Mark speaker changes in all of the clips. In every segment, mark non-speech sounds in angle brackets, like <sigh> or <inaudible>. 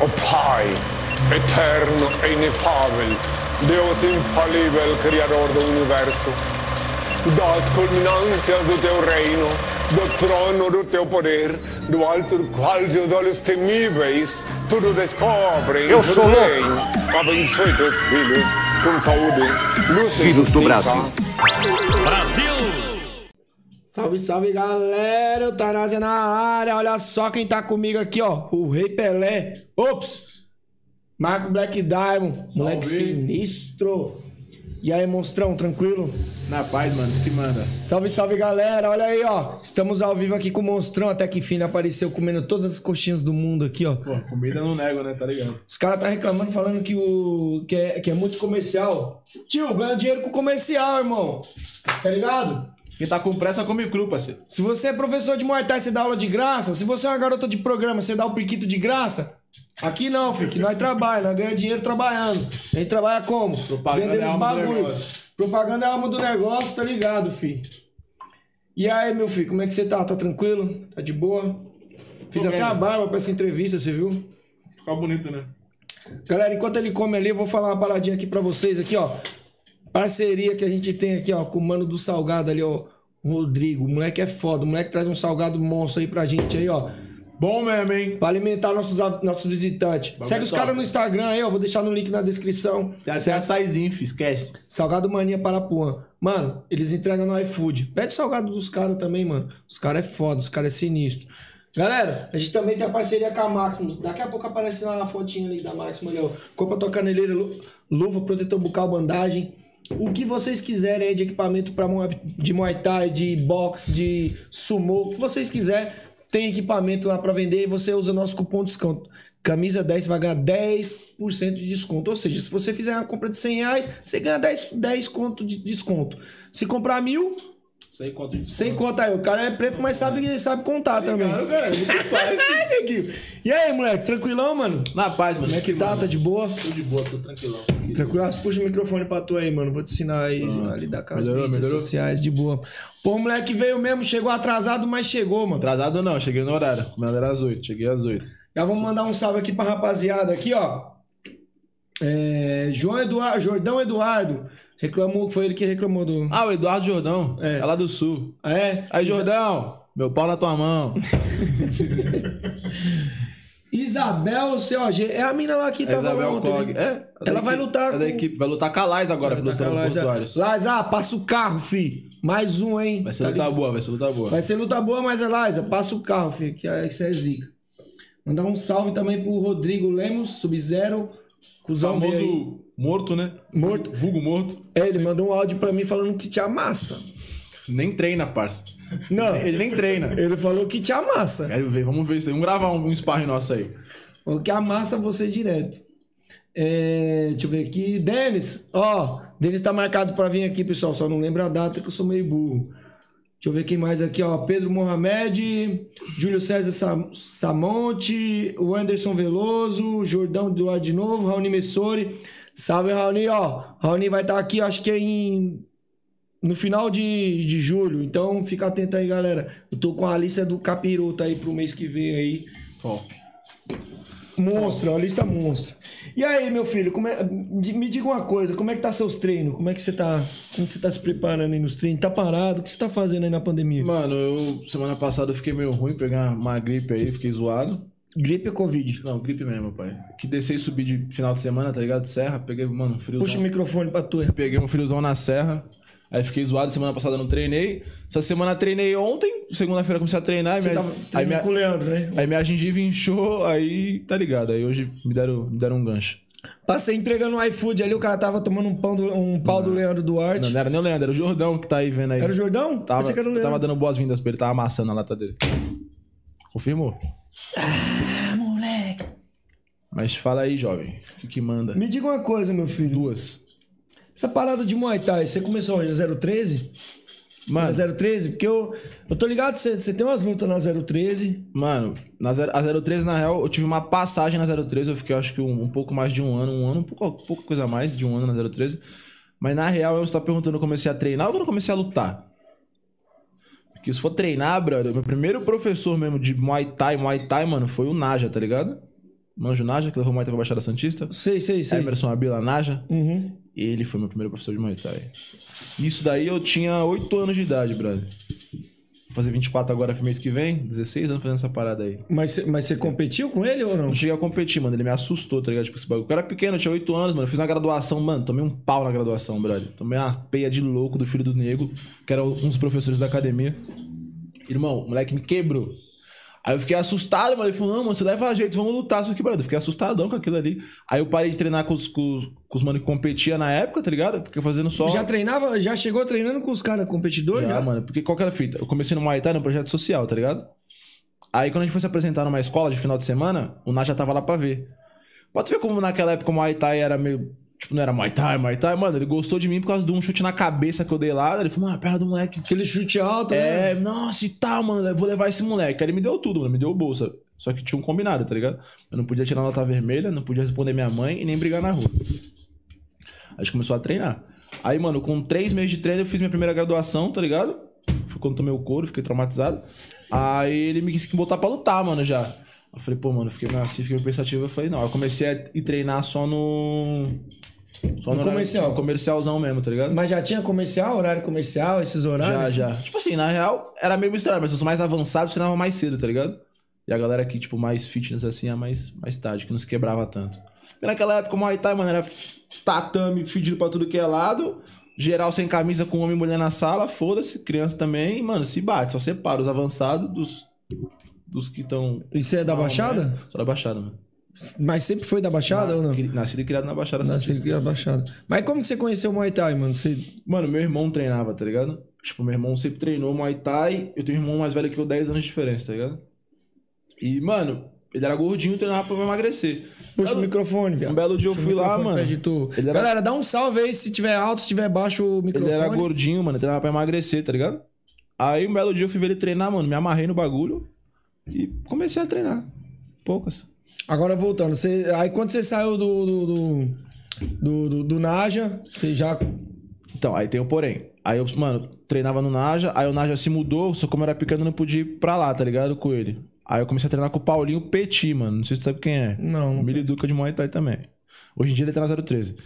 Speaker 1: Oh Pai, eterno e inefável, Deus infalível, Criador do Universo, das culminâncias do teu reino, do trono do teu poder, do alto do qual teus olhos temíveis tudo descobrem,
Speaker 2: Eu
Speaker 1: tudo
Speaker 2: sou louco.
Speaker 1: bem. Abençoe teus filhos com saúde, luz e
Speaker 2: Filhos do
Speaker 1: justiça.
Speaker 2: Brasil.
Speaker 3: Salve, salve galera, Eutanásia na área. Olha só quem tá comigo aqui, ó. O Rei Pelé. Ops! Marco Black Diamond, moleque
Speaker 4: Salve.
Speaker 3: sinistro. E aí, monstrão, tranquilo?
Speaker 4: Na paz, mano, que manda.
Speaker 3: Salve, salve galera, olha aí, ó. Estamos ao vivo aqui com o monstrão, até que fim né? apareceu comendo todas as coxinhas do mundo aqui, ó.
Speaker 4: Pô, comida não nego, né? Tá ligado?
Speaker 3: Os caras tá reclamando, falando que, o, que, é, que é muito comercial. Tio, ganha dinheiro com comercial, irmão. Tá ligado?
Speaker 4: Quem tá com pressa come cru, parceiro.
Speaker 3: Se você é professor de Muay Thai, você dá aula de graça. Se você é uma garota de programa, você dá o priquito de graça. Aqui não, filho, que nós trabalhamos, nós ganhamos dinheiro trabalhando. A gente trabalha como?
Speaker 4: Propaganda é a
Speaker 3: os
Speaker 4: alma do
Speaker 3: bagulho.
Speaker 4: negócio.
Speaker 3: Propaganda é a alma do negócio, tá ligado, filho? E aí, meu filho, como é que você tá? Tá tranquilo? Tá de boa? Fiz
Speaker 4: Tô
Speaker 3: até
Speaker 4: bem.
Speaker 3: a barba pra essa entrevista, você viu?
Speaker 4: Fica bonito, né?
Speaker 3: Galera, enquanto ele come ali, eu vou falar uma paradinha aqui pra vocês aqui, ó. Parceria que a gente tem aqui, ó, com o mano do salgado ali, ó, o Rodrigo. O moleque é foda, o moleque traz um salgado monstro aí pra gente aí, ó,
Speaker 4: Bom mesmo, hein?
Speaker 3: pra alimentar nossos a- nossos visitantes. Segue os
Speaker 4: top.
Speaker 3: caras no Instagram aí, ó, vou deixar no link na descrição.
Speaker 4: Tem até açaizinho, fi, esquece.
Speaker 3: Salgado Mania Parapuã. Mano, eles entregam no iFood. Pede o salgado dos caras também, mano. Os caras é foda, os caras é sinistro. Galera, a gente também tem a parceria com a Maximus. Daqui a pouco aparece lá na fotinha ali da Maximus. Ali, ó. Compra tua caneleira, lu- luva, protetor bucal, bandagem. O que vocês quiserem aí de equipamento pra, mua- de Muay Thai, de boxe, de sumô, o que vocês quiserem, tem equipamento lá pra vender e você usa o nosso cupom de desconto. Camisa 10 vai ganhar 10% de desconto. Ou seja, se você fizer uma compra de 100 reais, você ganha 10, 10 conto de desconto. Se comprar mil,
Speaker 4: Sem conta de
Speaker 3: sem conta aí. O cara é preto, mas sabe, sabe contar também.
Speaker 4: Claro, cara,
Speaker 3: <laughs>
Speaker 4: muito paz.
Speaker 3: Ai, neguinho. E aí, moleque, tranquilão, mano?
Speaker 4: Na paz, mano.
Speaker 3: Como é que tá?
Speaker 4: mano?
Speaker 3: Tá de boa?
Speaker 4: Tô de boa, tô tranquilão.
Speaker 3: Tranquilo, Ah, puxa o microfone pra tu aí, mano. Vou te ensinar aí a lidar com as
Speaker 4: Melhorou,
Speaker 3: mídias
Speaker 4: melhorou?
Speaker 3: sociais de boa. Pô, o moleque veio mesmo, chegou atrasado, mas chegou, mano.
Speaker 4: Atrasado não, cheguei no horário. Comendo era às 8, cheguei às 8.
Speaker 3: Já vamos mandar um salve aqui pra rapaziada aqui, ó. É, João Eduardo, Jordão Eduardo reclamou, foi ele que reclamou do.
Speaker 4: Ah, o Eduardo Jordão.
Speaker 3: É.
Speaker 4: É. lá do sul.
Speaker 3: É.
Speaker 4: Aí, Jordão, meu pau na tua
Speaker 3: <laughs>
Speaker 4: mão.
Speaker 3: Isabel COG. É a mina lá que
Speaker 4: É
Speaker 3: tava lá
Speaker 4: Isabel
Speaker 3: ontem.
Speaker 4: Cog.
Speaker 3: né?
Speaker 4: É, é da
Speaker 3: Ela vai
Speaker 4: equipe.
Speaker 3: lutar
Speaker 4: É da
Speaker 3: com-
Speaker 4: equipe. Vai lutar com a Lais agora, pelos
Speaker 3: Tá,
Speaker 4: tronos portuários.
Speaker 3: Lais, Laiza, passa o carro, fi. Mais um, hein?
Speaker 4: Vai ser
Speaker 3: Tá
Speaker 4: luta boa, vai ser luta boa.
Speaker 3: Vai ser luta boa, mas Eliza, passa o carro, filho, que aí você é zica. Mandar um salve também pro Rodrigo Lemos, Sub-Zero, cuzão veio um aí.
Speaker 4: famoso morto, né?
Speaker 3: Morto.
Speaker 4: Vulgo morto.
Speaker 3: É, ele mandou um áudio pra mim falando que te amassa.
Speaker 4: Nem treina, parça.
Speaker 3: Não,
Speaker 4: <laughs> Ele nem treina.
Speaker 3: ele falou que te amassa.
Speaker 4: Quero ver, vamos ver isso aí. Vamos gravar um, um sparring nosso aí.
Speaker 3: Falou que amassa você direto. É, deixa eu ver aqui. Denis, ó, Denis tá marcado pra vir aqui, pessoal, só não lembro a data que eu sou meio burro. Deixa eu ver quem mais aqui, ó. Pedro Mohamed, Júlio César Sam- Samonte, o Anderson Veloso, Jordão do ar de novo, Raoni Messori. Salve, Raoni, ó. Raoni vai estar aqui, acho que é em. No final de, de julho, então fica atento aí, galera. Eu tô com a lista do capiroto aí pro mês que vem aí.
Speaker 4: Top.
Speaker 3: Monstro, a lista monstro. E aí, meu filho, como é- de- me diga uma coisa, como é que tá seus treinos? Como é que você tá, como que você tá se preparando aí nos treinos? Tá parado? O que você tá fazendo aí na pandemia?
Speaker 4: Mano, eu semana passada eu fiquei meio ruim, peguei uma, uma gripe aí, fiquei zoado.
Speaker 3: Gripe ou Covid?
Speaker 4: Não, gripe mesmo, pai. Que desci e subi de final de semana, tá ligado? Serra, peguei, mano, um friozão.
Speaker 3: Puxa o microfone pra tu. aí.
Speaker 4: Peguei um friozão na serra. Aí fiquei zoado, semana passada eu não treinei. Essa semana eu treinei ontem, segunda-feira eu comecei a treinar.
Speaker 3: Você
Speaker 4: minha-
Speaker 3: tava
Speaker 4: aí,
Speaker 3: treinando
Speaker 4: minha,
Speaker 3: com o Leandro, né?
Speaker 4: aí minha gengiva inchou, aí tá ligado. Aí hoje me deram, me deram um gancho.
Speaker 3: Passei entregando um iFood ali, o cara tava tomando um, pão do- um pau do Leandro Duarte.
Speaker 4: Não, não era nem o Leandro, era o Jordão que tá aí vendo aí.
Speaker 3: Era o Jordão?
Speaker 4: Tava,
Speaker 3: Pensei que era o
Speaker 4: eu tava
Speaker 3: Leandro.
Speaker 4: dando boas-vindas pra ele, tava amassando a lata dele. Confirmou?
Speaker 3: Ah, moleque.
Speaker 4: Mas fala aí, jovem. O que, que manda?
Speaker 3: Me diga uma coisa, meu filho.
Speaker 4: Duas.
Speaker 3: Essa parada de Muay Thai, você começou hoje, 013?
Speaker 4: Mano,
Speaker 3: Na 013? Porque eu, eu tô ligado, você, você tem umas lutas na 013.
Speaker 4: mano na zero, a 013, na real, eu tive uma passagem na 013. Eu fiquei, acho que um, um pouco mais de um ano, um ano, um pouco, pouca coisa a mais de um ano na 013. Mas na real, você tá perguntando, eu comecei a treinar ou quando eu comecei a lutar? Porque se for treinar, brother, meu primeiro professor mesmo de Muay Thai, Muay Thai, mano, foi o Naja, tá ligado? Manjo Naja, que levou Muay Thai pra Baixada Santista.
Speaker 3: Sei, sei, sei.
Speaker 4: Emerson Abila Naja.
Speaker 3: Uhum.
Speaker 4: Ele foi meu primeiro professor de Muay Thai. Isso daí eu tinha 8 anos de idade, brother. Vou fazer 24 agora mês que vem, 16 anos fazendo essa parada aí.
Speaker 3: Mas, cê- mas você competiu com ele ou não?
Speaker 4: Não cheguei a competir, mano. Ele me assustou, tá ligado? Tipo, esse bagulho. Eu era pequeno, eu tinha 8 anos, mano. Eu fiz uma graduação, mano. Tomei um pau na graduação, brother. Tomei uma peia de louco do filho do nego, que era um dos professores da academia. Irmão, o moleque me quebrou. Aí eu fiquei assustado, mano. Ele falou, não, mano, você leva jeito, vamos lutar. Só que, brother, eu fiquei assustadão com aquilo ali. Aí eu parei de treinar com os, com os, com os mano que competia na época, tá ligado? Eu Fiquei fazendo só.
Speaker 3: Já treinava, já chegou treinando com os caras competidores?
Speaker 4: Já,
Speaker 3: Já,
Speaker 4: mano, porque qual que era a fita? Eu comecei no Muay Thai, no projeto social, tá ligado? Aí quando a gente foi se apresentar numa escola de final de semana, o Nath já tava lá pra ver. Pode ver como naquela época o Muay Thai era meio. Tipo, não era Muay Thai, Muay Thai. Mano, ele gostou de mim por causa de um chute na cabeça que eu dei lá. Ele falou, mano, a perna do moleque.
Speaker 3: Aquele chute alto, né?
Speaker 4: É, nossa e tal, mano, eu vou levar esse moleque. Aí ele me deu tudo, mano, me deu bolsa. Só que tinha um combinado, tá ligado? Eu não podia tirar nota vermelha, não podia responder minha mãe e nem brigar na rua. A gente começou a treinar. Aí, mano, com três meses de treino, eu fiz minha primeira graduação, tá ligado? Foi quando tomei o couro, fiquei traumatizado. Aí ele me quis que botar pra lutar, mano, já. Eu falei, pô, mano, eu fiquei assim, fiquei pensativo. Eu falei, não. Aí eu comecei a ir treinar só no. Só
Speaker 3: No
Speaker 4: horário-
Speaker 3: comercial.
Speaker 4: no comercialzão mesmo, tá ligado?
Speaker 3: Mas já tinha comercial, horário comercial, esses
Speaker 4: Já,
Speaker 3: horários?
Speaker 4: já. Tipo assim, na real, era meio misturado, mas os mais avançados treinavam mais cedo, tá ligado? E a galera que, tipo, mais fitness assim, é mais, mais tarde, que não se quebrava tanto. E naquela época o Muay Thai, mano, era tatame fedido pra tudo que é lado, geral sem camisa com homem e mulher na sala, foda-se, criança também, e, mano, se bate, só separa os avançados dos, dos que estão.
Speaker 3: E você é da Baixada?
Speaker 4: Só da Baixada, mano.
Speaker 3: Mas sempre foi da Baixada ou não?
Speaker 4: Cri- Nascido e criado na Baixada Santista.
Speaker 3: Nasci da Baixada. Mas como que você conheceu o Muay Thai, mano? Você...
Speaker 4: Mano, meu irmão treinava, tá ligado? Tipo, meu irmão sempre treinou Muay Thai. Eu tenho um irmão mais velho que eu, 10 anos de diferença, tá ligado? E, mano, ele era gordinho e treinava pra eu emagrecer.
Speaker 3: Puxa o
Speaker 4: Belo-
Speaker 3: microfone, viado.
Speaker 4: Um belo dia eu
Speaker 3: Puxa o
Speaker 4: fui lá,
Speaker 3: microfone
Speaker 4: mano.
Speaker 3: perto de tu.
Speaker 4: Ele era-
Speaker 3: Galera, dá um salve aí se tiver alto, se tiver baixo o
Speaker 4: Ele
Speaker 3: microfone.
Speaker 4: era gordinho, mano, treinava pra emagrecer, tá ligado? Aí um belo dia eu fui ver ele treinar, mano. Me amarrei no bagulho e comecei a treinar. Poucas.
Speaker 3: Agora voltando, você... aí quando você saiu do. do, do... Do, do, do Naja, você já.
Speaker 4: Então, aí tem o porém. Aí eu, mano, treinava no Naja, aí o Naja se mudou, só como eu era pequeno eu não podia ir pra lá, tá ligado? Com ele. Aí eu comecei a treinar com o Paulinho Petit, mano. Não sei se você sabe quem é.
Speaker 3: Não, não-
Speaker 4: Mili Duca de Muay Thai também. Hoje em dia ele tá na 013.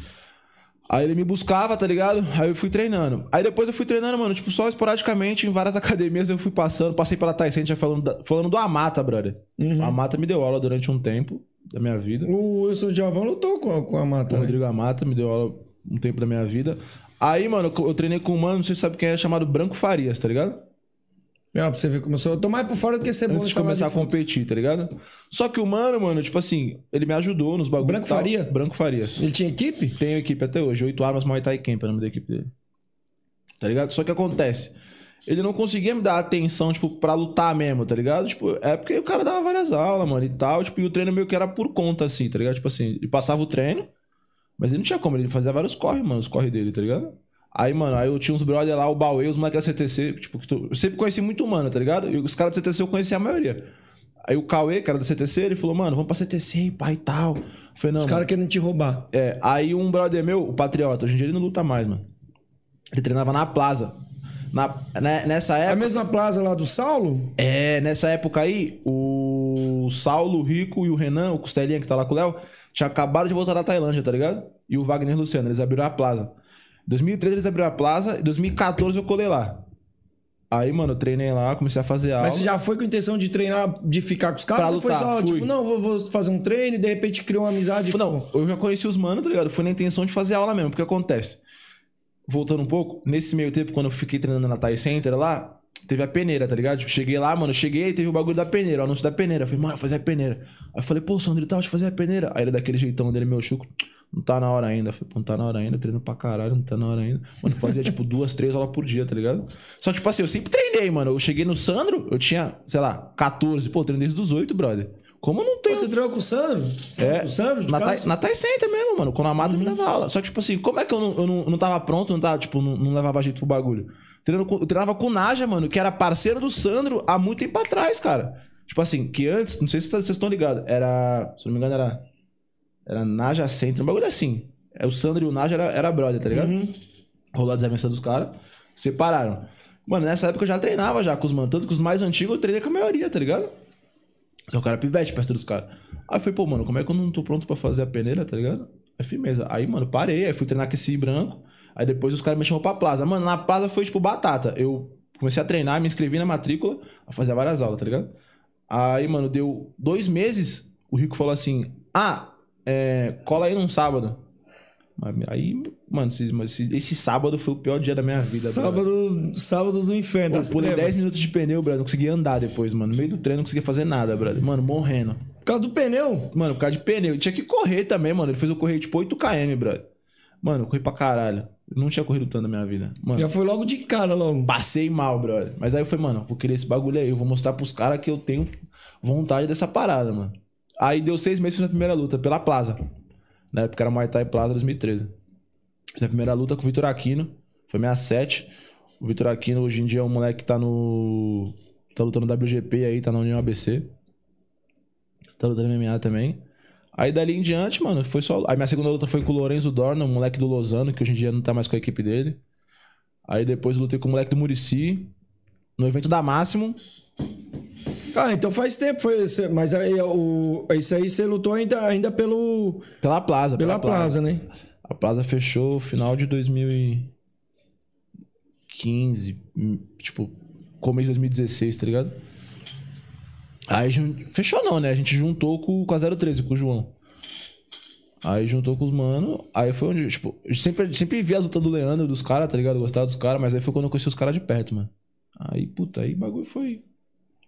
Speaker 4: Aí ele me buscava, tá ligado? Aí eu fui treinando. Aí depois eu fui treinando, mano, tipo, só esporadicamente em várias academias eu fui passando. Passei pela Tyson já falando, da- falando do Amata, brother.
Speaker 3: Uhum.
Speaker 4: A Amata me deu aula durante um tempo da minha vida.
Speaker 3: O Wilson Giovão lutou com a, com a
Speaker 4: O
Speaker 3: Mata. né?
Speaker 4: Rodrigo Amata me deu aula um tempo da minha vida. Aí, mano, eu treinei com um mano, não sei se você sabe quem é, chamado Branco Farias, tá ligado?
Speaker 3: Ah, pra você ver como eu sou. Eu tô mais por fora do que ser bom
Speaker 4: Antes de
Speaker 3: nessa
Speaker 4: começar a
Speaker 3: live.
Speaker 4: competir, tá ligado? Só que o mano, mano, tipo assim, ele me ajudou nos bagulhos.
Speaker 3: Branco Faria?
Speaker 4: Branco Farias.
Speaker 3: Ele tinha equipe?
Speaker 4: Tenho equipe até hoje. Oito Armas Muay Thai Camp é o nome da equipe dele. Tá ligado? Só que acontece. Ele não conseguia me dar atenção, tipo, pra lutar mesmo, tá ligado? Tipo, é porque o cara dava várias aulas, mano, e tal. Tipo, e o treino meio que era por conta, assim, tá ligado? Tipo assim, ele passava o treino, mas ele não tinha como. Ele fazia vários corre, mano, os corre dele, tá ligado? Aí, mano, aí eu tinha uns brother lá, o Bauê, os moleques da CTC, tipo, que tu- eu sempre conheci muito humano, tá ligado? E os caras da CTC eu conhecia a maioria. Aí o Cauê, cara da CTC, ele falou, mano, vamos pra CTC, hein, pai e tal. Eu falei, não,
Speaker 3: Os
Speaker 4: mano,
Speaker 3: caras querendo te roubar.
Speaker 4: é, aí um brother meu, o Patriota, hoje em dia ele não luta mais, mano. Ele treinava na Plaza. Na, né, nessa
Speaker 3: É a
Speaker 4: época.
Speaker 3: mesma plaza lá do Saulo?
Speaker 4: É, nessa época aí, o Saulo, o Rico e o Renan, o Costelinha que tá lá com o Léo, tinha acabado de voltar da Tailândia, tá ligado? E o Wagner Luciano, eles abriram a Plaza. Em 2013 eles abriram a Plaza, em 2014 eu colei lá. Aí, mano, eu treinei lá, comecei a fazer aula.
Speaker 3: Mas você já foi com a intenção de treinar, de ficar com os caras?
Speaker 4: Pra
Speaker 3: ou foi
Speaker 4: lutar,
Speaker 3: só,
Speaker 4: fui.
Speaker 3: tipo, não, vou, vou fazer um treino e de repente criou uma amizade? tipo, e
Speaker 4: Tipo, Não, eu já conheci os manos, tá ligado? Fui na intenção de fazer aula mesmo, porque acontece. Voltando um pouco, nesse meio tempo, quando eu fiquei treinando na Thai Center lá, teve a peneira, tá ligado? Tipo, cheguei lá, mano, cheguei e teve o bagulho da peneira, o anúncio da peneira. Eu falei, mano, fazer a peneira. Aí eu falei, pô, Sandro, tá, deixa eu fazer a peneira. Aí ele daquele jeitão dele, meu chuco, não tá na hora ainda. Eu falei, pô, não tá na hora ainda, treino pra caralho, não tá na hora ainda. Mano, eu fazia tipo <laughs> duas, três aulas por dia, tá ligado? Só que, tipo assim, eu sempre treinei, mano. Eu cheguei no Sandro, eu tinha, sei lá, 14. Pô, eu treinei desde os 8, brother. Como eu não tenho
Speaker 3: Você treinou com o Sandro?
Speaker 4: é,
Speaker 3: O Sandro, de
Speaker 4: na, Thai,
Speaker 3: casa?
Speaker 4: na Thai Center tá mesmo, mano. Quando a mata me dava aula. Só que, tipo assim, como é que eu não, eu não, eu não tava pronto, não tava, tipo, não, não levava jeito pro bagulho? Treinando com- eu treinava com o Naja, mano, que era parceiro do Sandro há muito tempo atrás, cara. Tipo assim, que antes, não sei se vocês estão ligados, era. Se eu não me engano, era. Era Naja Center, um bagulho assim. É, O Sandro e o Naja era, era brother, tá ligado? Rolou a desavença dos caras, separaram. Mano, nessa época eu já treinava já com os mano, tanto que os mais antigos eu treinei com a maioria, tá ligado? Só que eu era pivete perto dos caras. Aí eu falei, pô, mano, como é que eu não tô pronto pra fazer a peneira, tá ligado? Aí firmeza. Aí, mano, parei. Aí fui treinar com esse branco. Aí depois os caras me chamaram pra plaza. Mano, na plaza foi tipo batata. Eu comecei a treinar, me inscrevi na matrícula, a fazer várias aulas, tá ligado? Aí, mano, deu dois meses. O Rico falou assim: ah, é, cola aí num sábado. Mas Aí, mano, esse, esse- esse sábado foi o pior dia da minha vida, tá brother.
Speaker 3: Sábado, sábado do inferno.
Speaker 4: Eu
Speaker 3: das
Speaker 4: pulei
Speaker 3: trevas.
Speaker 4: 10 minutos de pneu, brother. Não consegui andar depois, mano. No meio do treino não conseguia fazer nada, brother. Mano, morrendo.
Speaker 3: Por causa do pneu.
Speaker 4: Mano, por causa de pneu. Tinha que correr também, mano. Ele fez eu correr tipo 8km, brother. Mano, eu corri pra caralho. Eu não tinha corrido tanto na minha vida. Mano,
Speaker 3: Já foi logo de cara, logo.
Speaker 4: passei mal, brother. Mas aí eu falei, mano, vou querer esse bagulho aí. Eu vou mostrar pros caras que eu tenho vontade dessa parada, mano. Aí deu seis meses fiz a primeira luta, pela Plaza. Na época era Muay Thai Plaza 2013. Fiz a primeira luta com o Vitor Aquino. Foi 67. O Vitor Aquino hoje em dia é um moleque que tá no. Tá lutando no WGP aí, tá na União ABC. Tá lutando MMA também. Aí dali em diante, mano, foi só. Aí minha segunda luta foi com o Lorenzo Dorna, um moleque do Lozano, que hoje em dia não tá mais com a equipe dele. Aí depois eu lutei com o moleque do Murici. No evento da Máximo.
Speaker 3: Ah, então faz tempo. Foi, esse- mas aí, o, isso aí você lutou ainda, ainda pelo,
Speaker 4: Pela Plaza.
Speaker 3: pela plaza, né?
Speaker 4: A Plaza fechou final de 2015. hum, Tipo, começo de 2016, tá ligado? Aí jun- fechou não, né? A gente juntou com, com a 013, com o João. Aí juntou com os mano, aí foi onde, tipo, eu sempre, sempre vi as lutas do Leandro, dos caras, tá ligado? Eu gostava dos caras, mas aí foi quando eu conheci os caras de perto, mano. Aí, puta, aí o bagulho foi.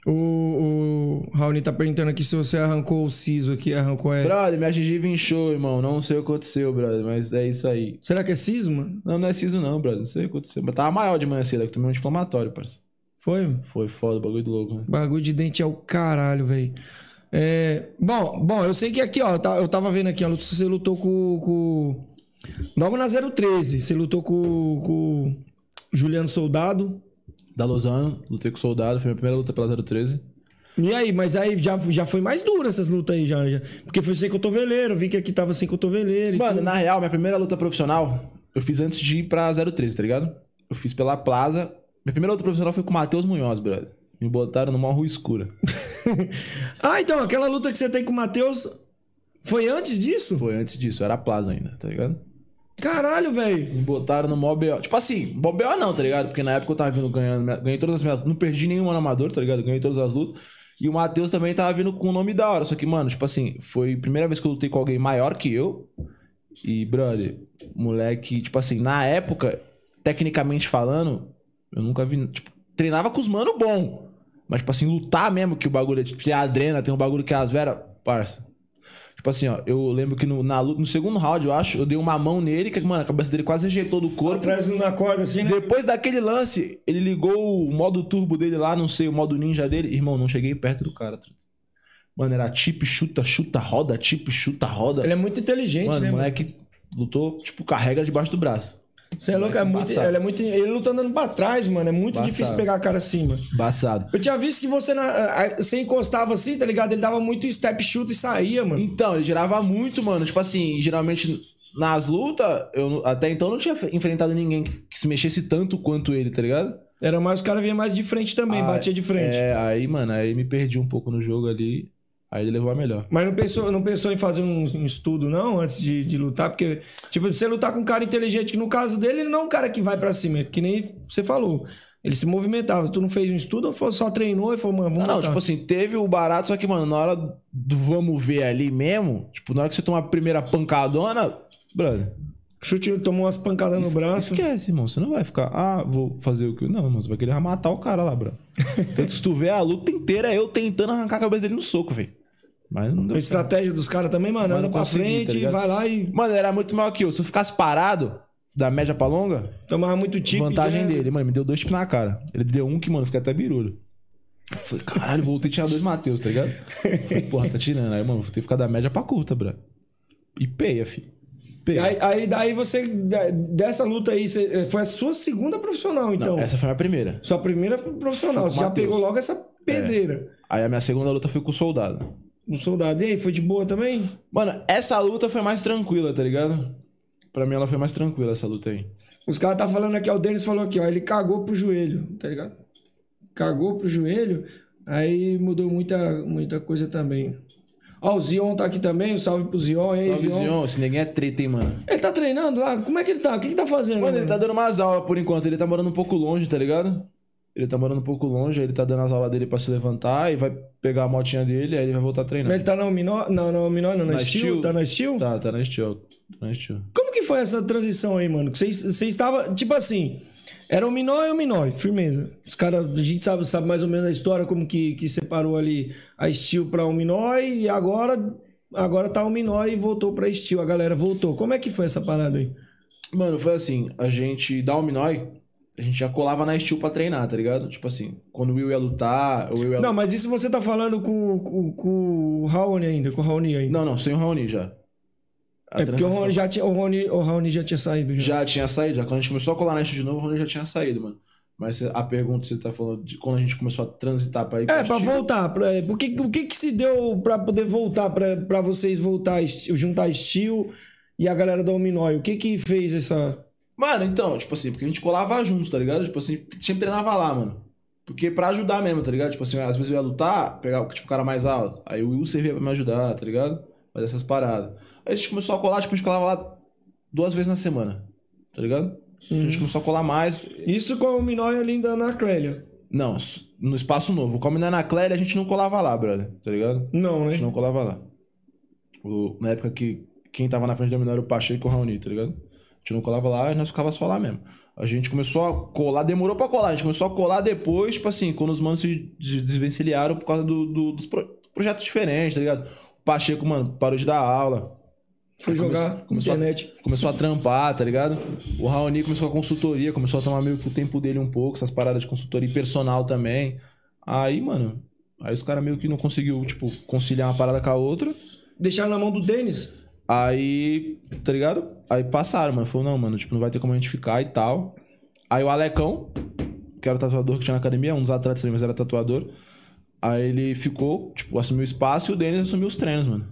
Speaker 3: O, o Raoni tá perguntando aqui se você arrancou o siso aqui, arrancou é.
Speaker 4: Brother, minha gengiva inchou, irmão. Não sei o que aconteceu, brother, mas é isso aí.
Speaker 3: Será que é siso, mano?
Speaker 4: Não, não é siso não, brother. Não sei o que aconteceu. Mas tava maior de manhã cedo, é que tomei um anti-inflamatório, parça.
Speaker 3: Foi? mano?
Speaker 4: Foi foda, bagulho do louco, né?
Speaker 3: Bagulho de dente é o caralho, velho. É, bom, bom, eu sei que aqui, ó, tá- eu tava vendo aqui, ó, você lutou com. com logo na 013, você lutou com, com o Juliano Soldado.
Speaker 4: Da Lozano, lutei com o soldado, foi minha primeira luta pela 013.
Speaker 3: E aí, mas aí já, já foi mais dura essas lutas aí, já, já. Porque foi sem cotoveleiro, eu vi que aqui tava sem cotoveleiro. e
Speaker 4: Mano,
Speaker 3: tudo.
Speaker 4: na real, minha primeira luta profissional eu fiz antes de ir pra 013, tá ligado? Eu fiz pela Plaza. Minha primeira luta profissional foi com o Matheus Munhoz, brother. Me botaram numa rua escura.
Speaker 3: Ah, então, aquela luta que você tem com o Matheus foi antes disso?
Speaker 4: Foi antes disso, era a Plaza ainda, tá ligado?
Speaker 3: Caralho, velho.
Speaker 4: Me botaram no maior BO. Tipo assim, maior BO não, tá ligado? Porque na época eu tava vindo ganhando, minha- ganhei todas as minhas. Não perdi nenhuma no amador, tá ligado? Ganhei todas as lutas. E o Matheus também tava vindo com um nome da hora. Só que, mano, tipo assim, foi a primeira vez que eu lutei com alguém maior que eu. E, brother, moleque, tipo assim, na época, tecnicamente falando, eu nunca vi. Tipo, treinava com os mano bom. Mas, tipo assim, lutar mesmo, que o bagulho é tipo, tem a adrena, tem um bagulho que é as veras, parça. Tipo assim, ó, eu lembro que no, na luta, no segundo round, eu acho, eu dei uma mão nele, que, mano, a cabeça dele quase ejeitou do corpo.
Speaker 3: Atrás na corda assim, né?
Speaker 4: Depois daquele lance, ele ligou o modo turbo dele lá, não sei, o modo ninja dele. Irmão, não cheguei perto do cara. truta. Mano, era chip, chuta, chuta, roda, chip, chuta, roda.
Speaker 3: Ele é muito inteligente,
Speaker 4: mano,
Speaker 3: né,
Speaker 4: o
Speaker 3: mano?
Speaker 4: moleque lutou, tipo, carrega debaixo do braço.
Speaker 3: Você é louco, é muito,
Speaker 4: embaçado.
Speaker 3: ele é muito. Ele luta andando pra trás, mano. É muito
Speaker 4: Embaçado.
Speaker 3: difícil pegar a cara assim, mano.
Speaker 4: Embaçado.
Speaker 3: Eu tinha visto que você, na, a- a- você encostava assim, tá ligado? Ele dava muito step shoot e saía, mano.
Speaker 4: Então, ele girava muito, mano. Tipo assim, geralmente nas lutas, eu não- até então não tinha enfrentado ninguém que, que se mexesse tanto quanto ele, tá ligado?
Speaker 3: Era mais, os caras vinham mais de frente também,
Speaker 4: Ah,
Speaker 3: batia de frente.
Speaker 4: É, aí, mano, aí me perdi um pouco no jogo ali. Aí ele levou a melhor.
Speaker 3: Mas não pensou, não pensou em fazer um, um estudo, não, antes de, de lutar? Porque, tipo, você lutar com um cara inteligente, que no caso dele, ele não é um cara que vai pra cima, que nem você falou. Ele se movimentava. Tu não fez um estudo ou foi- só treinou e falou, mano, vamos
Speaker 4: Não, não,
Speaker 3: lutar?
Speaker 4: tipo assim, teve o barato, só que, mano, na hora do vamos ver ali mesmo, tipo, na hora que você toma a primeira pancadona, brother,
Speaker 3: Chute, tomou umas pancadas no braço.
Speaker 4: esquece, irmão. Você não vai ficar, ah, vou fazer o que? Não, mano, você vai querer matar o cara
Speaker 3: <laughs>
Speaker 4: lá, brother. Tanto que se tu vê a luta inteira, é eu tentando arrancar a cabeça dele no soco, velho. Mas não deu
Speaker 3: A estratégia dos caras também, mano, anda
Speaker 4: não
Speaker 3: pra
Speaker 4: consegui, tá
Speaker 3: frente,
Speaker 4: ligado?
Speaker 3: vai lá e
Speaker 4: Mano, ele era muito maior que eu. Se eu ficasse parado, da média pra longa,
Speaker 3: tomava muito tip.
Speaker 4: vantagem
Speaker 3: né?
Speaker 4: dele. Mano, me deu dois tipos na cara. Ele deu um que, mano, fica até birulho. Eu falei, caralho, voltei a tirar dois Matheus, tá ligado? Eu Falei, porra, tá tirando. Aí, mano, vou ter que ficar da média pra curta, bro. E peia, fi.
Speaker 3: E
Speaker 4: Peia.
Speaker 3: Aí, aí daí você, da- dessa luta aí, você- eh, foi a sua segunda profissional, então.
Speaker 4: Não, essa foi a minha primeira.
Speaker 3: Sua primeira profissional.
Speaker 4: Foi com
Speaker 3: Você já
Speaker 4: Matheus.
Speaker 3: pegou logo essa pedreira.
Speaker 4: Aí a minha segunda luta foi com o soldado.
Speaker 3: Um soldado. E aí, foi de boa também?
Speaker 4: Mano, essa luta foi mais tranquila, tá ligado? Pra mim ela foi mais tranquila, essa luta aí.
Speaker 3: Os caras tá falando aqui, ó, o Denis falou aqui, ó, ele cagou pro joelho, tá ligado? Cagou pro joelho. Aí mudou muita, muita coisa também. Ó, o Zion tá aqui também. Um salve pro Zion, hein,
Speaker 4: Salve,
Speaker 3: Zion.
Speaker 4: Zion. Esse neguinho é treta, hein, mano.
Speaker 3: Ele tá treinando lá? Como é que ele tá? O que, que tá fazendo?
Speaker 4: Mano, ele
Speaker 3: mano?
Speaker 4: tá dando umas aulas por enquanto. Ele tá morando um pouco longe, tá ligado? Ele tá morando um pouco longe, aí ele tá dando as aulas dele pra se levantar e vai pegar a motinha dele, aí ele vai voltar a treinar.
Speaker 3: Mas ele tá na Minor? Não, não, Minor não, na,
Speaker 4: Na
Speaker 3: Steel?
Speaker 4: Steel?
Speaker 3: Tá na Steel?
Speaker 4: Tá, tá na Steel. Tá na Steel.
Speaker 3: Como que foi essa transição aí, mano? Que Vocês vocês estavam, tipo assim, era o Minói e o Minói, firmeza. Os caras, a gente sabe, sabe mais ou menos a história, como que, que separou ali a Steel pra o Minói e agora, agora tá o Minói e voltou pra Steel, a galera voltou. Como é que foi essa parada aí?
Speaker 4: Mano, foi assim, a gente da Omnoi, a gente já colava na Steel pra treinar, tá ligado? Tipo assim, quando o Will ia lutar, o Will ia
Speaker 3: Não, mas isso você tá falando com, com, com o Raoni ainda, com o Raoni ainda.
Speaker 4: Não, não, sem o Raoni já. A
Speaker 3: é porque o
Speaker 4: transição.
Speaker 3: Raoni já tinha, o Raoni, o Raoni já tinha saído. Já.
Speaker 4: já tinha saído, já quando a gente começou a colar na Steel de novo, o Raoni já tinha saído, mano. Mas a pergunta que você tá falando de quando a gente começou a transitar pra ir
Speaker 3: É, pra
Speaker 4: Steel-
Speaker 3: voltar. Pra, é, por que, o que que se deu pra poder voltar, pra, pra vocês voltar, a Steel- juntar Steel e a galera da Ominói? O que que fez essa...
Speaker 4: Mano, então, tipo assim, porque a gente colava junto, tá ligado? Tipo assim, sempre treinava lá, mano. Porque pra ajudar mesmo, tá ligado? Tipo assim, às vezes eu ia lutar, pegava tipo, o cara mais alto. Aí o Will servia pra me ajudar, tá ligado? Fazer essas paradas. Aí a gente começou a colar, tipo, a gente colava lá duas vezes na semana, tá ligado? A
Speaker 3: Uhum.
Speaker 4: gente começou a colar mais.
Speaker 3: Isso com a Ominói ali da Ana Clélia.
Speaker 4: Não, s- no espaço novo. Como na Ana Clélia, a gente não colava lá, brother, tá ligado?
Speaker 3: Não,
Speaker 4: A gente
Speaker 3: né?
Speaker 4: não colava lá. O- na época que quem tava na frente da menor era o Pacheco e o Raoni, tá ligado? A gente não colava lá e nós ficava só lá mesmo. A gente começou a colar, demorou pra colar. A gente começou a colar depois, tipo assim, quando os manos se des- desvencilharam por causa do- do- dos pro- projetos diferentes, tá ligado? O Pacheco, mano, parou de dar aula.
Speaker 3: Foi
Speaker 4: Aí
Speaker 3: jogar
Speaker 4: começou a-
Speaker 3: internet.
Speaker 4: Começou a trampar, tá ligado? O Raoni começou a consultoria, começou a tomar meio que o tempo dele um pouco, essas paradas de consultoria e personal também. Aí, mano, aí os caras meio que não conseguiu, tipo, conciliar uma parada com a outra.
Speaker 3: Deixaram na mão do Denis.
Speaker 4: Aí, tá ligado? Aí passaram, mano. Falou, não, mano, tipo, não vai ter como a gente ficar e tal. Aí o Alecão, que era o tatuador que tinha na academia, um dos atletas também, mas era tatuador. Aí ele ficou, tipo, assumiu o espaço e o Denis assumiu os treinos, mano.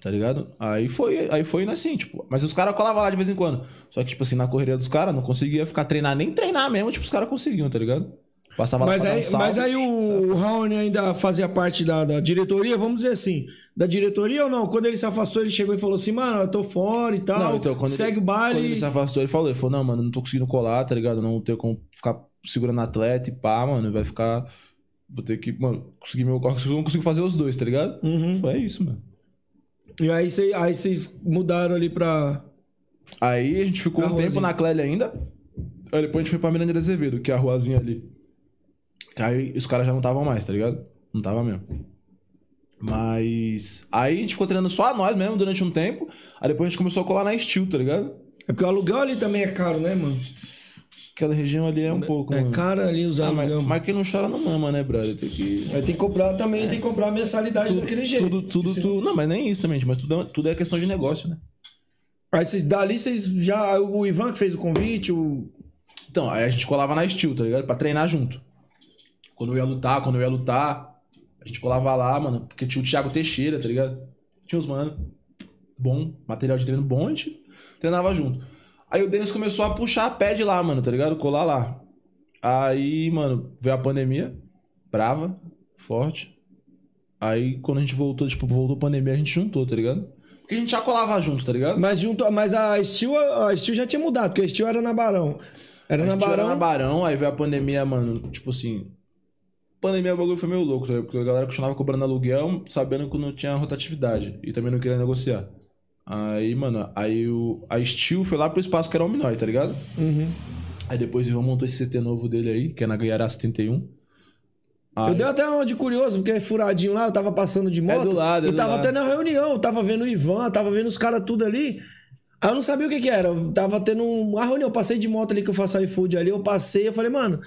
Speaker 4: Tá ligado? Aí foi, aí foi indo assim, tipo. Mas os caras colavam lá de vez em quando. Só que, tipo assim, na correria dos caras, não conseguia ficar treinar, nem treinar mesmo, tipo, os caras conseguiam, tá ligado? Passava
Speaker 3: Mas
Speaker 4: lá pra
Speaker 3: aí,
Speaker 4: dar um salve.
Speaker 3: mas aí o, o Raoni ainda fazia parte da, da diretoria, vamos dizer assim, da diretoria ou não? Quando ele se afastou, ele chegou e falou assim, mano, eu tô fora e tal,
Speaker 4: Não, então, quando
Speaker 3: segue
Speaker 4: ele,
Speaker 3: o baile.
Speaker 4: Quando ele se afastou, ele falou, ele falou, não, mano, não tô conseguindo colar, tá ligado? Não tenho como ficar segurando atleta e pá, mano, vai ficar... Vou ter que, mano, conseguir meu corpo, não consigo fazer os dois, tá ligado?
Speaker 3: Uhum.
Speaker 4: Foi isso, mano.
Speaker 3: E aí cê- aí vocês mudaram ali pra...
Speaker 4: Aí a gente ficou
Speaker 3: Pra
Speaker 4: um tempo
Speaker 3: Rosinha.
Speaker 4: na Clélia ainda. Aí depois a gente foi pra Miranda de Azevedo, que é a ruazinha ali. Que Aí os caras já não estavam mais, tá ligado? Não tava mesmo. Mas. Aí a gente ficou treinando só nós mesmo durante um tempo. Aí depois a gente começou a colar na Steel, tá ligado?
Speaker 3: É porque o aluguel ali também é caro, né, mano?
Speaker 4: Aquela região ali é um pouco.
Speaker 3: É
Speaker 4: mano.
Speaker 3: caro ali os
Speaker 4: Ah, mas,
Speaker 3: aluguel.
Speaker 4: mas quem não chora não mama, né, brother? Tem que.
Speaker 3: Aí tem que comprar também, tem que comprar a mensalidade é daquele jeito.
Speaker 4: Tudo, tudo, tudo. Não, mas nem isso também, gente, mas tudo, é- tudo é questão de negócio, né?
Speaker 3: Aí vocês, dali vocês já. O Ivan que fez o convite, o.
Speaker 4: Então, aí a gente colava na Steel, tá ligado? Pra treinar junto. Quando eu ia lutar, quando eu ia lutar, a gente colava lá, mano, porque tinha o Thiago Teixeira, tá ligado? Tinha uns, mano, bom, material de treino bom, a gente treinava junto. Aí o Denis começou a puxar a pé de lá, mano, tá ligado? Colar lá. Aí, mano, veio a pandemia, brava, forte. Aí quando a gente voltou, tipo, voltou a pandemia, a gente juntou, tá ligado? Porque a gente já colava junto, tá ligado?
Speaker 3: Mas junto. Mas a Steel, a Steel já tinha mudado, porque a Steel era na Barão. Era
Speaker 4: A
Speaker 3: na
Speaker 4: gente era
Speaker 3: Barão.
Speaker 4: na Barão, aí veio a pandemia, mano. Tipo assim. Pandemia o bagulho foi meio louco, tá ligado? porque a galera continuava cobrando aluguel, sabendo que não tinha rotatividade. E também não queria negociar. Aí, mano, aí o. A Steel foi lá pro espaço que era o Minói, tá ligado? Aí depois o Ivan montou esse CT novo dele aí, que é na Guiará 71.
Speaker 3: Eu dei até uma de curioso, porque é furadinho lá, eu tava passando de moto.
Speaker 4: É do lado, é
Speaker 3: E
Speaker 4: do
Speaker 3: tava
Speaker 4: lado.
Speaker 3: até na reunião, eu tava vendo o Ivan, tava vendo os caras tudo ali. Aí eu não sabia o que que era. Eu tava tendo um, uma reunião, eu passei de moto ali que eu faço iFood ali, eu passei, eu falei, mano,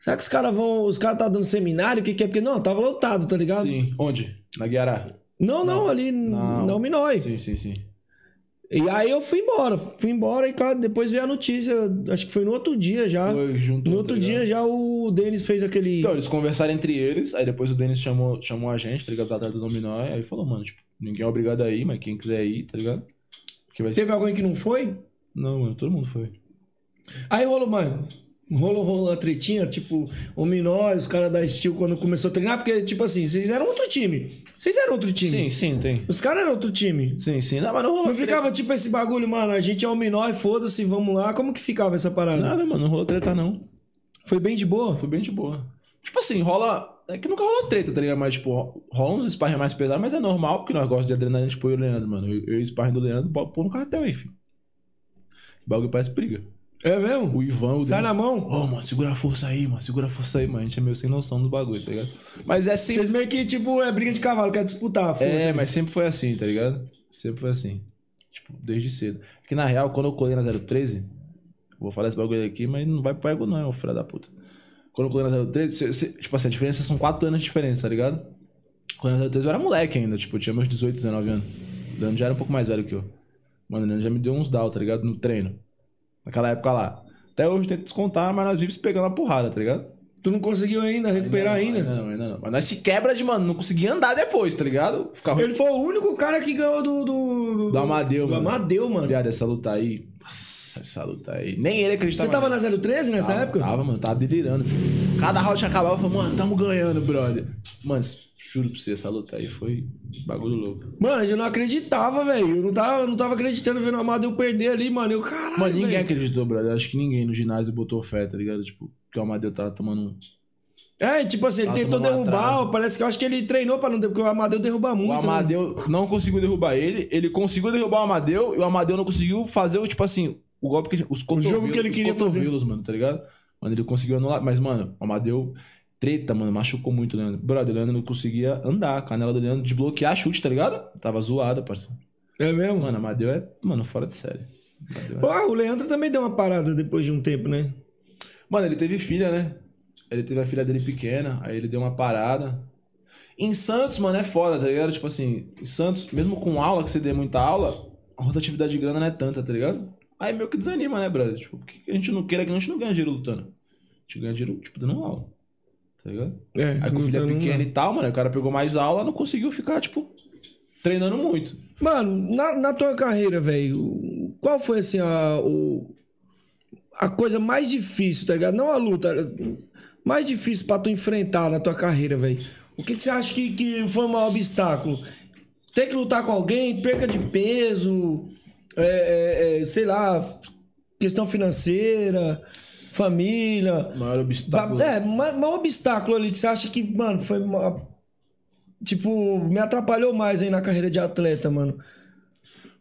Speaker 3: será que os caras vão. Os caras tá dando seminário? O que que é? Porque não, tava lotado, tá ligado?
Speaker 4: Sim. Onde? Na Guiará.
Speaker 3: Não, não, ali não,
Speaker 4: Não.
Speaker 3: não me nói.
Speaker 4: Sim, sim, sim.
Speaker 3: E aí eu fui embora, fui embora e cara, depois veio a notícia, acho que foi no outro dia já.
Speaker 4: Foi junto.
Speaker 3: no
Speaker 4: tá
Speaker 3: outro
Speaker 4: ligado?
Speaker 3: dia já o Denis fez aquele.
Speaker 4: Então, eles conversaram entre eles, aí depois o Denis chamou, chamou a gente, tá ligado? Os atletas do Minói, aí falou, mano, tipo, ninguém é obrigado a ir, mas quem quiser ir, tá ligado? Porque vai ser.
Speaker 3: Teve alguém que não foi?
Speaker 4: Não, mano, todo mundo foi.
Speaker 3: Aí rolou, mano. Rolou, rolou a tretinha, tipo, o Minói, os caras da Steel, quando começou a treinar, porque, tipo assim, vocês eram outro time. Vocês eram outro time.
Speaker 4: Sim, sim, tem.
Speaker 3: Os caras eram outro time.
Speaker 4: Sim, sim. Não, mas não rolou.
Speaker 3: Não ficava tipo esse bagulho, mano, a gente é o Minói, foda-se, vamos lá. Como que ficava essa parada?
Speaker 4: Nada, mano. Não rolou treta, não.
Speaker 3: Foi bem de boa?
Speaker 4: Foi bem de boa. Tipo assim, rola. É que nunca rolou treta, tá ligado? Mas, tipo, rola uns sparring mais pesados, mas é normal, porque nós gostamos de adrenalina, tipo, eu e o Leandro, mano. Eu, eu e o sparring do Leandro, bo- pô no cartel aí, filho. O bagulho parece briga.
Speaker 3: É mesmo?
Speaker 4: O Ivan, o
Speaker 3: Sai
Speaker 4: Denis-
Speaker 3: na mão.
Speaker 4: Ô, mano, segura a força aí, mano. Segura a força aí, mano. A gente é meio sem noção do bagulho, tá ligado? Mas é sempre.
Speaker 3: Vocês meio que, tipo, é briga de cavalo, quer disputar a força.
Speaker 4: É, mas sempre foi assim, tá ligado? Sempre foi assim. Tipo, desde cedo. Que na real, quando eu colei na 013, vou falar esse bagulho aqui, mas não vai pro ego, não, é o filho da puta. Quando eu colei na 013, cê- cê- tipo assim, a diferença são 4 anos de diferença, tá ligado? Quando eu era 13 eu era moleque ainda, tipo, eu tinha meus 18, 19 anos. O Leandro já era um pouco mais velho que eu. Mano, o Leandro já me deu uns down, tá ligado? No treino. Naquela época lá. Até hoje eu tento descontar, mas nós vivemos pegando a porrada, tá ligado?
Speaker 3: Tu não conseguiu ainda recuperar ainda?
Speaker 4: Ainda não, ainda não. Mas nós se quebra de, mano, não conseguia andar depois, tá ligado? Ficava
Speaker 3: Ele foi o único cara que ganhou do. Do, do,
Speaker 4: Do Amadeu,
Speaker 3: do
Speaker 4: mano.
Speaker 3: Amadeu, mano.
Speaker 4: Viado, essa luta aí. Nossa, essa luta aí. Nem ele acreditava.
Speaker 3: Você tava
Speaker 4: nisso.
Speaker 3: na 013 nessa
Speaker 4: Tava,
Speaker 3: época?
Speaker 4: Tava, mano. Tava delirando, filho. Cada round que acabava, eu falava, mano, tamo ganhando, brother. Mano, juro pra você, essa luta aí foi bagulho louco.
Speaker 3: Mano, eu não acreditava, velho. Eu não tava, eu não tava acreditando vendo o Amadeu perder ali, mano. Eu, caralho.
Speaker 4: Mano, ninguém
Speaker 3: velho.
Speaker 4: acreditou, brother. Acho que ninguém no ginásio botou fé, tá ligado? Tipo, que o Amadeu tava tomando um.
Speaker 3: É, tipo assim, ele
Speaker 4: Tava
Speaker 3: tentou
Speaker 4: tomando um
Speaker 3: derrubar,
Speaker 4: atraso.
Speaker 3: parece que eu acho que ele treinou pra não derrubar, porque o Amadeu derruba muito.
Speaker 4: O
Speaker 3: né?
Speaker 4: Amadeu não conseguiu derrubar ele, ele conseguiu derrubar o Amadeu e o Amadeu não conseguiu fazer o, tipo assim, o golpe que ele, os cotovelos,
Speaker 3: jogo que ele queria
Speaker 4: os cotovelos, mano, tá ligado? Mano, ele conseguiu anular, mas, mano, o Amadeu, treta, mano, machucou muito o Leandro. Brother, o Leandro não conseguia andar, a canela do Leandro desbloquear chute, tá ligado? Tava zoada, parceiro.
Speaker 3: É mesmo?
Speaker 4: Mano, o Amadeu é, mano, fora de série. Amadeu é-
Speaker 3: Ah, o Leandro também deu uma parada depois de um tempo, né?
Speaker 4: Mano, ele teve filha, né? Ele teve a filha dele pequena, aí ele deu uma parada. Em Santos, mano, é foda, tá ligado? Tipo assim, em Santos, mesmo com aula, que você dê muita aula, a rotatividade de grana não é tanta, tá ligado? Aí meio que desanima, né, brother? Tipo, por que que a gente não queira que a gente não ganha dinheiro lutando? A gente ganha dinheiro, tipo, dando aula. Tá ligado?
Speaker 3: É,
Speaker 4: Aí com o filho é
Speaker 3: lutando,
Speaker 4: pequeno e tal, mano, o cara pegou mais aula, não conseguiu ficar, tipo, treinando muito.
Speaker 3: Mano, na, na tua carreira, velho, qual foi assim a, o- a coisa mais difícil, tá ligado? Não a luta, mais difícil pra tu enfrentar na tua carreira, velho. O que, que você acha que, que foi o maior obstáculo? Ter que lutar com alguém, perca de peso, é, é, é, sei lá, questão financeira, família.
Speaker 4: O maior
Speaker 3: Ba-
Speaker 4: obstáculo.
Speaker 3: É, ma- maior obstáculo ali que você acha que, mano, foi. ma- Tipo, me atrapalhou mais aí na carreira de atleta, mano.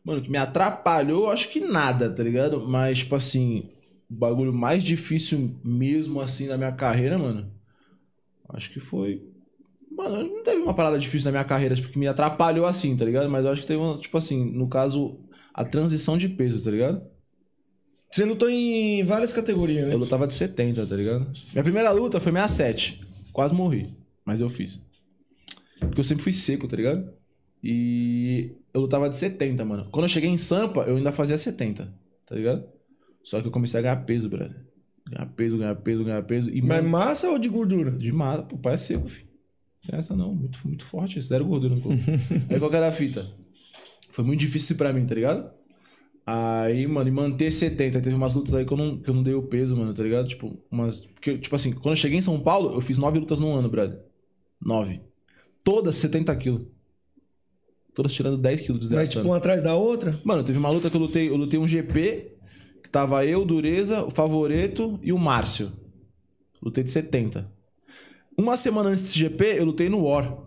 Speaker 4: Mano, que me atrapalhou, eu acho que nada, tá ligado? Mas, tipo assim, o bagulho mais difícil mesmo assim na minha carreira, mano. Acho que foi. Mano, não teve uma parada difícil na minha carreira, tipo, que me atrapalhou assim, tá ligado? Mas eu acho que teve uma, tipo assim, no caso, a transição de peso, tá ligado?
Speaker 3: Você lutou em várias categorias, né?
Speaker 4: Eu lutava de 70, tá ligado? Minha primeira luta foi 67. Quase morri, mas eu fiz. Porque eu sempre fui seco, tá ligado? E eu lutava de 70, mano. Quando eu cheguei em Sampa, eu ainda fazia 70, tá ligado? Só que eu comecei a ganhar peso, brother. Ganhar peso, ganhar peso, ganhar peso. E
Speaker 3: Mas
Speaker 4: mano,
Speaker 3: massa ou de gordura?
Speaker 4: de mata, pô, pai é seco, filho. Não tem essa não, muito, muito forte, zero gordura no corpo. <laughs> Aí qual que era a fita? Foi muito difícil pra mim, tá ligado? Aí, mano, e manter 70. Teve umas lutas aí que eu não, que eu não dei o peso, mano, tá ligado? Tipo, umas. Porque, tipo assim, quando eu cheguei em São Paulo, eu fiz nove lutas no ano, brother. Nove. Todas 70 quilos. Todas tirando 10 quilos de
Speaker 3: Mas tipo, uma atrás da outra?
Speaker 4: Mano, teve uma luta que eu lutei, eu lutei um GP, que tava eu, Dureza, o Favoreto e o Márcio. Lutei de 70. Uma semana antes desse GP, eu lutei no War.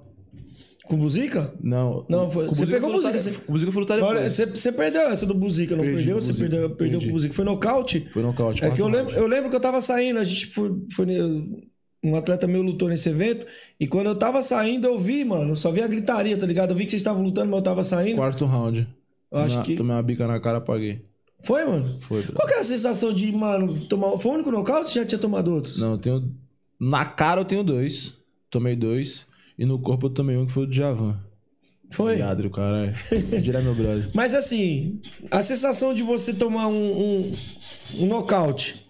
Speaker 3: Com buzica?
Speaker 4: Não.
Speaker 3: Não, foi-
Speaker 4: com o
Speaker 3: você
Speaker 4: Buzica
Speaker 3: pegou
Speaker 4: eu fui lutar-
Speaker 3: Buzica, você-
Speaker 4: com O Buzica eu fui lutar
Speaker 3: Olha,
Speaker 4: depois.
Speaker 3: você, você perdeu essa do buzica, não
Speaker 4: Perdi
Speaker 3: perdeu?
Speaker 4: do
Speaker 3: Você
Speaker 4: Buzica,
Speaker 3: perdeu, perdeu
Speaker 4: perdi.
Speaker 3: com buzica. Foi nocaute?
Speaker 4: Foi nocaute.
Speaker 3: É que eu
Speaker 4: quarto
Speaker 3: lembro,
Speaker 4: round.
Speaker 3: eu lembro que eu tava saindo, a gente foi, foi ne- um atleta meu lutou nesse evento, e quando eu tava saindo, eu vi, mano, só vi a gritaria, tá ligado? Eu vi que vocês estavam lutando, mas eu tava saindo.
Speaker 4: Quarto round.
Speaker 3: Eu acho
Speaker 4: Na-
Speaker 3: que-
Speaker 4: Tomei uma bica na cara, apaguei.
Speaker 3: Foi, mano?
Speaker 4: Foi, bro.
Speaker 3: Qual que é a sensação de, mano, tomar. Foi o único nocaute ou você já tinha tomado outros?
Speaker 4: Não, eu tenho. Na cara eu tenho dois. Tomei dois. E no corpo eu tomei um que foi o Djavan.
Speaker 3: Foi.
Speaker 4: Viadro, caralho. Dirá meu brother.
Speaker 3: Mas assim, a sensação de você tomar um, um, um nocaute.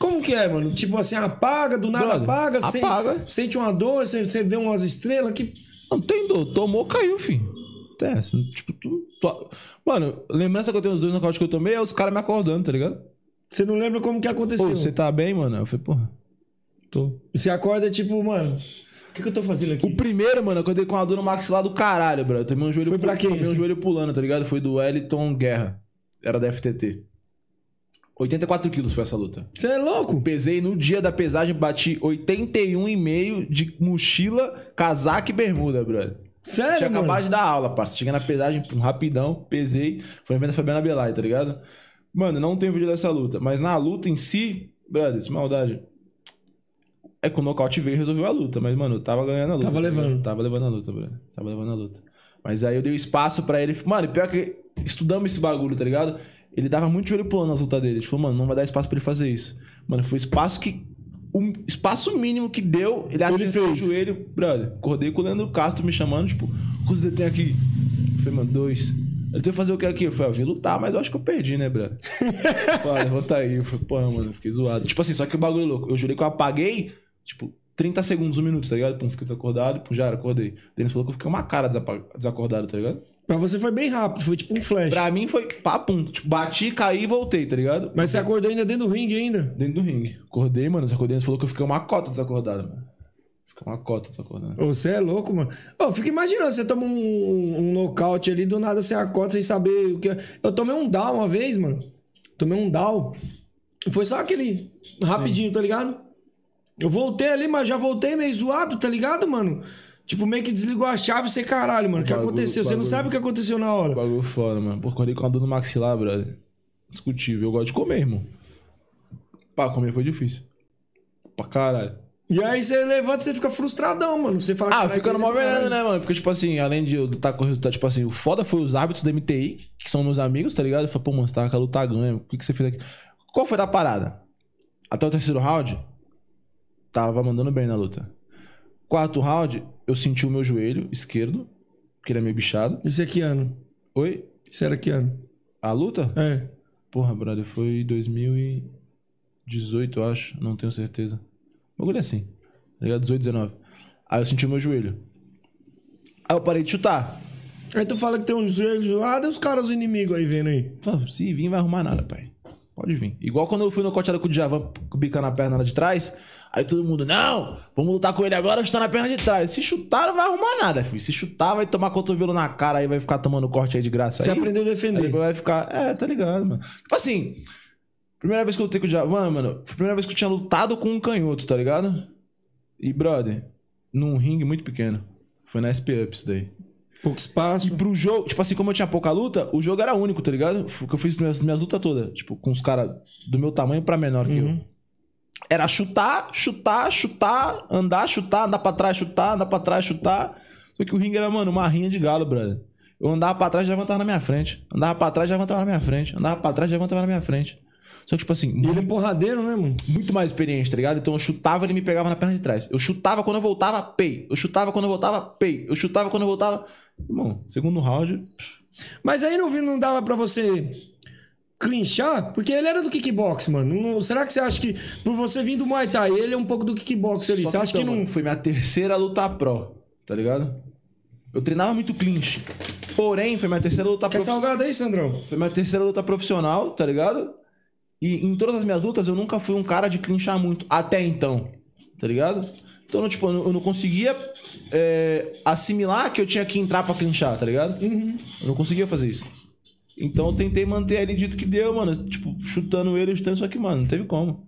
Speaker 3: Como que é, mano? Tipo assim, apaga, do nada
Speaker 4: Brother,
Speaker 3: apaga, sen-
Speaker 4: apaga.
Speaker 3: sente uma dor, você, você vê umas estrelas que.
Speaker 4: Não tem dor. Tomou, caiu, filho. É, assim, tipo, tu, tu- Mano, lembrança que eu tenho os dois nocaute que eu tomei é os caras me acordando, tá ligado?
Speaker 3: Você não lembra como que aconteceu.
Speaker 4: Pô, você tá bem, mano? Eu falei, porra. Tô.
Speaker 3: Você acorda tipo, mano, o que, que eu tô fazendo
Speaker 4: O
Speaker 3: aqui?
Speaker 4: primeiro, mano, eu acordei com a dor no maxilar do caralho, bro. Eu tomei um joelho
Speaker 3: Foi pra quem,
Speaker 4: Tomei um
Speaker 3: assim?
Speaker 4: joelho pulando, tá ligado? Foi do Wellington Guerra. Era da FTT. 84 quilos foi essa luta.
Speaker 3: Você é louco?
Speaker 4: Pesei no dia da pesagem, bati 81,5 de mochila, casaca e bermuda, brother.
Speaker 3: Sério,
Speaker 4: Tinha
Speaker 3: mano?
Speaker 4: acabado de dar aula, parça. Cheguei na pesagem, pum, rapidão, pesei. Foi vendo a Fabiana Belay, tá ligado? Mano, não tem vídeo dessa luta. Mas na luta em si, brother, isso é maldade. É que o nocaute veio e resolveu a luta. Mas, mano, eu tava ganhando a luta.
Speaker 3: Tava
Speaker 4: tá ligado?
Speaker 3: levando.
Speaker 4: Tava levando a luta, brother. Tava levando a luta. Mas aí eu dei espaço pra ele. Mano, e pior que estudamos esse bagulho, tá ligado? Ele dava muito joelho pulando nas lutas dele. A gente falou, mano, não vai dar espaço pra ele fazer isso. Mano, foi espaço que. O espaço mínimo que deu, ele acertou o
Speaker 3: fez.
Speaker 4: joelho joelho, brother. Acordei com o Leandro Castro me chamando, tipo, quantos DT tem aqui? Eu falei, mano, dois. Ele tem que fazer o que aqui? Eu falei, ah, vim lutar, mas eu acho que eu perdi, né, brother? Falei, vou tá aí. Eu falei, pô, mano, eu fiquei zoado. Tipo assim, só que o bagulho é louco. Eu jurei que eu apaguei, tipo, 30 segundos, um minuto, tá ligado? Pum, fiquei desacordado, pum, já era, acordei. O Denis falou que eu fiquei uma cara desapa- desacordado, tá ligado?
Speaker 3: Pra você foi bem rápido, foi tipo um flash.
Speaker 4: Pra mim foi papum, tipo, bati, caí e voltei, tá ligado?
Speaker 3: Mas você acordou ainda dentro do ringue ainda.
Speaker 4: Dentro do ringue. Acordei, mano, desacordei. Ele falou que eu fiquei uma cota desacordado, mano. Fiquei uma cota desacordado.
Speaker 3: Ô, Você é louco, mano. Ô, fica imaginando, você toma um, um nocaute ali, do nada você acorda sem saber o que. é. Eu tomei um down uma vez, mano. Tomei um down. Foi só aquele rapidinho, tá ligado? Eu voltei ali, mas já voltei meio zoado, tá ligado, mano? Tipo, meio que desligou a chave, você caralho, mano. O que
Speaker 4: Bagulho,
Speaker 3: aconteceu? Você não
Speaker 4: bagulho.
Speaker 3: sabe o que aconteceu na hora.
Speaker 4: Bagulho foda, mano. Pô, acordei com uma dor no maxilar, brother. Discutível. Eu gosto de comer, irmão. Pá, comer foi difícil. Pra caralho.
Speaker 3: E aí você levanta e você fica frustradão, mano. Você fala.
Speaker 4: Ah,
Speaker 3: "Caralho,
Speaker 4: ficando
Speaker 3: que
Speaker 4: mal
Speaker 3: caralho".
Speaker 4: velho, né, mano? Porque, tipo assim, além de eu estar com o resultado, tipo assim, o foda foi os árbitros da MTI, que são meus amigos, tá ligado? Eu falei, pô, mano, você tava com a luta ganha. O que, que você fez aqui? Qual foi da parada? Até o terceiro round, tava mandando bem na luta. Quarto round, eu senti o meu joelho esquerdo, que ele é meio bichado.
Speaker 3: Isso é que ano?
Speaker 4: Oi?
Speaker 3: Isso era que ano?
Speaker 4: A luta?
Speaker 3: É.
Speaker 4: Porra, brother, foi 2018, eu acho. Não tenho certeza. O bagulho é assim. Tá ligado? 18, 19. Aí eu senti o meu joelho. Aí eu parei de chutar.
Speaker 3: Aí tu fala que tem uns joelhos zoados e os caras, os inimigos aí vendo aí.
Speaker 4: Falei, se vir, vai arrumar nada, pai. Pode vir. Igual quando eu fui no coteado com o Djavan, com o bica na perna lá de trás. Aí todo mundo, não, vamos lutar com ele agora, chutar na perna de trás. Se chutar, não vai arrumar nada, filho. Se chutar, vai tomar cotovelo na cara aí, vai ficar tomando corte aí de graça.
Speaker 3: Você
Speaker 4: aí.
Speaker 3: aprendeu a
Speaker 4: Aí
Speaker 3: defender.
Speaker 4: depois vai ficar. É, tá ligado, mano. Tipo assim, primeira vez que eu lutei com o Javan, mano, foi a primeira vez que eu tinha lutado com um canhoto, tá ligado? E, brother, num ringue muito pequeno. Foi na SP Up isso daí.
Speaker 3: Pouco espaço.
Speaker 4: Pro jogo, tipo assim, como eu tinha pouca luta, o jogo era único, tá ligado? Foi o que eu fiz minhas, minhas lutas todas. Tipo, com os caras do meu tamanho pra menor que
Speaker 3: Uhum.
Speaker 4: eu. Era chutar, chutar, chutar, andar, chutar, andar pra trás, chutar, andar pra trás, chutar. Só que o ringue era, mano, uma rinha de galo, brother. Eu andava pra trás e já levantava na minha frente. Andava pra trás e já levantava na minha frente. Andava pra trás e já levantava na minha frente. Só que, tipo assim,
Speaker 3: E ele é porradeiro, né, mano?
Speaker 4: muito mais experiente, tá ligado? Então eu chutava, ele me pegava na perna de trás. Eu chutava quando eu voltava, pei. Eu chutava quando eu voltava, pei. Eu chutava quando eu voltava. Irmão, segundo round. pff,
Speaker 3: Mas aí não, vi- não dava pra você clinchar, porque ele era do kickbox, mano. Não- será que você acha que por você vir do Muay Thai, ele é um pouco do kickbox ali?
Speaker 4: só
Speaker 3: Você acha que
Speaker 4: então,
Speaker 3: não
Speaker 4: mano, Foi minha terceira luta pro, tá ligado? Eu treinava muito clinch. Porém, foi minha terceira luta
Speaker 3: Quer um
Speaker 4: pro.
Speaker 3: salgado aí, Sandrão?
Speaker 4: Foi minha terceira luta profissional, tá ligado? E em todas as minhas lutas eu nunca fui um cara de clinchar muito, até então, tá ligado? Então, eu, tipo, eu não- eu não conseguia é, assimilar que eu tinha que entrar pra clinchar, tá ligado?
Speaker 3: Uhum.
Speaker 4: Eu não conseguia fazer isso. Então eu tentei manter ali dito que deu, mano. Tipo, chutando ele, chutando, só que, mano, não teve como.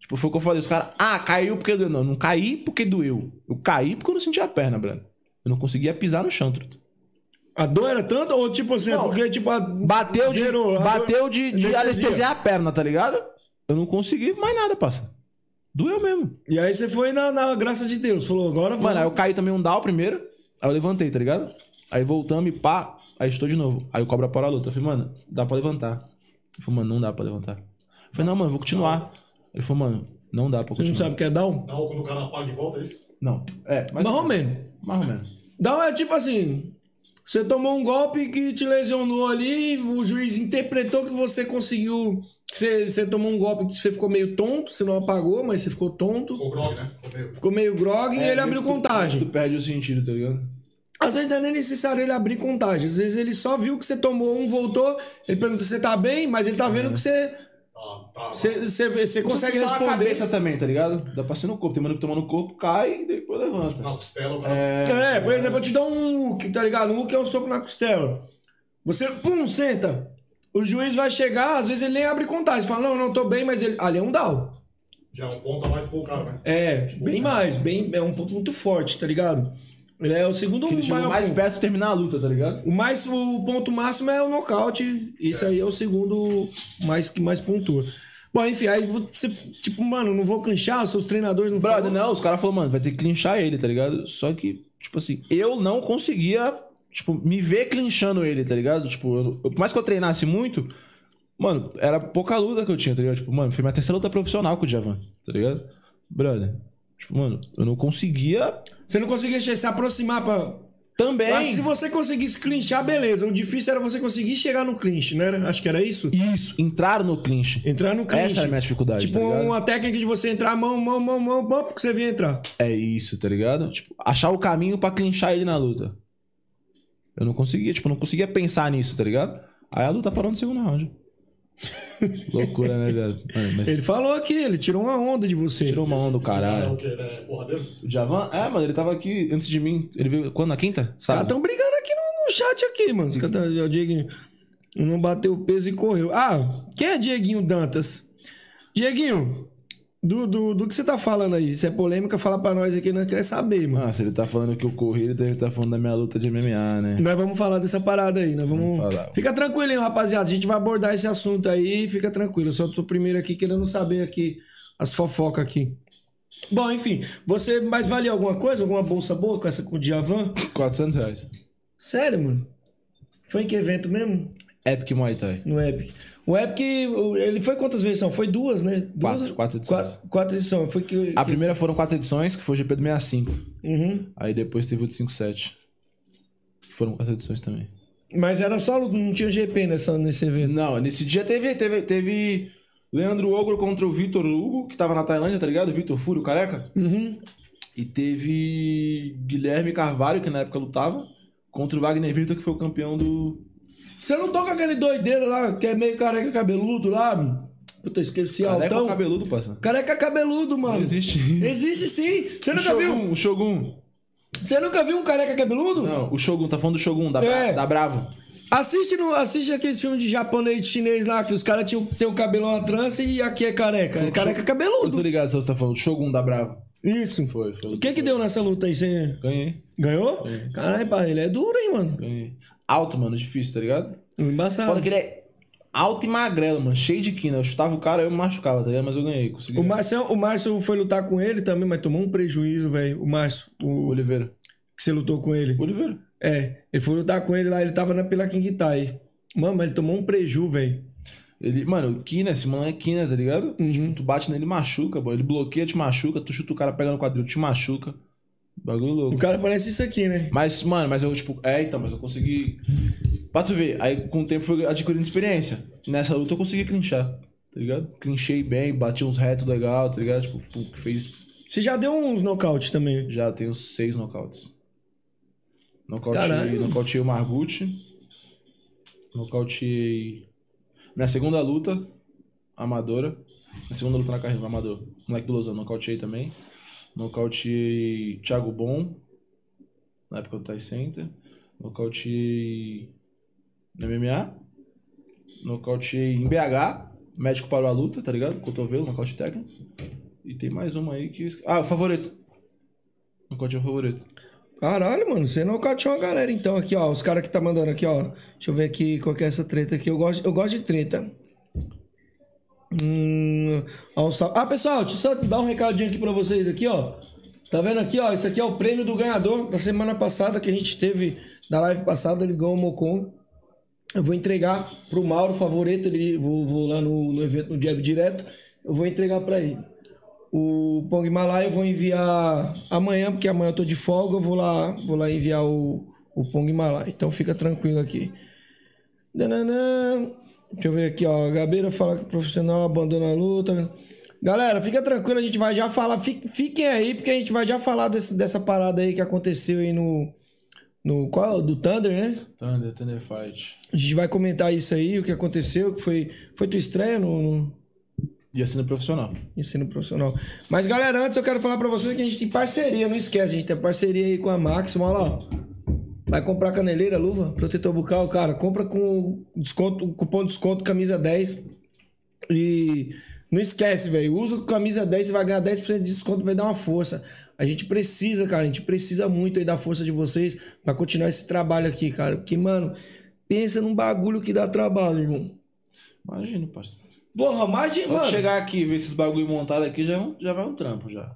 Speaker 4: Tipo, foi o que eu falei. Os caras, ah, caiu porque doeu. Não, eu não caí porque doeu. Eu caí porque eu não senti a perna, Breno. Eu não conseguia pisar no chão, truta.
Speaker 3: A dor era tanto? Ou tipo assim,
Speaker 4: Não.
Speaker 3: porque tipo. A...
Speaker 4: Bateu de,
Speaker 3: Zerou, a
Speaker 4: bateu
Speaker 3: dor-
Speaker 4: de, de
Speaker 3: anestesia.
Speaker 4: anestesiar a perna, tá ligado? Eu não consegui mais nada, parça. Doeu mesmo.
Speaker 3: E aí você foi na, na graça de Deus. Falou, agora vai.
Speaker 4: Mano, aí eu caí também um down primeiro. Aí eu levantei, tá ligado? Aí voltamos e pá. Aí estou de novo. Aí o cobra para a luta. Eu falei, mano, dá pra levantar. Ele falou, mano, não dá pra levantar. Eu falei, não, mano, vou continuar. Ele falou, mano, não dá pra
Speaker 3: Não
Speaker 4: continuar.
Speaker 3: sabe o que é down?
Speaker 5: Na rua, quando o cara apaga e volta, é isso?
Speaker 4: Não. É, mas.
Speaker 3: Mais ou menos.
Speaker 4: Mais ou menos.
Speaker 3: Down é tipo assim. Você tomou um golpe que te lesionou ali, o juiz interpretou que você conseguiu. Que você, você tomou um golpe que você ficou meio tonto, você não apagou, mas você ficou tonto.
Speaker 5: O grog, né? Ficou meio-
Speaker 3: Ficou meio grog
Speaker 4: É,
Speaker 3: e ele abriu contagem.
Speaker 4: Tu perde o sentido, tá ligado?
Speaker 3: Às vezes não é nem necessário ele abrir contagem. Às vezes ele só viu que você tomou um, voltou, ele pergunta se você tá bem, mas ele tá vendo que você
Speaker 5: Tá,
Speaker 3: Você consegue
Speaker 4: Só a
Speaker 3: responder.
Speaker 4: cabeça também, tá ligado? Dá pra ser no corpo. Tem mano que toma no corpo, cai e depois levanta.
Speaker 6: Na costela, o cara.
Speaker 4: É.
Speaker 3: É, por exemplo, eu te dou um hook, tá ligado? Um hook é um soco na costela. Você, pum, senta. O juiz vai chegar, às vezes ele nem abre contagem. Fala, não, não tô bem, mas ele. Ali é um down.
Speaker 6: Já é um ponto a mais pro cara, né?
Speaker 3: É, bem mais, bem, é um ponto muito forte, tá ligado? Ele é o segundo
Speaker 4: Ele chegou
Speaker 3: maior
Speaker 4: mais
Speaker 3: ponto.
Speaker 4: perto de terminar a luta, tá ligado?
Speaker 3: O, mais, o ponto máximo é o nocaute. Isso aí é o segundo mais que mais pontua. Bom, enfim, aí você, tipo, mano, não vou canchar, seus treinadores não
Speaker 4: Brother,
Speaker 3: falam.
Speaker 4: não, os caras falaram, mano, vai ter que clinchar ele, tá ligado? Só que, tipo assim, eu não conseguia, tipo, me ver clinchando ele, tá ligado? Tipo, eu, eu- por mais que eu treinasse muito, mano, era pouca luta que eu tinha, tá ligado? Tipo, mano, foi minha terceira luta profissional com o Javan, tá ligado? Brother, tipo, mano, eu não conseguia
Speaker 3: Você não conseguia che- se aproximar pra.
Speaker 4: também.
Speaker 3: Eu acho que se você conseguisse clinchar, beleza. O difícil era você conseguir chegar no clinch, né? Acho que era isso?
Speaker 4: Isso, entrar no clinch.
Speaker 3: Entrar no clinch.
Speaker 4: Essa era a minha dificuldade,
Speaker 3: Tipo,
Speaker 4: tá ligado?
Speaker 3: uma técnica de você entrar mão, mão, mão, mão, mão, porque você vinha entrar.
Speaker 4: É isso, tá ligado? Tipo, achar o caminho pra clinchar ele na luta. Eu não conseguia, tipo, eu não conseguia pensar nisso, tá ligado? Aí a luta parou no segundo round. <laughs> Loucura, né, velho? Mano, mas
Speaker 3: Ele falou aqui, ele tirou uma onda de você.
Speaker 4: tirou uma onda do
Speaker 6: É o
Speaker 4: caralho.
Speaker 6: que? Ele é porradeiro?
Speaker 4: O Javan? É, mano, ele tava aqui antes de mim. Ele veio quando? Na quinta?
Speaker 3: Os caras
Speaker 4: Sabe?
Speaker 3: estão brigando aqui no, no chat aqui, mano. Os caras tão- o Dieguinho não bateu o peso e correu. Ah, quem é Dieguinho Dantas? Dieguinho, do, do, do que você tá falando aí? Se é polêmica, fala pra nós aqui, nós quer saber, mano.
Speaker 4: Nossa, ele tá falando que eu corri, ele deve estar falando da minha luta de MMA, né?
Speaker 3: Nós vamos falar dessa parada aí, nós vamos...
Speaker 4: Vamos falar.
Speaker 3: Fica tranquilinho, rapaziada, a gente vai abordar esse assunto aí, fica tranquilo. Eu só tô primeiro aqui querendo saber aqui as fofocas aqui. Bom, enfim, você mais valia alguma coisa? Alguma bolsa boa com essa com o Djavan?
Speaker 4: 400 reais.
Speaker 3: Sério, mano? Foi em que evento mesmo?
Speaker 4: Epic Muay Thai.
Speaker 3: No Epic. O Epic, o- ele foi quantas vezes são? Foi duas, né? Duas-
Speaker 4: Quatro, quatro edições.
Speaker 3: Quatro, quatro edições. Foi que, que-
Speaker 4: A primeira foram quatro edições, que foi o GP do 65.
Speaker 3: Uhum.
Speaker 4: Aí depois teve o de 57. Que foram quatro edições também.
Speaker 3: Mas era só, luta, não tinha GP nessa, nesse evento.
Speaker 4: Não, nesse dia teve, teve, teve Leandro Ogro contra o Vitor Hugo, que tava na Tailândia, tá ligado? Vitor Fúrio, careca.
Speaker 3: Uhum.
Speaker 4: E teve Guilherme Carvalho, que na época lutava, contra o Wagner Vitor, que foi o campeão do.
Speaker 3: Você não toca aquele doideiro lá, que é meio careca cabeludo lá? Puta, esqueci,
Speaker 4: Careca ou
Speaker 3: altão.
Speaker 4: cabeludo, passa.
Speaker 3: Careca cabeludo, mano.
Speaker 4: Não existe.
Speaker 3: Existe sim. Você
Speaker 4: O
Speaker 3: nunca um- viu?
Speaker 4: Shogun, o Shogun.
Speaker 3: Você nunca viu um careca cabeludo?
Speaker 4: Não, o Shogun, tá falando do Shogun, da, Bra-
Speaker 3: É.
Speaker 4: da Bravo.
Speaker 3: Assiste, no, assiste aqueles filmes de japonês, de chinês lá, que os caras tinham- têm o cabelão à trança e aqui é careca. É careca
Speaker 4: Eu tô
Speaker 3: cabeludo.
Speaker 4: ligado se você tá falando, do Shogun da Bravo.
Speaker 3: Isso.
Speaker 4: Foi, foi.
Speaker 3: O que que deu nessa luta aí? Você
Speaker 4: Ganhei,
Speaker 3: ganhou? Caralho, pá, ele é duro, hein, mano.
Speaker 4: ganhei. Alto, mano, difícil, tá ligado?
Speaker 3: Embaçado.
Speaker 4: Foda que ele é alto e magrelo, mano. Cheio de quina. Eu chutava o cara, eu me machucava, tá ligado? Mas eu ganhei, consegui.
Speaker 3: O Márcio, o Márcio foi lutar com ele também, mas tomou um prejuízo, velho. O Márcio, o,
Speaker 4: Oliveira.
Speaker 3: que você lutou com ele.
Speaker 4: Oliveira.
Speaker 3: É, ele foi lutar com ele lá, ele tava na Pila King Tai. Mano, mas ele tomou um preju, velho.
Speaker 4: Ele, mano, quina, esse mano é quina, tá ligado?
Speaker 3: Uhum.
Speaker 4: Tipo, tu bate nele, machuca, boy. Ele bloqueia, te machuca. Tu chuta o cara, pega no quadril, te machuca. Bagulho louco.
Speaker 3: O cara parece isso aqui, né?
Speaker 4: Mas, mano, mas eu, tipo, é, então, mas eu consegui. Pra tu ver, aí com o tempo fui adquirindo experiência. Nessa luta eu consegui clinchar, tá ligado? Clinchei bem, bati uns retos legal, tá ligado? Tipo, pum, que fez.
Speaker 3: Você já deu uns nocaute também.
Speaker 4: Já tenho seis nocautes. Nocauteei,
Speaker 3: Caralho.
Speaker 4: nocauteei o Margucci. Nocauteei. Minha segunda luta, amadora. Minha segunda luta na carreira, amador. Moleque do Lozão, nocauteei também. Nocauteei Thiago Bom, na época do Thai Center. Nocauteei no MMA. Nocauteei em BH. O médico parou a luta, tá ligado? Cotovelo, nocaute técnico. E tem mais uma aí que. eu esque- Ah, o favorito. Nocauteei o favorito.
Speaker 3: Caralho, mano, você nocauteou uma galera então aqui, ó. Os caras que tá mandando aqui, ó. Deixa eu ver aqui qual que é essa treta aqui. Eu gosto, eu gosto de treta. Hum, ó, um sal- Ah, pessoal, deixa eu só dar um recadinho aqui pra vocês aqui, ó. Tá vendo aqui, ó? Isso aqui é o prêmio do ganhador da semana passada que a gente teve, da live passada, ele ganhou o Mocon. Eu vou entregar pro Mauro Favoreto, ele vou, vou lá no, no evento no Jab direto, eu vou entregar pra ele. O Pong Malai eu vou enviar amanhã, porque amanhã eu tô de folga, eu vou lá, vou lá enviar o, o Pong Malai. Então fica tranquilo aqui. Nananã. Deixa eu ver aqui, ó. Gabeira fala que o profissional abandona a luta. Galera, fica tranquilo, a gente vai já falar. fi- Fiquem aí, porque a gente vai já falar desse- dessa parada aí que aconteceu aí no. No qual? Do Thunder, né?
Speaker 4: Thunder, Thunder Fight.
Speaker 3: A gente vai comentar isso aí, o que aconteceu, que foi. Foi tua estreia no. no-
Speaker 4: E assina profissional.
Speaker 3: ensino profissional. Mas, galera, antes eu quero falar pra vocês que a gente tem parceria, não esquece, a gente tem parceria aí com a Máxima, olha lá, ó. Vai comprar caneleira, luva, protetor bucal, cara, compra com desconto, cupom de desconto camisa 10. E não esquece, velho, usa o camisa 10, você vai ganhar 10% de desconto, vai dar uma força. A gente precisa, cara, a gente precisa muito aí da força de vocês pra continuar esse trabalho aqui, cara. Porque, mano, pensa num bagulho que dá trabalho, irmão.
Speaker 4: Imagina, parceiro.
Speaker 3: Porra, mais de,
Speaker 4: Só
Speaker 3: mano.
Speaker 4: de chegar aqui e ver esses bagulho montado aqui já, é um- já vai um trampo já.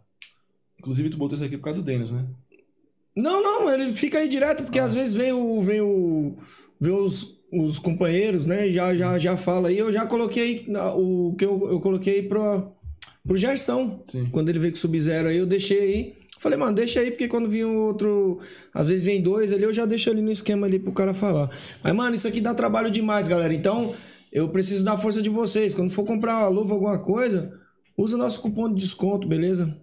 Speaker 4: Inclusive, tu botou isso aqui por causa do Denis, né?
Speaker 3: Não, não, ele fica aí direto, porque às vezes vem o. Vem, o, vem os, os companheiros, né? Já, já, já fala aí. Eu já coloquei na- o que eu, eu coloquei pra, pro Gerson.
Speaker 4: Sim.
Speaker 3: Quando ele veio com o Sub-Zero aí, eu deixei aí. Falei, mano, deixa aí, porque quando vinha o outro. Às vezes vem dois ali, eu já deixo ali no esquema ali pro cara falar. Mas, mano, isso aqui dá trabalho demais, galera. Então, eu preciso da força de vocês. Quando for comprar uma luva, alguma coisa, usa o nosso cupom de desconto, beleza?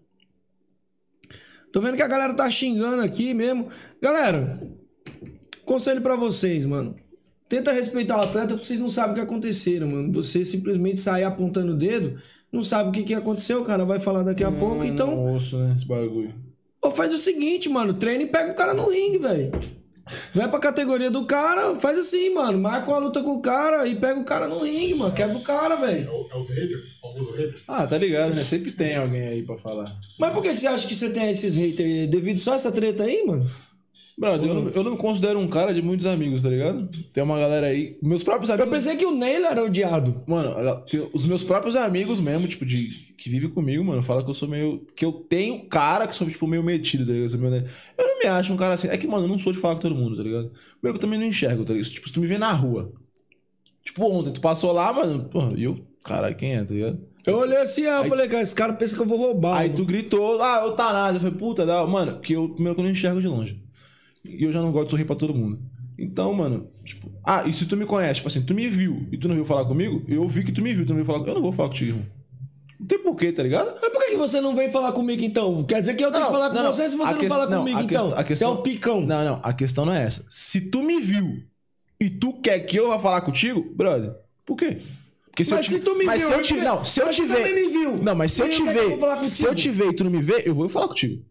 Speaker 3: Tô vendo que a galera tá xingando aqui mesmo. Galera, conselho pra vocês, mano. Tenta respeitar o atleta porque vocês não sabem o que aconteceram, mano. Você simplesmente sair apontando o dedo, não sabe o que, que aconteceu, cara. Vai falar daqui a pouco, então.
Speaker 4: Osso, né? Esse bagulho.
Speaker 3: Ou faz o seguinte, mano, treina e pega o cara no ringue, velho. Vai pra categoria do cara, faz assim, mano. Marca uma luta com o cara e pega o cara no ringue, mano. Quebra o cara, velho.
Speaker 7: É, o- é os haters, famosos haters.
Speaker 4: Ah, tá ligado, né? Sempre tem alguém aí pra falar.
Speaker 3: Mas por que que você acha que você tem esses haters aí? devido só a essa treta aí, mano?
Speaker 4: Brother, eu, não- eu não me considero um cara de muitos amigos, tá ligado? Tem uma galera aí. Meus próprios
Speaker 3: Eu
Speaker 4: amigos.
Speaker 3: pensei que o Neil era odiado.
Speaker 4: Mano, ela- tem os meus próprios amigos mesmo, tipo, de, que vive comigo, mano, fala que eu sou meio. Que eu tenho cara que sou, tipo, meio metido, tá ligado? Eu, sou meio- eu não me acho um cara assim. É que, mano, eu não sou de falar com todo mundo, tá ligado? Primeiro que eu também não enxergo, tá ligado? Tipo, se tu me vê na rua. Tipo, ontem, tu passou lá, mano, porra, e eu. Caralho, quem é, tá ligado?
Speaker 3: Eu olhei assim, eu falei, cara, esse cara pensa que eu vou roubar.
Speaker 4: Aí tu gritou, ah, eu tá nada. Eu falei, puta, dá. Mano, que eu, primeiro que eu não enxergo de longe. E eu já não gosto de sorrir pra todo mundo. Então, mano, tipo, ah, e se tu me conhece, tipo assim, tu me viu e tu não veio falar comigo, eu vi que tu me viu, tu não veio falar comigo. Eu não vou falar contigo, irmão. Não tem porquê, tá ligado?
Speaker 3: Mas por que que você não vem falar comigo então? Quer dizer que eu tenho que falar com você se você
Speaker 4: A
Speaker 3: não
Speaker 4: ques-
Speaker 3: falar
Speaker 4: não,
Speaker 3: comigo
Speaker 4: a quest-
Speaker 3: então?
Speaker 4: a questão-
Speaker 3: Você é um picão.
Speaker 4: Não, não, a questão não é essa. Se tu me viu e tu quer que eu vá falar contigo, brother, por quê? Porque se
Speaker 3: Mas
Speaker 4: eu
Speaker 3: se
Speaker 4: te,
Speaker 3: tu me
Speaker 4: mas
Speaker 3: viu,
Speaker 4: se eu
Speaker 3: eu
Speaker 4: te,
Speaker 3: te-
Speaker 4: não, se eu
Speaker 3: mas
Speaker 4: te
Speaker 3: tu
Speaker 4: ver,
Speaker 3: também me viu.
Speaker 4: não, mas se eu
Speaker 3: E
Speaker 4: te
Speaker 3: eu quero que eu
Speaker 4: ver,
Speaker 3: vou falar
Speaker 4: se eu
Speaker 3: contigo.
Speaker 4: te ver e tu não me ver, eu vou falar contigo.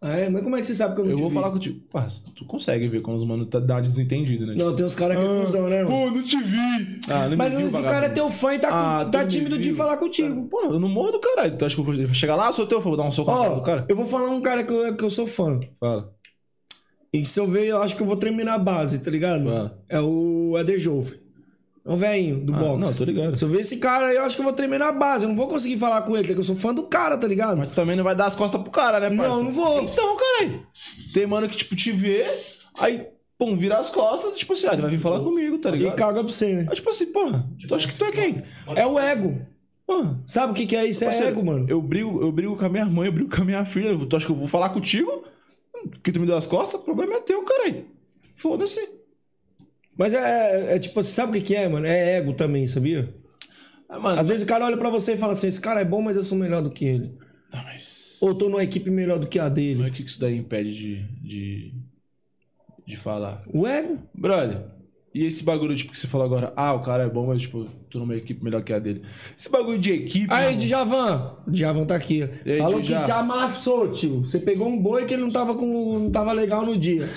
Speaker 3: Ah, é? Mas como é que você sabe que eu não
Speaker 4: Eu
Speaker 3: te
Speaker 4: vou
Speaker 3: vi?
Speaker 4: falar contigo. Parça, tu consegue ver quando os mano tá, dá desentendido, né?
Speaker 3: Não, tem uns caras que não usam, né, mano?
Speaker 4: Pô, não te vi. Ah, não me
Speaker 3: Mas
Speaker 4: viu,
Speaker 3: se o cara é
Speaker 4: vagabundo.
Speaker 3: teu fã e tá, com-
Speaker 4: Ah, tu
Speaker 3: tá
Speaker 4: me
Speaker 3: tímido de
Speaker 4: viu.
Speaker 3: falar contigo.
Speaker 4: Pô, eu não morro do caralho. Tu acha que eu vou eu vou chegar lá, sou teu, vou dar um soco na cara
Speaker 3: Ó,
Speaker 4: do cara?
Speaker 3: eu vou falar um cara que eu, que eu sou fã.
Speaker 4: Fala.
Speaker 3: E se eu ver, eu acho que eu vou terminar a base, tá ligado?
Speaker 4: Fala.
Speaker 3: É o Eder Jove. É o velhinho do
Speaker 4: Ah,
Speaker 3: boxe.
Speaker 4: não, tô ligado.
Speaker 3: Se eu ver esse cara aí, eu acho que eu vou terminar a base. Eu não vou conseguir falar com ele, porque eu sou fã do cara, tá ligado?
Speaker 4: Mas tu também não vai dar as costas pro cara, né,
Speaker 3: Não,
Speaker 4: parça?
Speaker 3: não vou.
Speaker 4: Então, caralho. Tem mano que, tipo, te vê, aí, pum, vira as costas, tipo assim, ah, ele vai vir falar comigo, tá
Speaker 3: E
Speaker 4: ligado?
Speaker 3: caga pra você, né?
Speaker 4: Aí, tipo assim, porra, tu acha que tu é quem?
Speaker 3: É o ego.
Speaker 4: Porra.
Speaker 3: Sabe o que, que é isso? É
Speaker 4: Parceiro,
Speaker 3: ego, mano.
Speaker 4: Eu brigo, eu brigo com a minha mãe, eu brigo com a minha filha. Tu acha que eu vou falar contigo? Que tu me deu as costas? O problema é teu, caralho. Foda-se.
Speaker 3: Mas é, é tipo, sabe o que, que é, mano? É ego também, sabia?
Speaker 4: Ah, mano.
Speaker 3: Às vezes o cara olha pra você e fala assim: esse cara é bom, mas eu sou melhor do que ele.
Speaker 4: Não, mas.
Speaker 3: Ou tô numa equipe melhor do que a
Speaker 4: Não
Speaker 3: dele.
Speaker 4: é que isso daí impede de. de. de falar.
Speaker 3: O ego?
Speaker 4: Brother, e esse bagulho, tipo, que você falou agora, ah, o cara é bom, mas, tipo, tu numa equipe melhor que a dele. Esse bagulho de equipe.
Speaker 3: Aí,
Speaker 4: irmão,
Speaker 3: Djavan. Djavan tá aqui.
Speaker 4: E aí,
Speaker 3: Falou
Speaker 4: Djavan?
Speaker 3: que te amassou, tio. Você pegou um boi que ele não tava, com, não tava legal no
Speaker 4: <laughs>
Speaker 3: dia.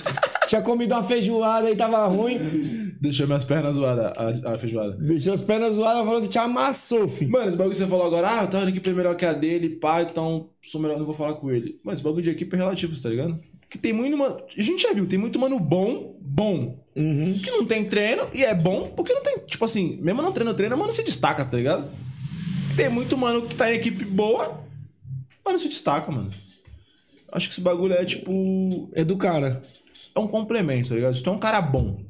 Speaker 3: Tinha comido uma feijoada e tava ruim.
Speaker 4: Deixou minhas pernas zoadas, a, a feijoada.
Speaker 3: Deixou as pernas zoadas, falou que te amassou, filho.
Speaker 4: Mano, esse bagulho que você falou agora, ah, eu tava na equipe melhor que a dele, pá, então sou melhor, não vou falar com ele. Mano, esse bagulho de equipe é relativo, tá ligado? Que tem muito mano. A gente já viu, tem muito mano bom, bom. Que não tem treino e é bom, porque não tem, tipo assim, mesmo não treino, treino, mano se destaca, tá ligado? Tem muito mano que tá em equipe boa, mas não se destaca, mano. Acho que esse bagulho é tipo.
Speaker 3: É do cara.
Speaker 4: É um complemento, tá ligado? Se tu é um cara bom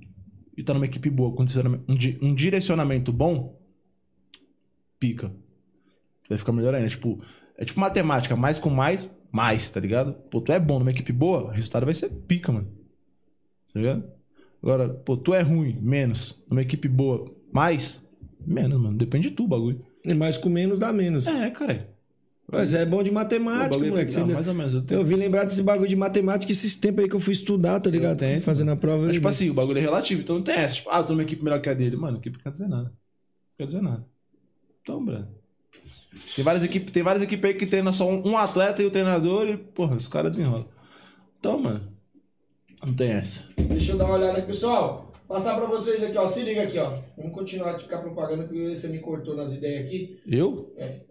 Speaker 4: e tá numa equipe boa, com direcionamento- um di- um direcionamento bom, pica. Vai ficar melhor ainda. Tipo, é tipo matemática, mais com mais, mais, tá ligado? Pô, tu é bom numa equipe boa, o resultado vai ser pica, mano. Tá ligado? Agora, pô, tu é ruim, menos. Numa equipe boa, mais, menos, mano. Depende de tu, o bagulho.
Speaker 3: Mas É com menos dá menos.
Speaker 4: É, cara.
Speaker 3: Mas é bom de matemática,
Speaker 4: bagulho é
Speaker 3: moleque.
Speaker 4: pica.
Speaker 3: Você
Speaker 4: Não,
Speaker 3: ainda-
Speaker 4: mais ou menos. Eu tenho...
Speaker 3: Eu vim lembrar desse bagulho de matemática esses tempos aí que eu fui estudar, tá ligado?
Speaker 4: tento,
Speaker 3: Fazendo a prova.
Speaker 4: Mas,
Speaker 3: eu
Speaker 4: tipo
Speaker 3: lembrei.
Speaker 4: assim, o bagulho é relativo, então não tem essa. Tipo, ah, eu tô numa equipe melhor que a dele. Mano, equipe não quer dizer nada. Não quer dizer nada. Então, Brando. Tem várias equipes, tem várias equipes aí que treinam só um, um atleta e o treinador e, porra, os caras desenrolam. Então, mano, não tem essa.
Speaker 2: Deixa eu dar uma olhada aqui, pessoal. Passar pra vocês aqui, ó. Se liga aqui, ó. Vamos continuar aqui com a propaganda que você me cortou nas ideias aqui.
Speaker 4: Eu?
Speaker 2: É.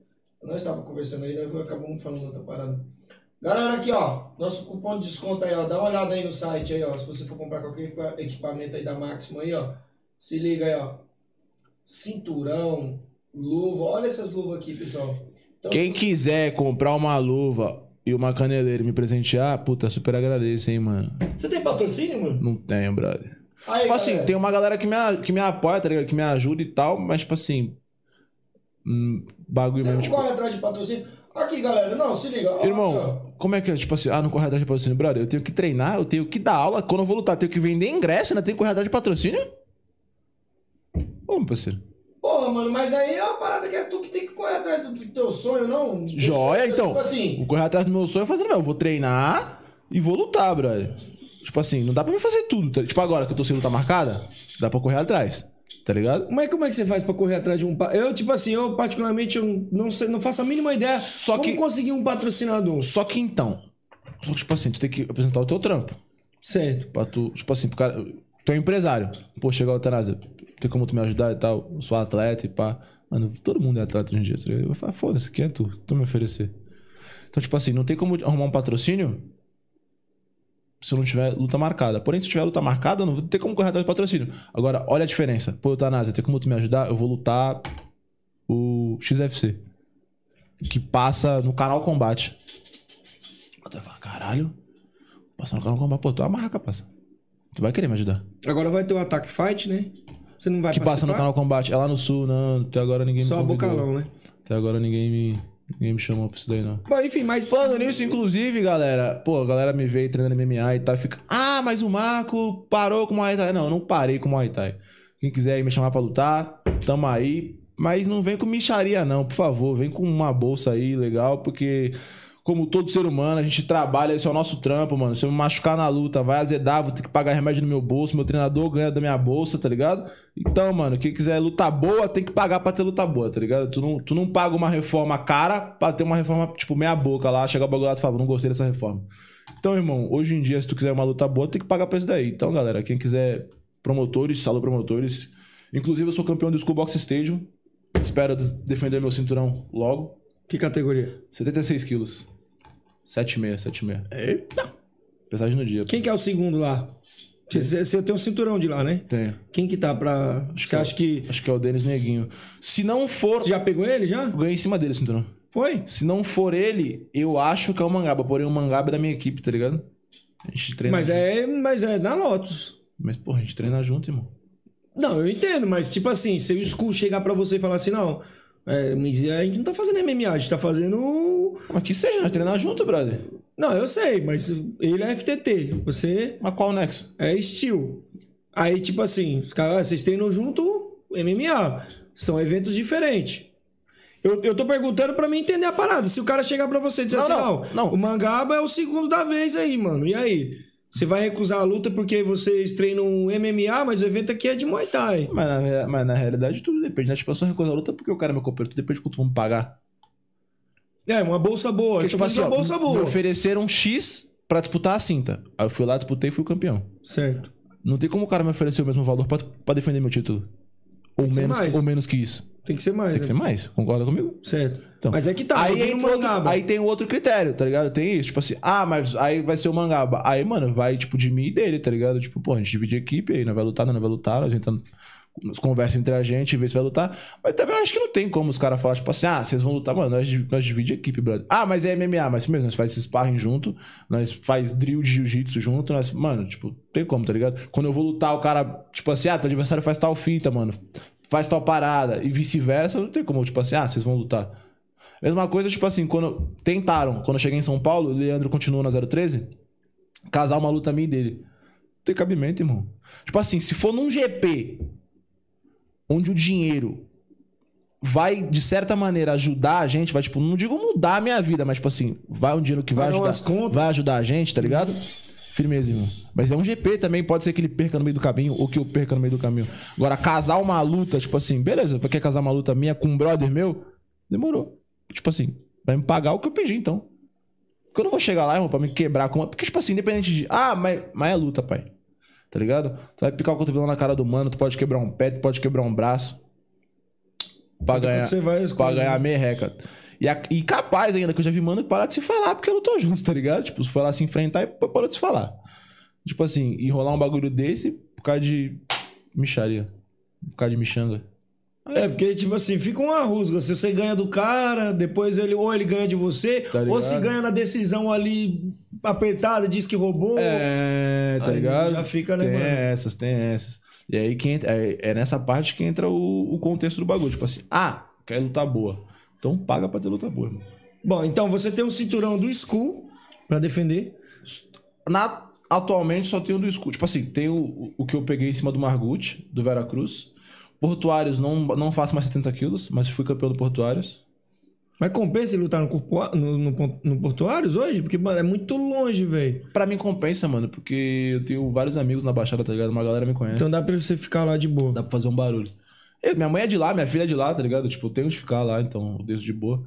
Speaker 2: Nós estávamos conversando aí, né? nós acabamos um falando outra parada. Galera, aqui, ó. Nosso cupom de desconto aí, ó. Dá uma olhada aí no site aí, ó. Se você for comprar qualquer equipa- equipamento aí da Máximo aí, ó. Se liga aí, ó. Cinturão, luva. Olha essas luvas aqui, pessoal. Então,
Speaker 4: Quem quiser comprar uma luva e uma caneleira e me presentear, puta, super agradeço, hein, mano.
Speaker 2: Você tem patrocínio, mano?
Speaker 4: Não tenho, brother.
Speaker 2: Aí,
Speaker 4: Tipo assim,
Speaker 2: galera.
Speaker 4: tem uma galera que me, a- que me apoia, tá ligado? Que me ajuda e tal, mas, tipo assim. hum, bagulho
Speaker 2: Você
Speaker 4: mesmo,
Speaker 2: não
Speaker 4: tipo.
Speaker 2: corre atrás de patrocínio? Aqui, galera. Não, se liga. ó, aqui, ó.
Speaker 4: Irmão, como é que é? Tipo assim, ah, não corre atrás de patrocínio, brother. Eu tenho que treinar, eu tenho que dar aula. Quando eu vou lutar, eu tenho que vender ingresso, ainda tenho que correr atrás de patrocínio? Ô, meu parceiro.
Speaker 2: Porra, mano, mas aí é uma parada que é tu que tem que correr atrás do, do teu sonho, não?
Speaker 4: Joia,
Speaker 2: Tipo
Speaker 4: então.
Speaker 2: assim,
Speaker 4: Vou correr atrás do meu sonho fazendo meu. Eu vou treinar e vou lutar, brother. Tipo assim, não dá pra mim fazer tudo. tá? Tipo agora que eu tô sem luta marcada, dá pra correr atrás. Tá ligado?
Speaker 3: Mas como é que você faz pra correr atrás de um... pa- Eu, tipo assim, eu particularmente eu não, sei, não faço a mínima ideia
Speaker 4: Só
Speaker 3: como
Speaker 4: que-
Speaker 3: conseguir um patrocinador.
Speaker 4: Só que então. Só que, tipo assim, tu tem que apresentar o teu trampo.
Speaker 3: Certo.
Speaker 4: Pra tu, tipo assim, pro cara. Tu é um empresário. Pô, chegou o Tanasa, tem como tu me ajudar e tal? Eu sou atleta e pá. Mano, todo mundo é atleta hoje em dia. tá ligado? Eu falo, foda-se, quem é tu? Tu me oferecer. Então, tipo assim, não tem como arrumar um patrocínio se não tiver luta marcada. Porém, se tiver luta marcada, não tem como correr atrás do patrocínio. Agora, olha a diferença. Pô, Tanasa, tem como tu me ajudar? Eu vou lutar o XFC. Que passa no canal Combate. Eu falo, caralho. Passar no canal Combate, pô, tu amarra, capaz. Tu vai querer me ajudar.
Speaker 3: Agora vai ter o Attack Fight, né? Você não vai
Speaker 4: que passa
Speaker 3: participar?
Speaker 4: no canal Combate. É lá no sul, não. Até agora ninguém
Speaker 3: Só
Speaker 4: me
Speaker 3: a
Speaker 4: convidou.
Speaker 3: Bocalão, né?
Speaker 4: Até agora ninguém me, ninguém me chamou pra isso daí, não.
Speaker 3: Bom, enfim, mas...
Speaker 4: Falando nisso, inclusive, galera, pô, a galera me veio treinando MMA e tal, e fica, ah, mas o Marco parou com o Muay Thai. Não, eu não parei com o Muay Thai. Quem quiser aí me chamar pra lutar, tamo aí. Mas não vem com micharia, não, por favor. Vem com uma bolsa aí legal, porque, como todo ser humano, a gente trabalha, esse é o nosso trampo, mano. Se eu me machucar na luta, vai azedar, vou ter que pagar remédio no meu bolso, meu treinador ganha da minha bolsa, tá ligado? Então, mano, quem quiser luta boa, tem que pagar pra ter luta boa, tá ligado? Tu não, tu não paga uma reforma cara pra ter uma reforma, tipo, meia boca lá, chegar o bagulho lá e tu fala, não gostei dessa reforma. Então, irmão, hoje em dia, se tu quiser uma luta boa, tem que pagar pra isso daí. Então, galera, quem quiser promotores, salão promotores. Inclusive, eu sou campeão do Schoolbox Stadium. Espero des- defender meu cinturão logo.
Speaker 3: Que categoria?
Speaker 4: 76 quilos. 7,6, 7,6. Eita! Pesagem no dia.
Speaker 3: Quem que é o segundo lá? Você você tem um cinturão de lá, né?
Speaker 4: Tenho.
Speaker 3: Quem que tá pra... Você acha que...
Speaker 4: Acho que é o Denis Neguinho. Se não for...
Speaker 3: Você já pegou ele, já?
Speaker 4: Eu ganhei em cima dele o cinturão.
Speaker 3: Foi?
Speaker 4: Se não for ele, eu acho que é o Mangaba. Porém, o Mangaba é da minha equipe, tá ligado? A gente treina.
Speaker 3: Mas é, mas é na Lotus.
Speaker 4: Mas, porra, a gente treina junto, irmão.
Speaker 3: Não, eu entendo, mas tipo assim, se o Skull chegar pra você e falar assim, não, é, mas a gente não tá fazendo MMA, a gente tá fazendo.
Speaker 4: Mas que seja, nós treinar junto, brother.
Speaker 3: Não, eu sei, mas ele é FTT, você
Speaker 4: Mas qual o nexo?
Speaker 3: é Steel. Aí, tipo assim, os caras, ah, vocês treinam junto MMA. São eventos diferentes. Eu, eu tô perguntando pra mim entender a parada. Se o cara chegar pra você e dizer
Speaker 4: Não,
Speaker 3: assim,
Speaker 4: não,
Speaker 3: não,
Speaker 4: não.
Speaker 3: o Mangaba é o segundo da vez aí, mano. E aí? Você vai recusar a luta porque vocês treinam MMA, mas o evento aqui é de Muay Thai.
Speaker 4: Mas na, rea- mas na realidade, tudo depende. Né? Tipo, eu só recuso a luta porque o cara é meu companheiro. Tudo depende de quanto vão me pagar.
Speaker 3: É, uma bolsa boa.
Speaker 4: Porque,
Speaker 3: Eu tô falando de uma
Speaker 4: tipo assim, ó,
Speaker 3: bolsa
Speaker 4: me
Speaker 3: boa.
Speaker 4: ofereceram X pra disputar a cinta. Aí eu fui lá, disputei e fui o campeão.
Speaker 3: Certo.
Speaker 4: Não tem como o cara me oferecer o mesmo valor pra, pra defender meu título. Ou
Speaker 3: que ser
Speaker 4: menos,
Speaker 3: mais.
Speaker 4: ou menos que isso.
Speaker 3: Tem que ser mais.
Speaker 4: Tem que ser
Speaker 3: né?
Speaker 4: mais. Concorda comigo?
Speaker 3: Certo.
Speaker 4: Então,
Speaker 3: mas é que tá. eu vi
Speaker 4: Aí,
Speaker 3: no
Speaker 4: entra outro,
Speaker 3: Mangaba.
Speaker 4: aí tem outro critério, tá ligado? Tem isso, tipo assim, ah, mas aí vai ser o Mangaba. Aí, mano, vai, tipo, de mim e dele, tá ligado? Tipo, pô, a gente divide a equipe, aí não vai lutar, não vai lutar, nós tentando nós conversa entre a gente, vê se vai lutar. Mas também eu acho que não tem como os caras falar, tipo assim, ah, vocês vão lutar, mano, nós, di- nós divide a equipe, brother. Ah, mas é MMA, mas mesmo, nós faz sparring junto, nós faz drill de jiu-jitsu junto, nós, mano, tipo, tem como, tá ligado? Quando eu vou lutar, o cara, tipo assim, ah, teu adversário faz tal fita, mano, faz tal parada, e vice-versa, não tem como, tipo assim, ah, vocês vão lutar. Mesma coisa, tipo assim, quando tentaram, quando eu cheguei em São Paulo, o Leandro continuou na 013, casar uma luta minha e dele. Não tem cabimento, irmão. Tipo assim, se for num GP onde o dinheiro vai, de certa maneira, ajudar a gente, vai, tipo, não digo mudar a minha vida, mas, tipo assim, vai um dinheiro que vai
Speaker 3: Pagar
Speaker 4: ajudar,
Speaker 3: umas contas.
Speaker 4: vai ajudar a gente, tá ligado? Firmeza, irmão. Mas é um GP também, pode ser que ele perca no meio do caminho ou que eu perca no meio do caminho. Agora, casar uma luta, tipo assim, beleza, quer casar uma luta minha com um brother meu? Demorou. Tipo assim, vai me pagar o que eu pedi, então. Porque eu não vou chegar lá, irmão, pra me quebrar com uma. Porque, tipo assim, independente de. Ah, mas, mas é luta, pai. Tá ligado? Tu vai picar o cotovelo na cara do mano, tu pode quebrar um pé, tu pode quebrar um braço. Pra ganhar.
Speaker 3: acontecer várias
Speaker 4: Pra
Speaker 3: coisas,
Speaker 4: ganhar merreca. E, a- e capaz ainda que eu já vi, mano, parar de se falar porque lutou junto, tá ligado? Tipo, se foi lá se enfrentar e p- parou de se falar. Tipo assim, enrolar um bagulho desse por causa de. Micharia. Por causa de michanga.
Speaker 3: É, porque, tipo assim, fica uma rusga. Se você ganha do cara, depois ele ou ele ganha de você,
Speaker 4: Tá
Speaker 3: ou se
Speaker 4: ligado?
Speaker 3: ganha na decisão ali apertada, diz que roubou.
Speaker 4: É, tá
Speaker 3: Aí
Speaker 4: ligado?
Speaker 3: já fica, né,
Speaker 4: Tem
Speaker 3: mano?
Speaker 4: essas, tem essas. E aí que entra- é, é nessa parte que entra o, o contexto do bagulho. Tipo assim, ah, quer lutar boa. Então paga pra ter luta boa, irmão.
Speaker 3: Bom, então você tem um cinturão do Skull pra defender.
Speaker 4: Na, atualmente só tem o do escudo. Tipo assim, tem o, o que eu peguei em cima do Margut, do Veracruz. Portuários, não, não faço mais 70 quilos, mas fui campeão do Portuários.
Speaker 3: Mas compensa ele lutar no, corpo, no, no, pon- no Portuários hoje? Porque, mano, é muito longe, velho.
Speaker 4: Pra mim compensa, mano, porque eu tenho vários amigos na Baixada, tá ligado? Uma galera me conhece.
Speaker 3: Então dá pra você ficar lá de boa.
Speaker 4: Dá pra fazer um barulho. Eu- minha mãe é de lá, minha filha é de lá, tá ligado? Tipo, eu tenho que ficar lá, então eu deixo de boa.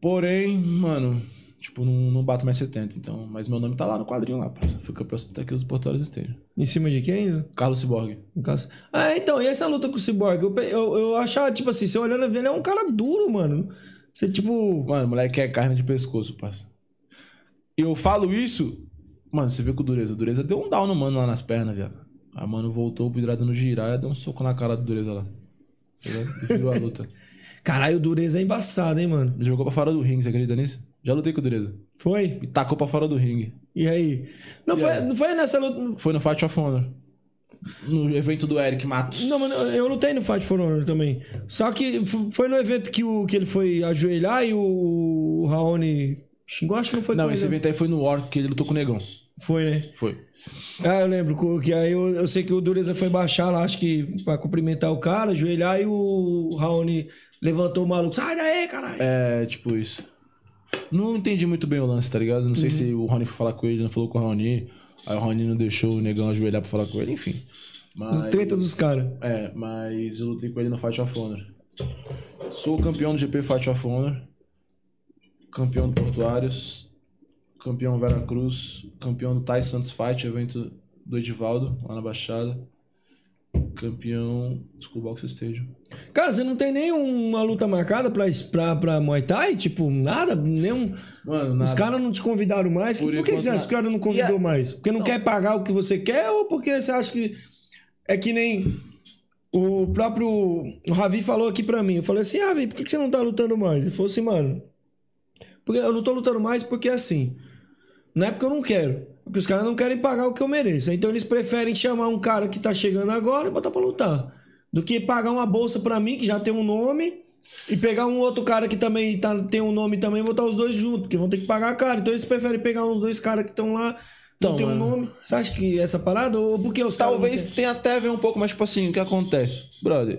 Speaker 4: Porém, mano, tipo, não, não bato mais 70, então. Mas meu nome tá lá no quadrinho lá, parça. Fui campeão 70 quilos portórios esteja.
Speaker 3: Em cima de quem? né?
Speaker 4: Carlos Ciborgue.
Speaker 3: No caso. Ah, então, e essa luta com o Cyborg? Eu, pe- eu, eu achava, tipo assim, você olhando e vendo, ele é um cara duro, mano. Você, tipo.
Speaker 4: Mano, moleque é carne de pescoço, parça. Eu falo isso. Mano, você vê com dureza. Dureza deu um down no mano lá nas pernas, viado. A mano voltou vidrado no girar e deu um soco na cara do dureza lá. Tá ligado? E virou a luta.
Speaker 3: Caralho, dureza é embaçada, hein, mano?
Speaker 4: Me jogou pra fora do ringue, você acredita nisso? Já lutei com o dureza.
Speaker 3: Foi?
Speaker 4: E tacou pra fora do ringue.
Speaker 3: E aí? Não, foi, não foi nessa luta.
Speaker 4: Foi no Fight of Honor. No evento do Eric Matos.
Speaker 3: Não, mano, eu lutei no Fight for Honor também. Só que f- foi no evento que, o, que ele foi ajoelhar e o, o Raoni xingou, acho que não foi
Speaker 4: Não,
Speaker 3: com
Speaker 4: esse
Speaker 3: ele,
Speaker 4: evento aí foi no War, que ele lutou com o Negão.
Speaker 3: né? Foi, né?
Speaker 4: Foi.
Speaker 3: Ah, eu lembro co- que aí eu, eu sei que o Dureza foi baixar lá, acho que pra cumprimentar o cara, ajoelhar e o Raoni levantou o maluco. Sai daí, caralho!
Speaker 4: É, tipo isso. Não entendi muito bem o lance, tá ligado? Não sei se o Rony foi falar com ele, não falou com o Rony. Aí o Rony não deixou o Negão ajoelhar pra falar com ele, enfim. Mas...
Speaker 3: Treta dos caras.
Speaker 4: É, mas eu lutei com ele no Fight of Honor. Sou campeão do GP Fight of Honor. Campeão do Portuários. Campeão Veracruz. Campeão do Thai Santos Fight, evento do Edivaldo, lá na Baixada. Campeão do Schoolbox Stadium.
Speaker 3: Cara, você não tem nenhuma luta marcada pra, pra, pra Muay Thai? Tipo, nada? Nenhum.
Speaker 4: Mano, nada.
Speaker 3: Os caras não te convidaram mais? Por,
Speaker 4: Por
Speaker 3: que, que
Speaker 4: enquanto,
Speaker 3: você acha que os
Speaker 4: nada.
Speaker 3: caras não convidou
Speaker 4: E a- Então
Speaker 3: mais? Porque não, quer pagar o que você quer ou porque você acha que. É que nem o próprio. O Ravi falou aqui pra mim. Eu falei assim, ah, Ravi, por que que você não tá lutando mais? Ele falou assim, mano. Porque eu não tô lutando mais porque assim. Não é porque eu não quero. é Porque os caras não querem pagar o que eu mereço. Então eles preferem chamar um cara que tá chegando agora e botar pra lutar. Do que pagar uma bolsa pra mim, que já tem um nome, e pegar um outro cara que também tá, tem um nome também e botar os dois juntos, porque vão ter que pagar caro. Então eles preferem pegar uns dois caras que estão lá,
Speaker 4: Então,
Speaker 3: não tem um
Speaker 4: mano.
Speaker 3: nome. Você acha que é essa parada? Ou porque os caras não
Speaker 4: Talvez
Speaker 3: querem?
Speaker 4: tenha até a ver um pouco, mas tipo assim, o que acontece? Brother,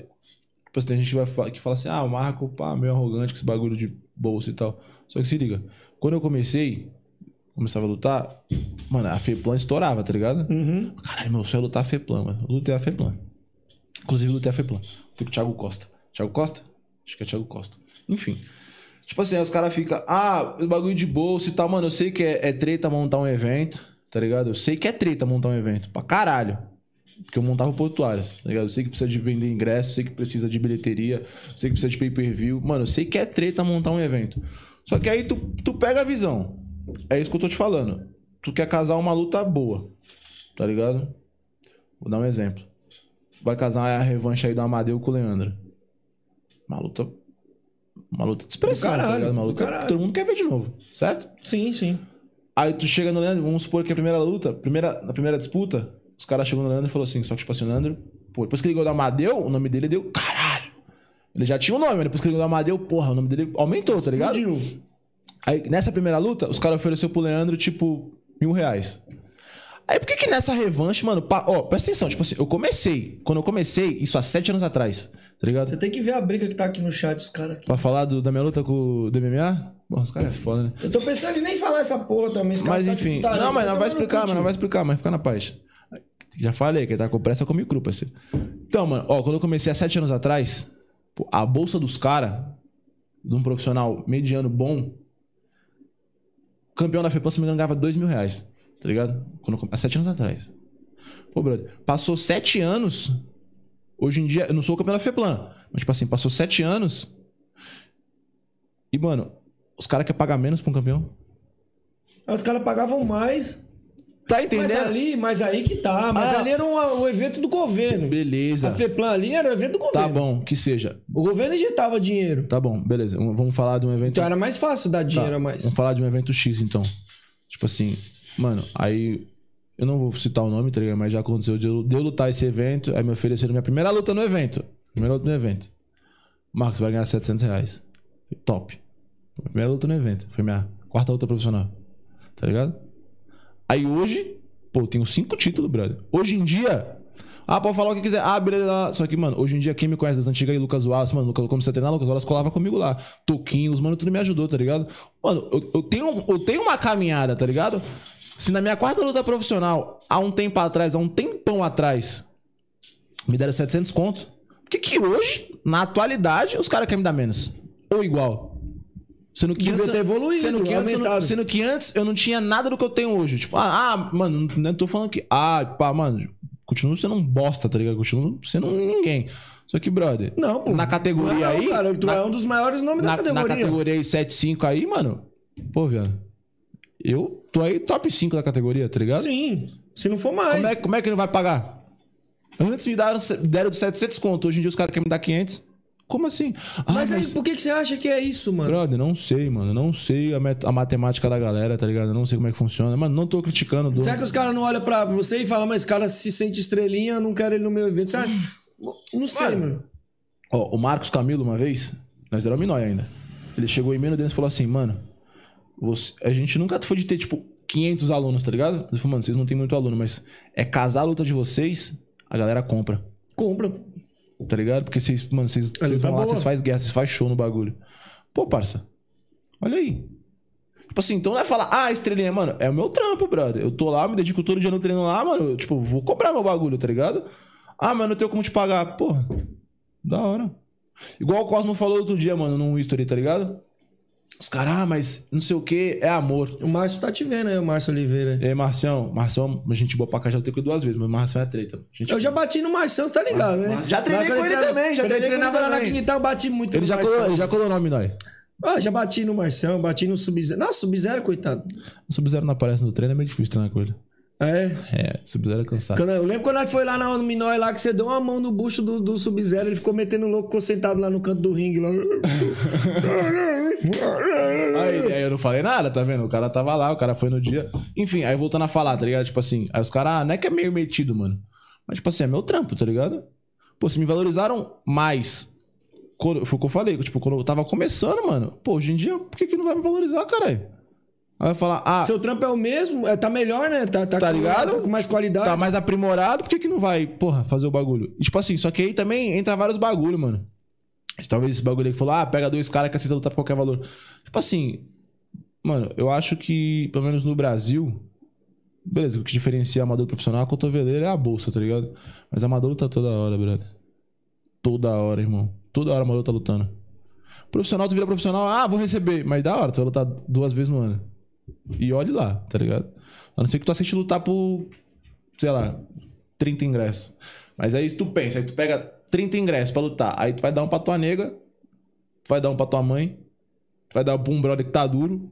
Speaker 4: tipo assim, tem gente que, vai fa- que fala assim, ah, o Marco, pá, meio arrogante com esse bagulho de bolsa e tal. Só que se liga, quando eu comecei, começava a lutar, mano, a Feplan estourava, tá ligado? Caralho, meu sonho é lutar a Feplan, mano. Eu lutei a Feplan. Inclusive, lutei a Feplan. Lutei com o Thiago Costa. Thiago Costa? Acho que é Thiago Costa. Enfim. Tipo assim, aí os caras ficam, ah, o bagulho de bolsa e tal, mano. Eu sei que é, é treta montar um evento, tá ligado? Eu sei que é treta montar um evento. Pra caralho. Porque eu montava o portuário, tá ligado? Eu sei que precisa de vender ingresso, eu sei que precisa de bilheteria, eu sei que precisa de pay-per-view. Mano, eu sei que é treta montar um evento. Só que aí tu, tu pega a visão. É isso que eu tô te falando. Tu quer casar uma luta boa, tá ligado? Vou dar um exemplo. Vai casar a revanche aí do Amadeu com o Leandro. Uma luta. Uma luta de expressão,
Speaker 3: Do caralho,
Speaker 4: tá ligado? Uma
Speaker 3: do
Speaker 4: luta
Speaker 3: caralho.
Speaker 4: que todo mundo quer ver de novo, certo?
Speaker 3: Sim, sim.
Speaker 4: Aí tu chega no Leandro, vamos supor que a primeira luta, primeira, na primeira disputa, os caras chegam no Leandro e falou assim, só que tipo assim, o Leandro, pô, depois que ele ligou do Amadeu, o nome dele deu caralho. Ele já tinha um nome, mas depois que ele ligou do Amadeu, porra, o nome dele aumentou, tá ligado? Aí nessa primeira luta, os caras ofereceram pro Leandro, tipo, mil reais. Aí por que que nessa revanche, mano, pa- ó, presta atenção, tipo assim, eu comecei, quando eu comecei, isso há sete anos atrás, tá ligado?
Speaker 8: Você tem que ver a briga que tá aqui no chat, os caras aqui.
Speaker 4: Pra falar do- da minha luta com o DMMA? Bom, os caras é foda, né?
Speaker 8: Eu tô pensando em nem falar essa porra também. Esse
Speaker 4: Mas
Speaker 8: cara
Speaker 2: tipo,
Speaker 8: tá de
Speaker 4: enfim.
Speaker 8: putaria,
Speaker 4: não, mas
Speaker 8: tá
Speaker 4: não vai
Speaker 8: tomando
Speaker 4: explicar,
Speaker 8: cu,
Speaker 4: mas
Speaker 8: tio.
Speaker 4: não vai explicar, mas fica na paz. Já falei, quem tá com pressa come cru, parceiro. Então, mano, ó, quando eu comecei há sete anos atrás, pô, a bolsa dos caras de um profissional mediano bom, campeão da FEPAM, se não me engano, ganhava 2 mil reais. Tá ligado? Quando, eu come- há sete anos atrás. Pô, brother, passou sete anos. Hoje em dia, eu não sou campeão da FEPLAN, mas, tipo assim, passou sete anos. E, mano, os caras querem pagar menos pra um campeão.
Speaker 2: Aí os caras pagavam mais,
Speaker 4: Tá
Speaker 2: mas
Speaker 4: entendendo?
Speaker 2: ali, mas aí que tá. Mas
Speaker 4: Ah.
Speaker 2: ali era um, um evento do governo. A
Speaker 4: Beleza.
Speaker 2: FEPLAN ali era um evento do governo.
Speaker 4: Tá bom, que seja.
Speaker 2: O governo injetava dinheiro.
Speaker 4: Tá bom, beleza. Um- Vamos falar de um evento.
Speaker 3: é
Speaker 2: Então era mais fácil dar
Speaker 4: Tá,
Speaker 2: dinheiro a mais.
Speaker 4: Vamos falar de um evento X, então. Tipo assim, mano, aí. Eu não vou citar o nome, tá ligado? Mas já aconteceu de eu, de eu lutar esse evento. Aí me ofereceram minha primeira luta no evento. Primeira luta no evento. Marcos, vai ganhar 700 reais. Falei, Top. Foi a Primeira luta no evento. Foi minha quarta luta profissional. Tá ligado? Aí hoje, pô, eu tenho cinco títulos, brother. Hoje em dia. Ah, pode falar o que quiser. Ah, beleza. lá, lá. Só que, mano, hoje em dia, quem me conhece das antigas aí, Lucas Wallace, mano, Lucas, eu comecei a treinar, Lucas Wallace colava comigo lá. Toquinhos, mano, tudo me ajudou, tá ligado? Mano, eu, eu tenho, eu tenho uma caminhada, tá ligado? Se na minha quarta luta profissional, há um tempo atrás, há um tempão atrás, me deram 700 conto, por que que hoje, na atualidade, os caras querem me dar menos? Ou igual? Sendo que,
Speaker 2: Devia
Speaker 4: antes,
Speaker 2: ter evoluído,
Speaker 4: sendo, que antes, eu não-
Speaker 2: aumentado.
Speaker 4: sendo que antes eu não tinha nada do que eu tenho hoje. Tipo, ah, ah, mano, não tô falando que. Ah, pá, mano, continuo sendo um bosta, tá ligado? Continuo sendo um ninguém. Só que, brother,
Speaker 2: Não, pô.
Speaker 4: na categoria
Speaker 2: Não,
Speaker 4: aí.
Speaker 2: cara, tu
Speaker 4: na,
Speaker 2: é um dos maiores nomes
Speaker 4: na,
Speaker 2: da
Speaker 4: na
Speaker 2: categoria.
Speaker 4: categoria aí 7-5 aí, mano. Pô, velho. Eu tô aí top 5 da categoria, tá ligado?
Speaker 2: Sim, se não for mais.
Speaker 4: Como é, como é que ele vai pagar? Antes me deram, deram 700 conto, hoje em dia os caras querem me dar 500. Como assim? Ah,
Speaker 2: Mas aí, por que, que você acha que é isso, mano?
Speaker 4: Brother, não sei, mano. Não sei a, met- a matemática da galera, tá ligado? Eu não sei como é que funciona. Mano, não tô criticando. Do...
Speaker 2: Será que os caras não olham pra você e falam, mas esse cara se sente estrelinha, eu não quero ele no meu evento? Sabe? Não sei,
Speaker 4: Mano.
Speaker 2: mano.
Speaker 4: Ó, o Marcos Camilo, uma vez, nós era minóia ainda. Ele chegou em Minas Dentro e falou assim, mano, você- a gente nunca foi de ter, tipo, 500 alunos, tá ligado? Ele falou, mano, vocês não tem muito aluno, mas é casar a luta de vocês, a galera compra.
Speaker 2: Compra.
Speaker 4: Tá ligado? Porque vocês, mano, vocês, vocês
Speaker 2: tá
Speaker 4: vão lá,
Speaker 2: boa.
Speaker 4: vocês fazem guerra, vocês fazem show no bagulho. Pô, parça, olha aí. Tipo assim, então não é falar, ah, estrelinha, mano, é o meu trampo, brother. Eu tô lá, me dedico todo dia no treino lá, mano. Eu, tipo, vou cobrar meu bagulho, tá ligado? Ah, mas não tenho como te pagar. Porra, da hora. Igual o Cosmo falou outro dia, mano, num history, tá ligado? Os caras, ah, mas não sei o que, é amor.
Speaker 2: O Márcio tá te vendo aí, o Márcio Oliveira.
Speaker 4: E aí, Marcião, Marcião, a gente boa pra cá, já tem que duas vezes, mas Marcião é treta. Gente,
Speaker 2: Eu já bati no Marcião, você tá ligado, né?
Speaker 4: mas já
Speaker 2: Na-
Speaker 4: treinei
Speaker 2: quando
Speaker 4: com ele também, já
Speaker 2: quando
Speaker 4: treinei com
Speaker 2: treinava
Speaker 4: ele
Speaker 2: lá na
Speaker 4: também.
Speaker 2: Quintal, eu bati muito
Speaker 4: ele
Speaker 2: no
Speaker 4: já colou,
Speaker 2: Marcião.
Speaker 4: ele já colou o nome, nós.
Speaker 2: Ah, já bati no Marcião, bati no Sub-Zero. Nossa, Sub-Zero, coitado.
Speaker 4: O Sub-Zero não aparece no treino, é meio difícil treinar com ele.
Speaker 2: É.
Speaker 4: É, o Sub-Zero é cansado.
Speaker 2: Quando- eu lembro quando nós foi lá na no Minói lá, que você deu uma mão no bucho do, do Sub-Zero, ele ficou metendo louco, ficou sentado lá no canto do ringue.
Speaker 4: <laughs>
Speaker 2: Lá.
Speaker 4: Aí, aí eu não falei nada, tá vendo? O cara tava lá, o cara foi no dia. Enfim, aí voltando a falar, tá ligado? Tipo assim, aí os caras, ah, não é que é meio metido, mano. Mas, tipo assim, é meu trampo, tá ligado? Pô, se me valorizaram mais. Quando, foi o que eu falei, tipo, quando eu tava começando, mano. Pô, hoje em dia, por que, que não vai me valorizar, caralho? Aí eu falar, ah,
Speaker 2: Seu trampo é o mesmo, é, tá melhor, né? Tá,
Speaker 4: Tá
Speaker 2: com-
Speaker 4: ligado?
Speaker 2: tá com mais qualidade.
Speaker 4: tá mais aprimorado, por que, que não vai, porra, fazer o bagulho? E, tipo assim, só que aí também entra vários bagulho, mano. Talvez esse bagulho aí que falou, ah, pega dois caras que aceita lutar por qualquer valor. Tipo assim, mano, eu acho que, pelo menos no Brasil, beleza, o que diferencia amador e profissional, a cotoveleira é a bolsa, tá ligado? Mas amador luta toda hora, brother. Toda hora, irmão. Toda hora amador tá lutando. Profissional, tu vira profissional, ah, vou receber. Mas da hora, tu vai lutar duas vezes no ano. E olhe lá, tá ligado? A não ser que tu aceite lutar por, sei lá, 30 ingressos. Mas aí tu pensa, aí tu pega 30 ingressos pra lutar. Aí tu vai dar um pra tua nega, tu vai dar um pra tua mãe, tu vai dar um pra um brother que tá duro.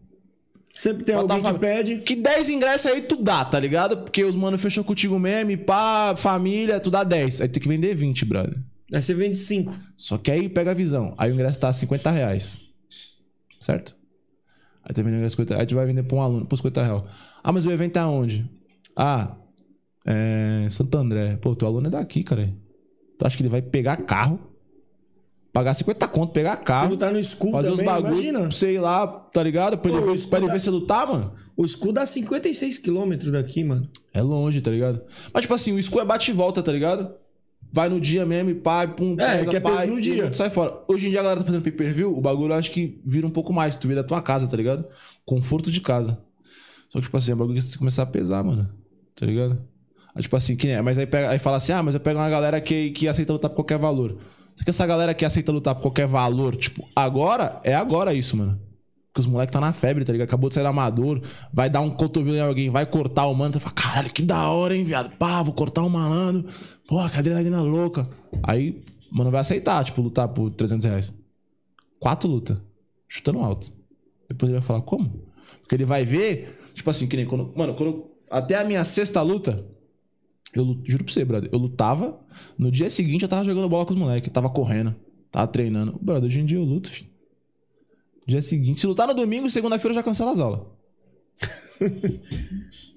Speaker 2: Sempre tem
Speaker 4: Pra
Speaker 2: alguém
Speaker 4: tua
Speaker 2: que
Speaker 4: fami-
Speaker 2: pede.
Speaker 4: Que 10 ingressos aí tu dá, tá ligado? Porque os mano fechou contigo mesmo, e pá, família, tu dá 10. Aí tu tem que vender 20, brother.
Speaker 2: Aí você vende cinco.
Speaker 4: Só que aí pega a visão. Aí o ingresso tá 50 reais. Certo? Aí tá vendendo o ingresso 50 Aí tu vai vender pra um aluno por 50 reais. Ah, mas o evento é onde? Ah, é. Santo André. Pô, teu aluno é daqui, cara. Tu acha que ele vai pegar carro? Pagar 50 conto, pegar
Speaker 2: Você
Speaker 4: carro.
Speaker 2: lutar no escudo
Speaker 4: Fazer os
Speaker 2: também,
Speaker 4: bagulho,
Speaker 2: imagina.
Speaker 4: sei lá, tá ligado? Pra ele,
Speaker 2: Pô,
Speaker 4: ver,
Speaker 2: isso
Speaker 4: pra ele ver se lutar, mano.
Speaker 2: O escudo dá 56 quilômetros daqui, mano.
Speaker 4: É longe, tá ligado? Mas, tipo assim, o escu é bate e volta, tá ligado? Vai no dia mesmo e pai, pum,
Speaker 2: É,
Speaker 4: pega,
Speaker 2: que é
Speaker 4: pá,
Speaker 2: peso
Speaker 4: e
Speaker 2: no
Speaker 4: pum,
Speaker 2: dia.
Speaker 4: tu Sai fora. Hoje em dia a galera tá fazendo pay per view, o bagulho eu acho que vira um pouco mais. Tu vira a tua casa, tá ligado? Conforto de casa. Só que, tipo assim, é um bagulho que você tem que começar a pesar, mano. Tá ligado? Aí, tipo assim, que nem, mas aí, pega, aí fala assim, ah, mas eu pego uma galera que, que aceita lutar por qualquer valor. Só que essa galera que aceita lutar por qualquer valor, tipo, agora, é agora isso, mano. Porque os moleques tá na febre, tá ligado? Acabou de sair do amador, vai dar um cotovelo em alguém, vai cortar o mano, tu fala, caralho, que da hora, hein, viado? Pá, vou cortar um malandro. Pô, a adrenalina louca. Aí, mano, vai aceitar, tipo, lutar por 300 reais. Quatro luta. Chutando alto. Depois ele vai falar, como? Porque ele vai ver, tipo assim, que nem quando. Mano, quando. eu- Até a minha sexta luta, eu lu- juro pra você, brother. Eu lutava. No dia seguinte eu tava jogando bola com os moleques. Tava correndo. Tava treinando. Brother, hoje em dia eu luto, filho. Dia seguinte. Se lutar no domingo, segunda-feira eu já cancelo as aulas.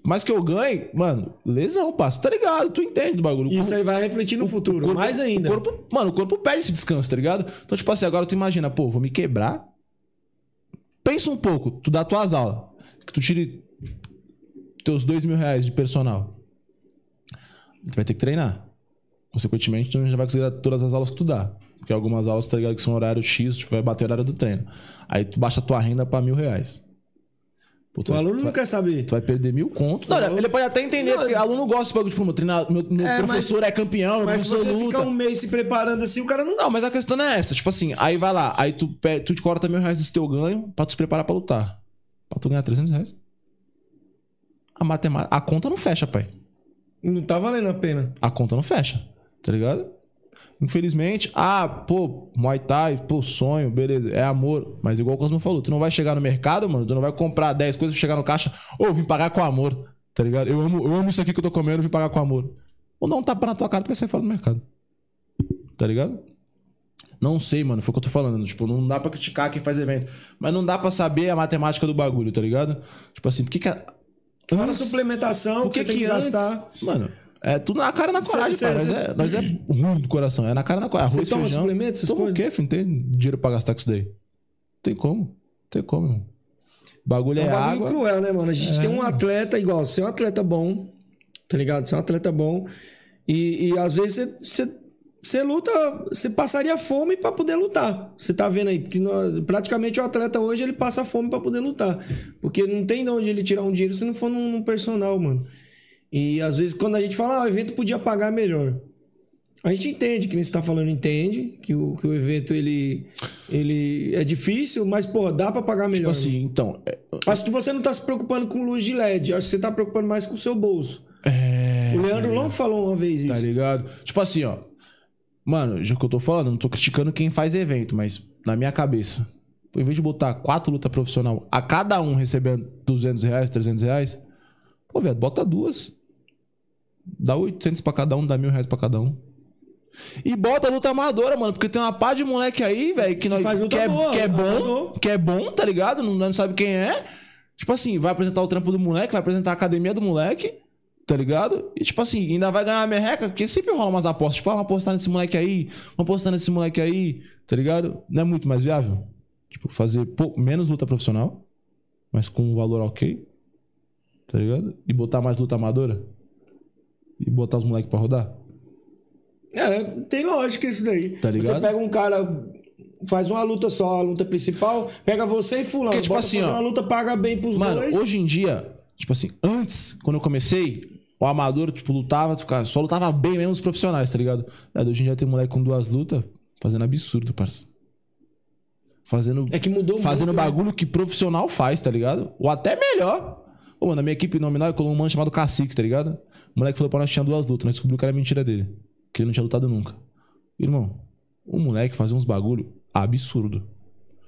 Speaker 4: Mas que eu ganhe, mano, lesão, passo. Tá ligado? Tu entende do bagulho. O
Speaker 3: Isso aí vai refletir no futuro,
Speaker 4: corpo-
Speaker 3: mais ainda.
Speaker 4: o corpo- mano, o corpo perde esse descanso, tá ligado? Então, tipo assim, agora tu imagina, pô, vou me quebrar. Pensa um pouco, tu dá tuas aulas, que tu tire teus dois mil reais de personal. Tu vai ter que treinar. Consequentemente, tu não já vai conseguir dar todas as aulas que tu dá. Porque algumas aulas, tá ligado, que são horário X, tipo, vai bater o horário do treino. Aí tu baixa a tua renda pra mil reais. Pô, tu
Speaker 3: O
Speaker 4: vai-
Speaker 3: aluno
Speaker 4: tu
Speaker 3: não
Speaker 4: vai-
Speaker 3: quer saber.
Speaker 4: Tu vai perder mil tá conto. Não, ele pode até entender, porque aluno gosta desse bagulho. Tipo, meu, treinador, meu, meu
Speaker 3: É, mas-
Speaker 4: professor é campeão, meu
Speaker 3: Mas se
Speaker 4: professor
Speaker 3: você
Speaker 4: luta.
Speaker 3: ficar um mês se preparando assim, o cara não dá.
Speaker 4: Não, mas a questão não é essa. Tipo assim, aí vai lá, aí tu, pe- tu te corta mil reais desse teu ganho pra tu se preparar pra lutar. Pra tu ganhar 300 reais. A matemática... A conta não fecha, pai.
Speaker 3: Não tá valendo a pena.
Speaker 4: A conta não fecha, tá ligado? Infelizmente, ah, pô, Muay Thai, pô, sonho, beleza, é amor. Mas igual o Cosmo falou, tu não vai chegar no mercado, mano, tu não vai comprar 10 coisas, chegar no caixa, ou vim pagar com amor, tá ligado? Eu amo, eu amo isso aqui que eu tô comendo, vim pagar com amor. Ou não, tapa na tua cara, tu vai sair fora do mercado. Tá ligado? Não sei, mano, foi o que eu tô falando. Tipo, não dá pra criticar quem faz evento. Mas não dá pra saber a matemática do bagulho, tá ligado? Tipo assim, por que que... A...
Speaker 3: Fora suplementação,
Speaker 4: O que que, antes...
Speaker 3: gastar.
Speaker 4: Mano, é tudo na cara e na coragem,
Speaker 3: cê-
Speaker 4: pai. Nós,
Speaker 3: cê-
Speaker 4: é, nós é ruim do coração. É na cara e na coragem. Arroz,
Speaker 3: Cê toma
Speaker 4: feijão.
Speaker 3: suplemento, essas
Speaker 4: Toma o
Speaker 3: coisas?
Speaker 4: quê, filho? Não tem dinheiro pra gastar com isso daí. Não tem como. Não tem como, irmão. Bagulho é,
Speaker 3: É um bagulho
Speaker 4: água. É.
Speaker 3: cruel, né, mano? A gente tem um atleta igual, você é um atleta bom, tá ligado? Você é um atleta bom. E, e às vezes você, você, você luta, você passaria fome pra poder lutar. Você tá vendo aí, que nó- praticamente o atleta hoje ele passa fome pra poder lutar. Porque não tem de onde ele tirar um dinheiro se não for num, num personal, mano. E às vezes quando a gente fala, ah, o evento podia pagar melhor. A gente entende, que nem você tá falando, entende, que o, que o evento ele, ele é difícil, mas, pô, dá pra pagar
Speaker 4: Tipo
Speaker 3: melhor.
Speaker 4: assim, então. é-
Speaker 3: Acho que você não tá se preocupando com luz de LED. Acho que você tá preocupando mais com o seu bolso. É. O Leandro Long falou uma vez
Speaker 4: Tá
Speaker 3: isso.
Speaker 4: ligado? Tipo assim, ó. Mano, já que eu tô falando, não tô criticando quem faz evento, mas na minha cabeça, em vez de botar quatro lutas profissional, a cada um recebendo 200 reais, 300 reais, pô, velho, bota duas. Dá 800 pra cada um, dá mil reais pra cada um. E bota a luta amadora, mano, porque tem uma pá de moleque aí, velho, que, nós-
Speaker 3: faz luta
Speaker 4: que, é,
Speaker 3: boa,
Speaker 4: que é bom,
Speaker 3: amador.
Speaker 4: que é bom, tá ligado? Não, não sabe quem é. Tipo assim, vai apresentar o trampo do moleque, vai apresentar a academia do moleque, tá ligado? E tipo assim, ainda vai ganhar uma merreca, porque sempre rola umas apostas. Tipo, ah, vamos apostar nesse moleque aí, vamos apostar nesse moleque aí, tá ligado? Não é muito mais viável. Tipo, fazer pou- menos luta profissional, mas com um valor ok, tá ligado? E botar mais luta amadora. E botar os moleques pra rodar.
Speaker 3: É, tem lógica isso daí.
Speaker 4: Tá ligado?
Speaker 3: Você pega um cara, faz uma luta só, a luta principal, pega você e fulano.
Speaker 4: Porque, tipo
Speaker 3: bota
Speaker 4: assim,
Speaker 3: fazer
Speaker 4: ó,
Speaker 3: uma luta, paga bem pros
Speaker 4: Mano,
Speaker 3: dois.
Speaker 4: hoje em dia, tipo assim, antes, quando eu comecei, o amador, tipo, lutava, ficava- só lutava bem mesmo os profissionais, tá ligado? Viado, Hoje em dia tem moleque com duas lutas fazendo absurdo, parça. Fazendo.
Speaker 3: É que mudou
Speaker 4: Fazendo
Speaker 3: muito,
Speaker 4: bagulho que profissional faz, tá ligado? Ou até melhor. Ô, mano, na minha equipe nominal eu colou um mano chamado Cacique, tá ligado? O moleque falou pra nós que tinha duas lutas, nós descobrimos que era mentira dele. Que ele não tinha lutado nunca. Irmão, o moleque fazia uns bagulho absurdo.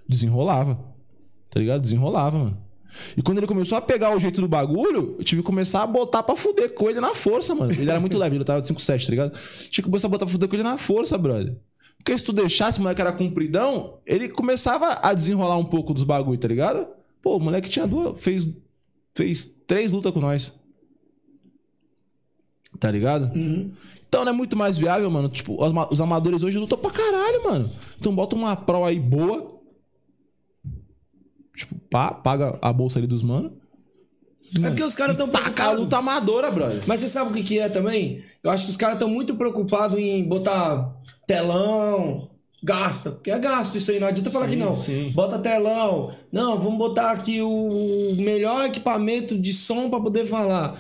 Speaker 4: Desenrolava. Tá ligado? Desenrolava, mano. E quando ele começou a pegar o jeito do bagulho, eu tive que começar a botar pra fuder com ele na força, mano. Ele era muito leve, ele tava de 5'7, tá ligado? Tinha que começar a botar pra fuder com ele na força, brother. Porque se tu deixasse, o moleque era compridão, ele começava a desenrolar um pouco dos bagulho, tá ligado? Pô, o moleque tinha duas. Fez, fez três lutas com nós. Tá ligado? Então não é muito mais viável, mano. Tipo, os, ma- os amadores hoje lutam pra caralho, mano. Então bota uma pro aí boa. Tipo, pá, paga a bolsa ali dos mano.
Speaker 3: É porque os caras estão
Speaker 4: Taca tá a luta amadora, brother.
Speaker 3: Mas você sabe o que, que é também? Eu acho que os caras estão muito preocupados em botar telão, gasta, porque é gasto isso aí, não adianta falar
Speaker 4: Sim,
Speaker 3: que não.
Speaker 4: sim.
Speaker 3: Bota telão, não, vamos botar aqui o melhor equipamento de som pra poder falar.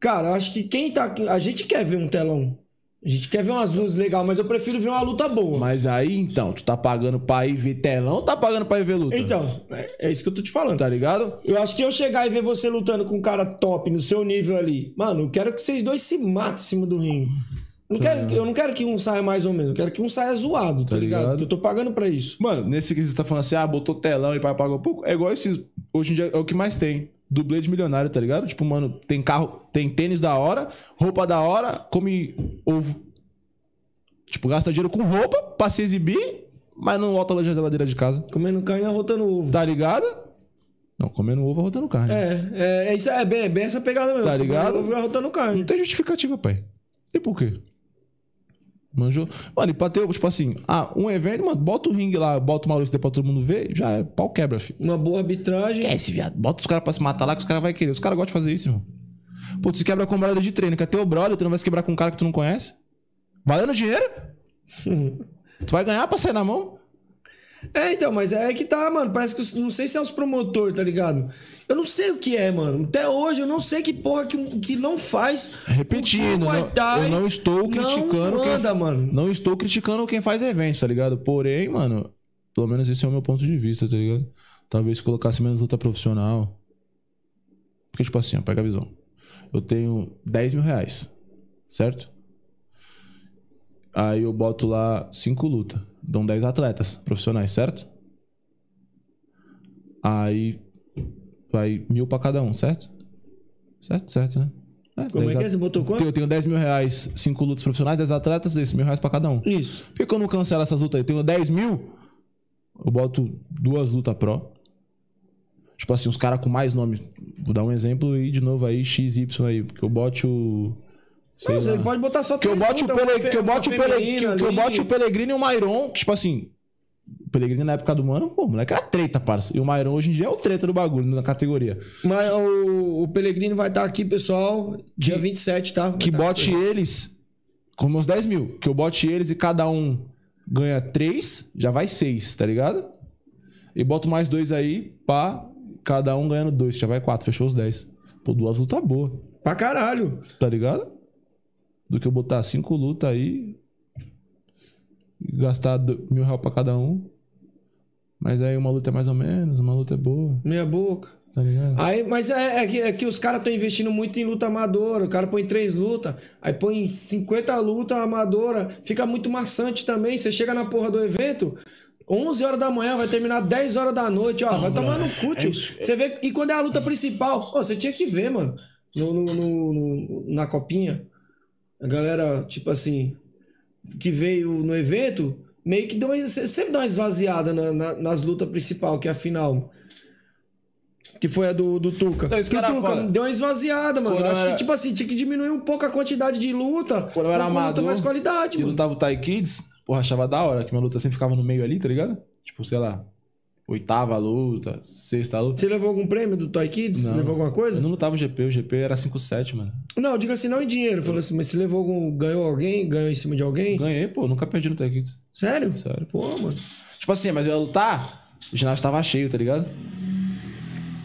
Speaker 3: Cara, eu acho que quem tá. aqui- A gente quer ver um telão. A gente quer ver umas lutas legais, mas eu prefiro ver uma luta boa.
Speaker 4: Mas aí, então, tu tá pagando pra ir ver telão ou tá pagando pra ir ver luta?
Speaker 3: Então, é, é isso que eu tô te falando.
Speaker 4: Tá ligado?
Speaker 3: Eu acho que eu chegar e ver você lutando com um cara top no seu nível ali, mano, eu quero que vocês dois se matem em cima do ringue. Não
Speaker 4: É.
Speaker 3: quero, que- eu não quero que um saia mais ou menos, eu quero que um saia zoado, tá, ligado?
Speaker 4: ligado?
Speaker 3: Porque Eu tô pagando pra isso.
Speaker 4: Mano, nesse que você tá falando assim, ah, botou telão e pai pagou pouco. É igual esses. Hoje em dia é o que mais tem. Dublê de milionário, tá ligado? Tipo, mano, tem carro, tem tênis da hora, roupa da hora, come ovo. Tipo, gasta dinheiro com roupa pra se exibir, mas não volta a geladeira de casa.
Speaker 3: Comendo carne e arrotando ovo.
Speaker 4: Tá ligado? Não, comendo ovo arrotando carne.
Speaker 3: É, é, é, isso, é, bem, é bem essa pegada mesmo.
Speaker 4: Tá ligado?
Speaker 3: Comendo Ovo e arrotando carne.
Speaker 4: Não tem justificativa, pai. E por quê? Manjou? Mano, e pra ter, tipo assim, ah, um evento, mano, bota o ringue lá, bota o Maurício pra todo mundo ver, já é pau quebra, filho.
Speaker 3: Uma boa arbitragem.
Speaker 4: Esquece, viado. Bota os caras pra se matar lá que os caras vão querer. Os caras gostam de fazer isso, irmão. Pô, tu se quebra com brother de treino, que é teu brother, tu não vai se quebrar com um cara que tu não conhece? Valendo dinheiro? tu vai ganhar pra sair na mão?
Speaker 3: É, então, mas é que tá, mano. Parece que os- não sei se é os promotores, tá ligado? Eu não sei o que é, mano. Até hoje eu não sei que porra que, que não faz.
Speaker 4: Repetindo,
Speaker 3: O Muay
Speaker 4: não-
Speaker 3: Thai
Speaker 4: eu não estou criticando
Speaker 3: Não
Speaker 4: quem-
Speaker 3: manda, mano.
Speaker 4: Não estou criticando quem faz evento, tá ligado? Porém, mano, pelo menos esse é o meu ponto de vista, tá ligado? Talvez colocasse menos luta profissional. Porque, tipo assim, ó, pega a visão. Eu tenho 10 mil reais, certo? Aí eu boto lá 5 lutas. Dão 10 atletas profissionais, certo? Aí vai mil pra cada um, certo? Certo, certo, né?
Speaker 3: Como é
Speaker 4: 10
Speaker 3: que é?
Speaker 4: at-
Speaker 3: Você botou quanto?
Speaker 4: Eu tenho 10 mil reais, 5 lutas profissionais, 10 atletas, isso, mil reais pra cada um.
Speaker 3: Isso.
Speaker 4: Por que que eu não cancelo essas lutas aí? Eu tenho 10 mil, eu boto duas lutas pró. Tipo assim, os caras com mais nome. Vou dar um exemplo e de novo aí, XY aí. Porque eu bote o. sei
Speaker 3: Não, você
Speaker 4: lá.
Speaker 3: pode botar só
Speaker 4: Que eu
Speaker 3: três
Speaker 4: bote o,
Speaker 3: lutas,
Speaker 4: Pele-
Speaker 3: uma fe-
Speaker 4: que eu
Speaker 3: uma
Speaker 4: bote o Pele-
Speaker 3: feminina
Speaker 4: que, que eu
Speaker 3: ali.
Speaker 4: bote o Pelegrino e o Mairon, que, tipo assim. O Pelegrino na época do mano, pô, o moleque era treta, parça. E o Mairon hoje em dia é o treta do bagulho, na categoria.
Speaker 3: Mas o, o Pelegrino vai tá estar aqui, pessoal, dia 27, tá? Vai
Speaker 4: Que
Speaker 3: tá.
Speaker 4: bote eles com meus 10 mil. Que eu bote eles e cada um ganha 3, já vai 6, tá ligado? E boto mais dois aí, pá, cada um ganhando 2, já vai 4, fechou os 10. Pô, duas lutas boas,
Speaker 3: Pra caralho.
Speaker 4: tá ligado? Do que eu botar 5 lutas aí e gastar do- mil reais pra cada um. Mas aí uma luta é mais ou menos, uma luta é boa,
Speaker 3: Meia boca.
Speaker 4: tá ligado?
Speaker 3: Aí, mas é, é que, é que os caras estão investindo muito em luta amadora. O cara põe três lutas, aí põe 50 luta amadora. Fica muito maçante também. Você chega na porra do evento, 11 horas da manhã, vai terminar 10 horas da noite. Ó, vai tomar no cu, tio. Você vê, e quando é a luta principal? Ô, você tinha que ver, mano. No, no- no- no- na copinha, a galera, tipo assim, que veio no evento, meio que deu uma, cê- sempre dá uma esvaziada na- na- nas lutas principal, que é a final. Que foi a do, do Tuca.
Speaker 4: Não, esse
Speaker 3: Que o
Speaker 4: cara
Speaker 3: Tuca
Speaker 4: fala-
Speaker 3: deu uma esvaziada, mano.
Speaker 4: Quando
Speaker 3: Eu acho
Speaker 4: eu era-
Speaker 3: que, tipo assim, tinha que diminuir um pouco a quantidade de luta.
Speaker 4: Quando eu
Speaker 3: pra
Speaker 4: era
Speaker 3: com luta
Speaker 4: amador,
Speaker 3: mais qualidade,
Speaker 4: E
Speaker 3: mano.
Speaker 4: lutava Tipo, o Thai Kids, porra, achava da hora, que minha luta sempre ficava no meio ali, tá ligado? Tipo, sei lá, oitava luta, sexta luta.
Speaker 3: Você levou algum prêmio do Toy Kids?
Speaker 4: Não.
Speaker 3: Levou alguma coisa?
Speaker 4: Eu
Speaker 3: Não,
Speaker 4: não lutava o GP, o GP era 5-7, mano.
Speaker 3: diga assim, não em dinheiro. Falou assim, mas você levou algum. Ganhou alguém? Ganhou em cima de alguém?
Speaker 4: Ganhei, pô, nunca perdi no Thai Kids.
Speaker 3: Sério?
Speaker 4: Sério.
Speaker 3: Pô, mano.
Speaker 4: Tipo assim, mas eu ia lutar, o ginásio tava cheio, tá ligado?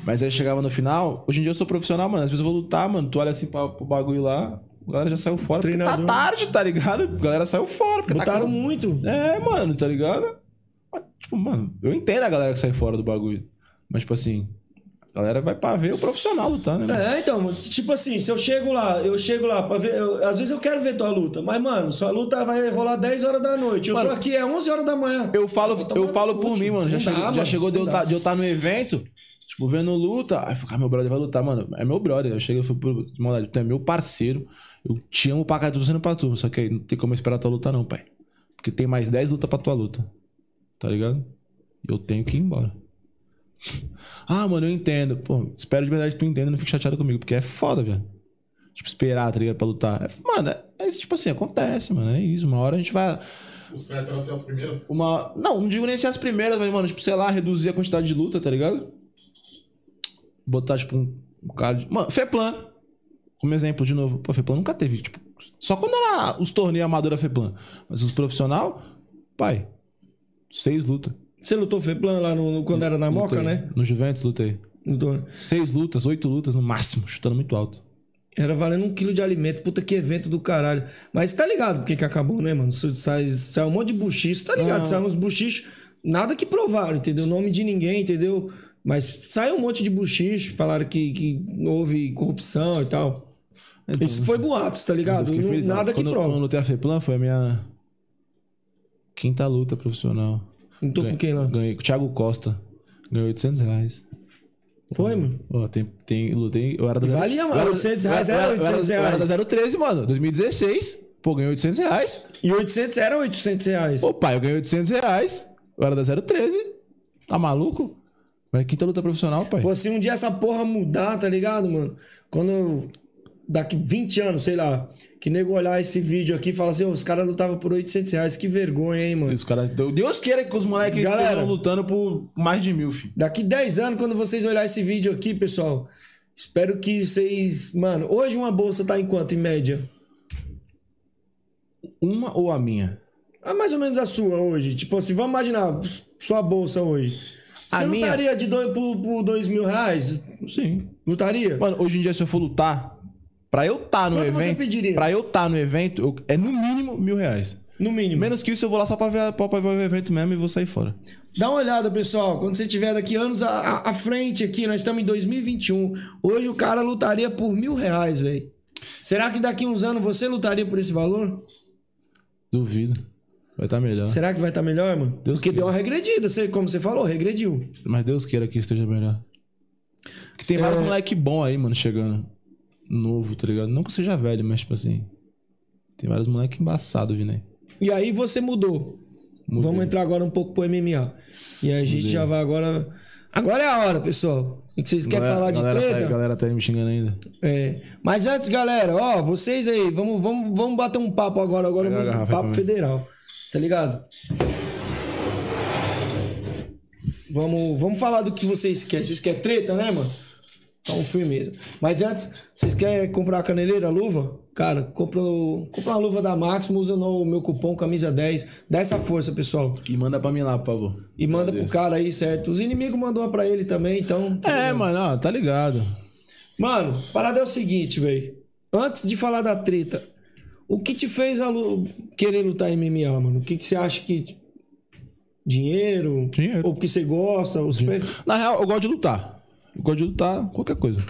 Speaker 4: Mas aí chegava no final, hoje em dia eu sou profissional, mano. Às vezes eu vou lutar, mano, tu olha assim pra, pro bagulho lá, a galera já saiu fora. Porque tá
Speaker 3: Treinador.
Speaker 4: tarde, tá ligado? A galera saiu fora, porque tá
Speaker 3: Botaram um-
Speaker 4: cansado.
Speaker 3: muito.
Speaker 4: É, mano, tá ligado? Mas, Tipo, mano, eu entendo a galera que sai fora do bagulho. Mas, tipo assim, a galera vai pra ver o profissional lutando, né? mano?
Speaker 3: É, então, tipo assim, se eu chego lá, eu chego lá pra ver. eu- às vezes eu quero ver tua luta, mas, mano, sua luta vai rolar 10 horas da noite. Eu
Speaker 4: Mano,
Speaker 3: tô aqui, é 11 horas da manhã.
Speaker 4: Eu falo,
Speaker 3: tomar
Speaker 4: eu
Speaker 3: no
Speaker 4: falo
Speaker 3: cu,
Speaker 4: por
Speaker 3: tio.
Speaker 4: mim, mano. Já,
Speaker 3: Não
Speaker 4: chegou,
Speaker 3: dá,
Speaker 4: já
Speaker 3: mano,
Speaker 4: chegou de
Speaker 3: não
Speaker 4: eu,
Speaker 3: dá.
Speaker 4: tá, de eu tá no evento, tipo, vendo luta. Aí eu fico, ah, meu brother vai lutar, mano. É meu brother. Eu chego e falo, pô, de maldade, tu é meu parceiro. Eu te amo pra cá, tô sendo pra tu. Só que aí não tem como eu esperar tua luta, não, pai. Porque tem mais 10 lutas pra tua luta. Tá ligado? E eu tenho que ir embora. <laughs> Ah, mano, eu entendo. Pô, espero de verdade que tu entenda e não fique chateado comigo, porque é foda, velho. Tipo, esperar, tá ligado? Pra lutar. É- mano, é, é tipo assim, acontece, mano. É isso. Uma hora a gente vai.
Speaker 6: O certo era ser as primeiras.
Speaker 4: Uma. Não, não digo nem ser as primeiras, mas, mano, tipo, sei lá, reduzir a quantidade de luta, tá ligado? Botar, tipo, um, um cara de. Mano, Feplan. Como exemplo, de novo. Pô, Feplan nunca teve, tipo. Só quando era os torneios amador da Feplan. Mas os profissional, pai, seis lutas.
Speaker 3: Você lutou Feplan lá no, no- quando era na Moca,
Speaker 4: Lutei.
Speaker 3: né?
Speaker 4: No Juventus, lutei.
Speaker 3: Lutou. né?
Speaker 4: Seis lutas, oito lutas no máximo, chutando muito alto.
Speaker 3: Era valendo um quilo de alimento. Puta que evento do caralho. Mas tá ligado porque que acabou, né, mano? Isso Sai, sai um monte de buchicho, tá ligado? Sai uns buchichos, nada que provaram, entendeu? Nome de ninguém, entendeu? Mas sai um monte de buchicho, falaram que, que houve corrupção e tal. Isso foi boatos, tá ligado?
Speaker 4: Então, Fiquei
Speaker 3: Não-
Speaker 4: feliz,
Speaker 3: nada
Speaker 4: quando,
Speaker 3: que
Speaker 4: Quando eu
Speaker 3: prova.
Speaker 4: lutei a FEPLAN, foi a minha quinta luta profissional.
Speaker 3: Não tô com quem lá.
Speaker 4: Ganhei com o Thiago Costa. Ganhei 800 reais.
Speaker 3: Foi, mano?
Speaker 4: Ó, tem, tem, lutei, eu era da...
Speaker 3: Valia, mano,
Speaker 4: eu era-
Speaker 3: 800 reais,
Speaker 4: eu
Speaker 3: era
Speaker 4: eu
Speaker 3: 800
Speaker 4: Eu era
Speaker 3: reais.
Speaker 4: da 013, mano, 2016. Pô, ganhei 800 reais.
Speaker 3: E 800 era 800 reais.
Speaker 4: Pô, pai, eu ganhei 800 reais. Eu era da 013. Tá maluco? Mas é quinta luta profissional, pai.
Speaker 3: Pô, se um dia essa porra mudar, tá ligado, mano? Quando eu- daqui 20 anos, sei lá, que nego olhar esse vídeo aqui e falar assim, "Ô, os caras lutavam por 800 reais, que vergonha, hein, mano?
Speaker 4: Os caras... Deus queira que os moleques
Speaker 3: Galera.
Speaker 4: estejam lutando por mais de mil, filho.
Speaker 3: Daqui 10 anos, quando vocês olharem esse vídeo aqui, pessoal, espero que vocês... Mano, hoje uma bolsa tá em quanto, em média?
Speaker 4: Uma ou a minha?
Speaker 3: Ah, mais ou menos a sua hoje. Tipo assim, vamos imaginar sua bolsa hoje. Você
Speaker 4: A minha?
Speaker 3: lutaria de dois, por, por dois mil reais?
Speaker 4: Sim.
Speaker 3: Lutaria?
Speaker 4: Mano, hoje em dia, se eu for lutar, pra eu estar no
Speaker 3: Quanto você
Speaker 4: evento.
Speaker 3: pediria?
Speaker 4: Pra eu estar no evento, eu- é no mínimo mil reais.
Speaker 3: No mínimo.
Speaker 4: Menos que isso, eu vou lá só pra ver, a- pra- pra ver o evento mesmo e vou sair fora.
Speaker 3: Dá uma olhada, pessoal. Quando você tiver daqui anos à- à, à frente aqui, nós estamos em 2021. Hoje o cara lutaria por mil reais, velho. Será que daqui uns anos você lutaria por esse valor?
Speaker 4: Duvido. Vai estar melhor.
Speaker 3: Será que vai estar melhor, mano?
Speaker 4: Deus
Speaker 3: Porque
Speaker 4: queira.
Speaker 3: deu uma regredida, você, como você falou, regrediu.
Speaker 4: Mas Deus queira que esteja melhor. Que tem
Speaker 3: É.
Speaker 4: vários moleque bom aí, mano, chegando. Novo, tá ligado? Não que eu seja velho, mas tipo assim. Tem vários moleque embaçado vindo aí.
Speaker 3: E aí você mudou.
Speaker 4: Mudei.
Speaker 3: Vamos entrar agora um pouco pro MMA. E a gente já vai agora. Agora é a hora, pessoal. O que vocês querem
Speaker 4: Galera-
Speaker 3: falar de
Speaker 4: galera, tá-
Speaker 3: treta?
Speaker 4: galera tá aí me xingando ainda.
Speaker 3: É. Mas antes, galera, ó, vocês aí, vamos, vamos, vamos bater um papo agora, agora
Speaker 4: Pegar a
Speaker 3: um
Speaker 4: garrafa aí
Speaker 3: papo
Speaker 4: pra mim.
Speaker 3: federal. Tá ligado? Vamos, vamos falar do que vocês querem. Vocês querem treta, né, mano? Então, firmeza. Mas antes, vocês querem comprar a caneleira, a luva? Cara, compra, o- compra uma luva da Máximo, usa o meu cupom camisa 10. Dá essa força, pessoal.
Speaker 4: E manda pra mim lá, por favor.
Speaker 3: E manda pro cara aí, certo? Os inimigos mandou uma pra ele também, então. tá
Speaker 4: É, mano, ó, tá ligado.
Speaker 3: Mano, a parada é o seguinte, velho. Antes de falar da treta, o que te fez a lu- querer lutar MMA, mano? O que, que você acha que. Dinheiro?
Speaker 4: Dinheiro.
Speaker 3: Ou porque você gosta? Ou você-
Speaker 4: Na real, eu gosto de lutar. Eu gosto de lutar qualquer coisa.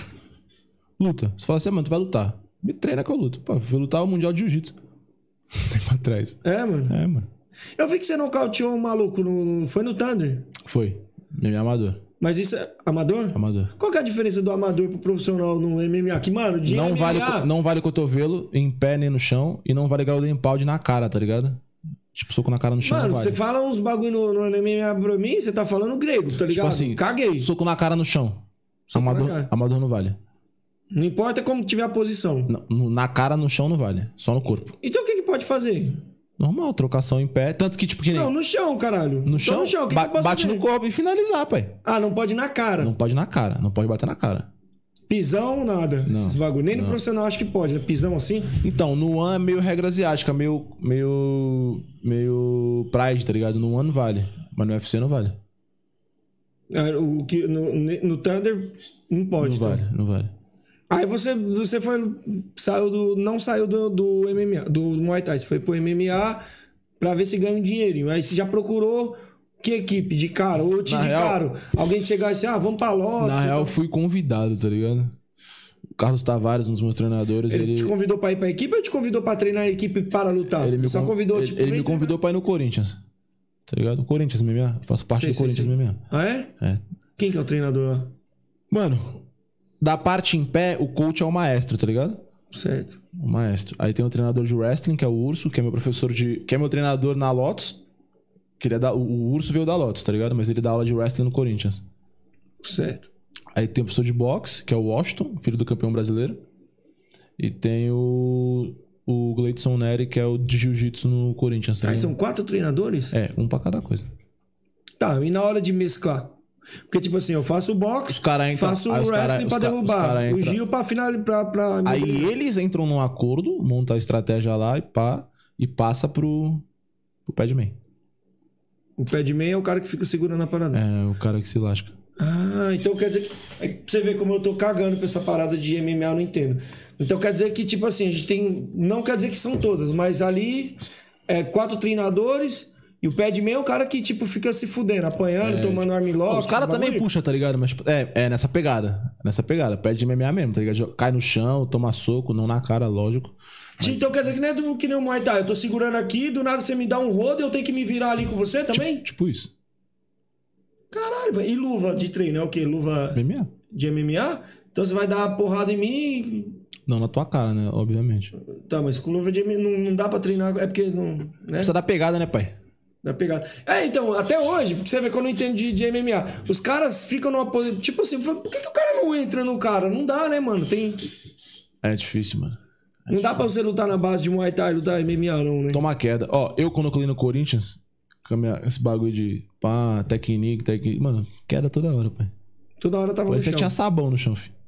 Speaker 4: Luta. Você fala assim, mano, tu vai lutar. Me treina que eu luto. Pô, eu fui lutar o Mundial de Jiu-Jitsu. <laughs> Tempo atrás.
Speaker 3: É, mano.
Speaker 4: É, mano.
Speaker 3: Eu vi que você nocauteou um maluco. No... Foi no Thunder.
Speaker 4: Foi. Meu amador.
Speaker 3: Mas isso é amador?
Speaker 4: Amador.
Speaker 3: Qual que é a diferença do amador pro profissional no MMA? Que, mano, de
Speaker 4: Não
Speaker 3: MMA.
Speaker 4: vale, co- não vale cotovelo em pé nem no chão. E não vale Golden Pound na cara, tá ligado? Tipo, soco na cara no chão
Speaker 3: Mano,
Speaker 4: não vale.
Speaker 3: você fala uns bagulho no, no MMA pra mim, você tá falando grego,
Speaker 4: Tipo
Speaker 3: tá ligado?
Speaker 4: assim,
Speaker 3: Caguei.
Speaker 4: soco na cara no chão.
Speaker 3: na
Speaker 4: Amador,
Speaker 3: cara.
Speaker 4: amador não vale.
Speaker 3: Não importa como tiver a posição.
Speaker 4: Não, no- na cara, no chão não vale. Só no corpo.
Speaker 3: Então o que, que pode fazer?
Speaker 4: Normal, trocação em pé. Tanto que, tipo, que nem.
Speaker 3: Não, no chão, caralho.
Speaker 4: no chão,
Speaker 3: no chão, o que
Speaker 4: ba-
Speaker 3: que eu posso
Speaker 4: bate
Speaker 3: fazer?
Speaker 4: no corpo e finalizar, pai.
Speaker 3: Ah, não pode ir na cara.
Speaker 4: Não pode na cara, não pode bater na cara.
Speaker 3: Pisão, nada. Esses bagulho. Nem no profissional acho que pode, né? Pisão assim.
Speaker 4: Então, no One é meio regra asiática, meio. meio. meio. Pride, tá ligado? No One não vale. Mas no UFC não vale.
Speaker 3: Ah, O que, no, no Thunder não
Speaker 4: Não
Speaker 3: pode. tá?
Speaker 4: vale, não vale.
Speaker 3: Aí você, você foi. Saiu do. Não saiu do, do MMA, do Muay Thai. Você foi pro MMA pra ver se ganha um dinheirinho. Aí você já procurou que equipe? De cara? Ou te
Speaker 4: Na
Speaker 3: de
Speaker 4: real-
Speaker 3: caro? Alguém chegar e assim, ah, vamos pra Lotus.
Speaker 4: Na real, eu fui convidado, tá ligado? O Carlos Tavares, um dos meus treinadores,
Speaker 3: Ele
Speaker 4: ele.
Speaker 3: te convidou pra ir pra equipe ou te convidou pra treinar a equipe para lutar?
Speaker 4: Ele me,
Speaker 3: Só
Speaker 4: con-
Speaker 3: convidou,
Speaker 4: ele,
Speaker 3: tipo,
Speaker 4: ele
Speaker 3: vem
Speaker 4: me
Speaker 3: treinar.
Speaker 4: convidou pra ir no Corinthians. Tá ligado? Corinthians MMA. eu Faço parte
Speaker 3: Sei,
Speaker 4: do
Speaker 3: sei,
Speaker 4: Corinthians
Speaker 3: sei.
Speaker 4: MMA.
Speaker 3: Ah, é?
Speaker 4: É.
Speaker 3: Quem que é o treinador lá?
Speaker 4: Mano, da parte em pé, o coach é o maestro, tá ligado?
Speaker 3: Certo.
Speaker 4: O maestro. Aí tem o treinador de wrestling, que é o Urso, que é meu professor de. que é meu treinador na Lotus. Que ele é da... O o Urso veio da Lotus, tá ligado? Mas ele dá aula de wrestling no Corinthians.
Speaker 3: Certo.
Speaker 4: Aí tem o professor de boxe, que é o Washington, filho do campeão brasileiro. E tem o. O Gleidson Neri, que é o de jiu-jitsu no Corinthians. Tá
Speaker 3: Aí
Speaker 4: ligado?
Speaker 3: são quatro treinadores?
Speaker 4: É, um pra cada coisa.
Speaker 3: Tá, e na hora de mesclar? Porque, tipo assim, eu faço o boxe,
Speaker 4: Os cara entra-
Speaker 3: faço o
Speaker 4: aí os cara-
Speaker 3: wrestling
Speaker 4: os
Speaker 3: pra
Speaker 4: ca- os
Speaker 3: derrubar,
Speaker 4: cara
Speaker 3: o
Speaker 4: entra-
Speaker 3: Gil pra final, pra... pra...
Speaker 4: Aí eles entram num acordo, montam a estratégia lá e pá, e passa pro, pro Padman.
Speaker 3: O pé de meia é o cara que fica segurando a parada.
Speaker 4: É, o cara que se lasca.
Speaker 3: é Ah, então quer dizer que... Aí pra você ver como eu tô cagando pra essa parada de MMA, eu não entendo. Então quer dizer que, tipo assim, a gente tem. Não quer dizer que são todas, mas ali é quatro treinadores e o pé de meia é o cara que, tipo, fica se fudendo, apanhando, tomando armlock.
Speaker 4: É, tipo, Os caras
Speaker 3: esses
Speaker 4: também
Speaker 3: bagulho.
Speaker 4: puxa, tá ligado? Mas tipo, é, é nessa pegada. Nessa pegada. Pede de MMA mesmo, tá ligado? Cai no chão, toma soco, não na cara, lógico.
Speaker 3: Então quer dizer que não é do, que nem o Muay Thai. Eu tô segurando aqui, do nada você me dá um rodo e eu tenho que me virar ali com você também?
Speaker 4: Tipo isso.
Speaker 3: Caralho, velho. E luva de treino é o quê? Luva
Speaker 4: MMA.
Speaker 3: de MMA? Então você vai dar uma porrada em mim.
Speaker 4: Não na tua cara, né? Obviamente.
Speaker 3: Tá, mas com luva de MMA não, não dá pra treinar. É porque não. Né?
Speaker 4: Precisa da pegada, né, pai?
Speaker 3: Da pegada. É, então, até hoje, porque você vê que eu não entendo de, de MMA. Os caras ficam numa posição. Tipo assim, fala, por que, que o cara não entra no cara? Não dá, né, mano? Tem,
Speaker 4: É difícil, mano.
Speaker 3: não dá pra você lutar na base de Muay Thai, lutar MMA, não, né?
Speaker 4: Toma queda. Ó, eu quando eu colei no Corinthians, com a minha- esse bagulho de pá, técnico, técnico. Mano, queda toda hora, pai.
Speaker 3: Toda hora tava no
Speaker 4: Parecia
Speaker 3: chão.
Speaker 4: que tinha sabão no chão, filho.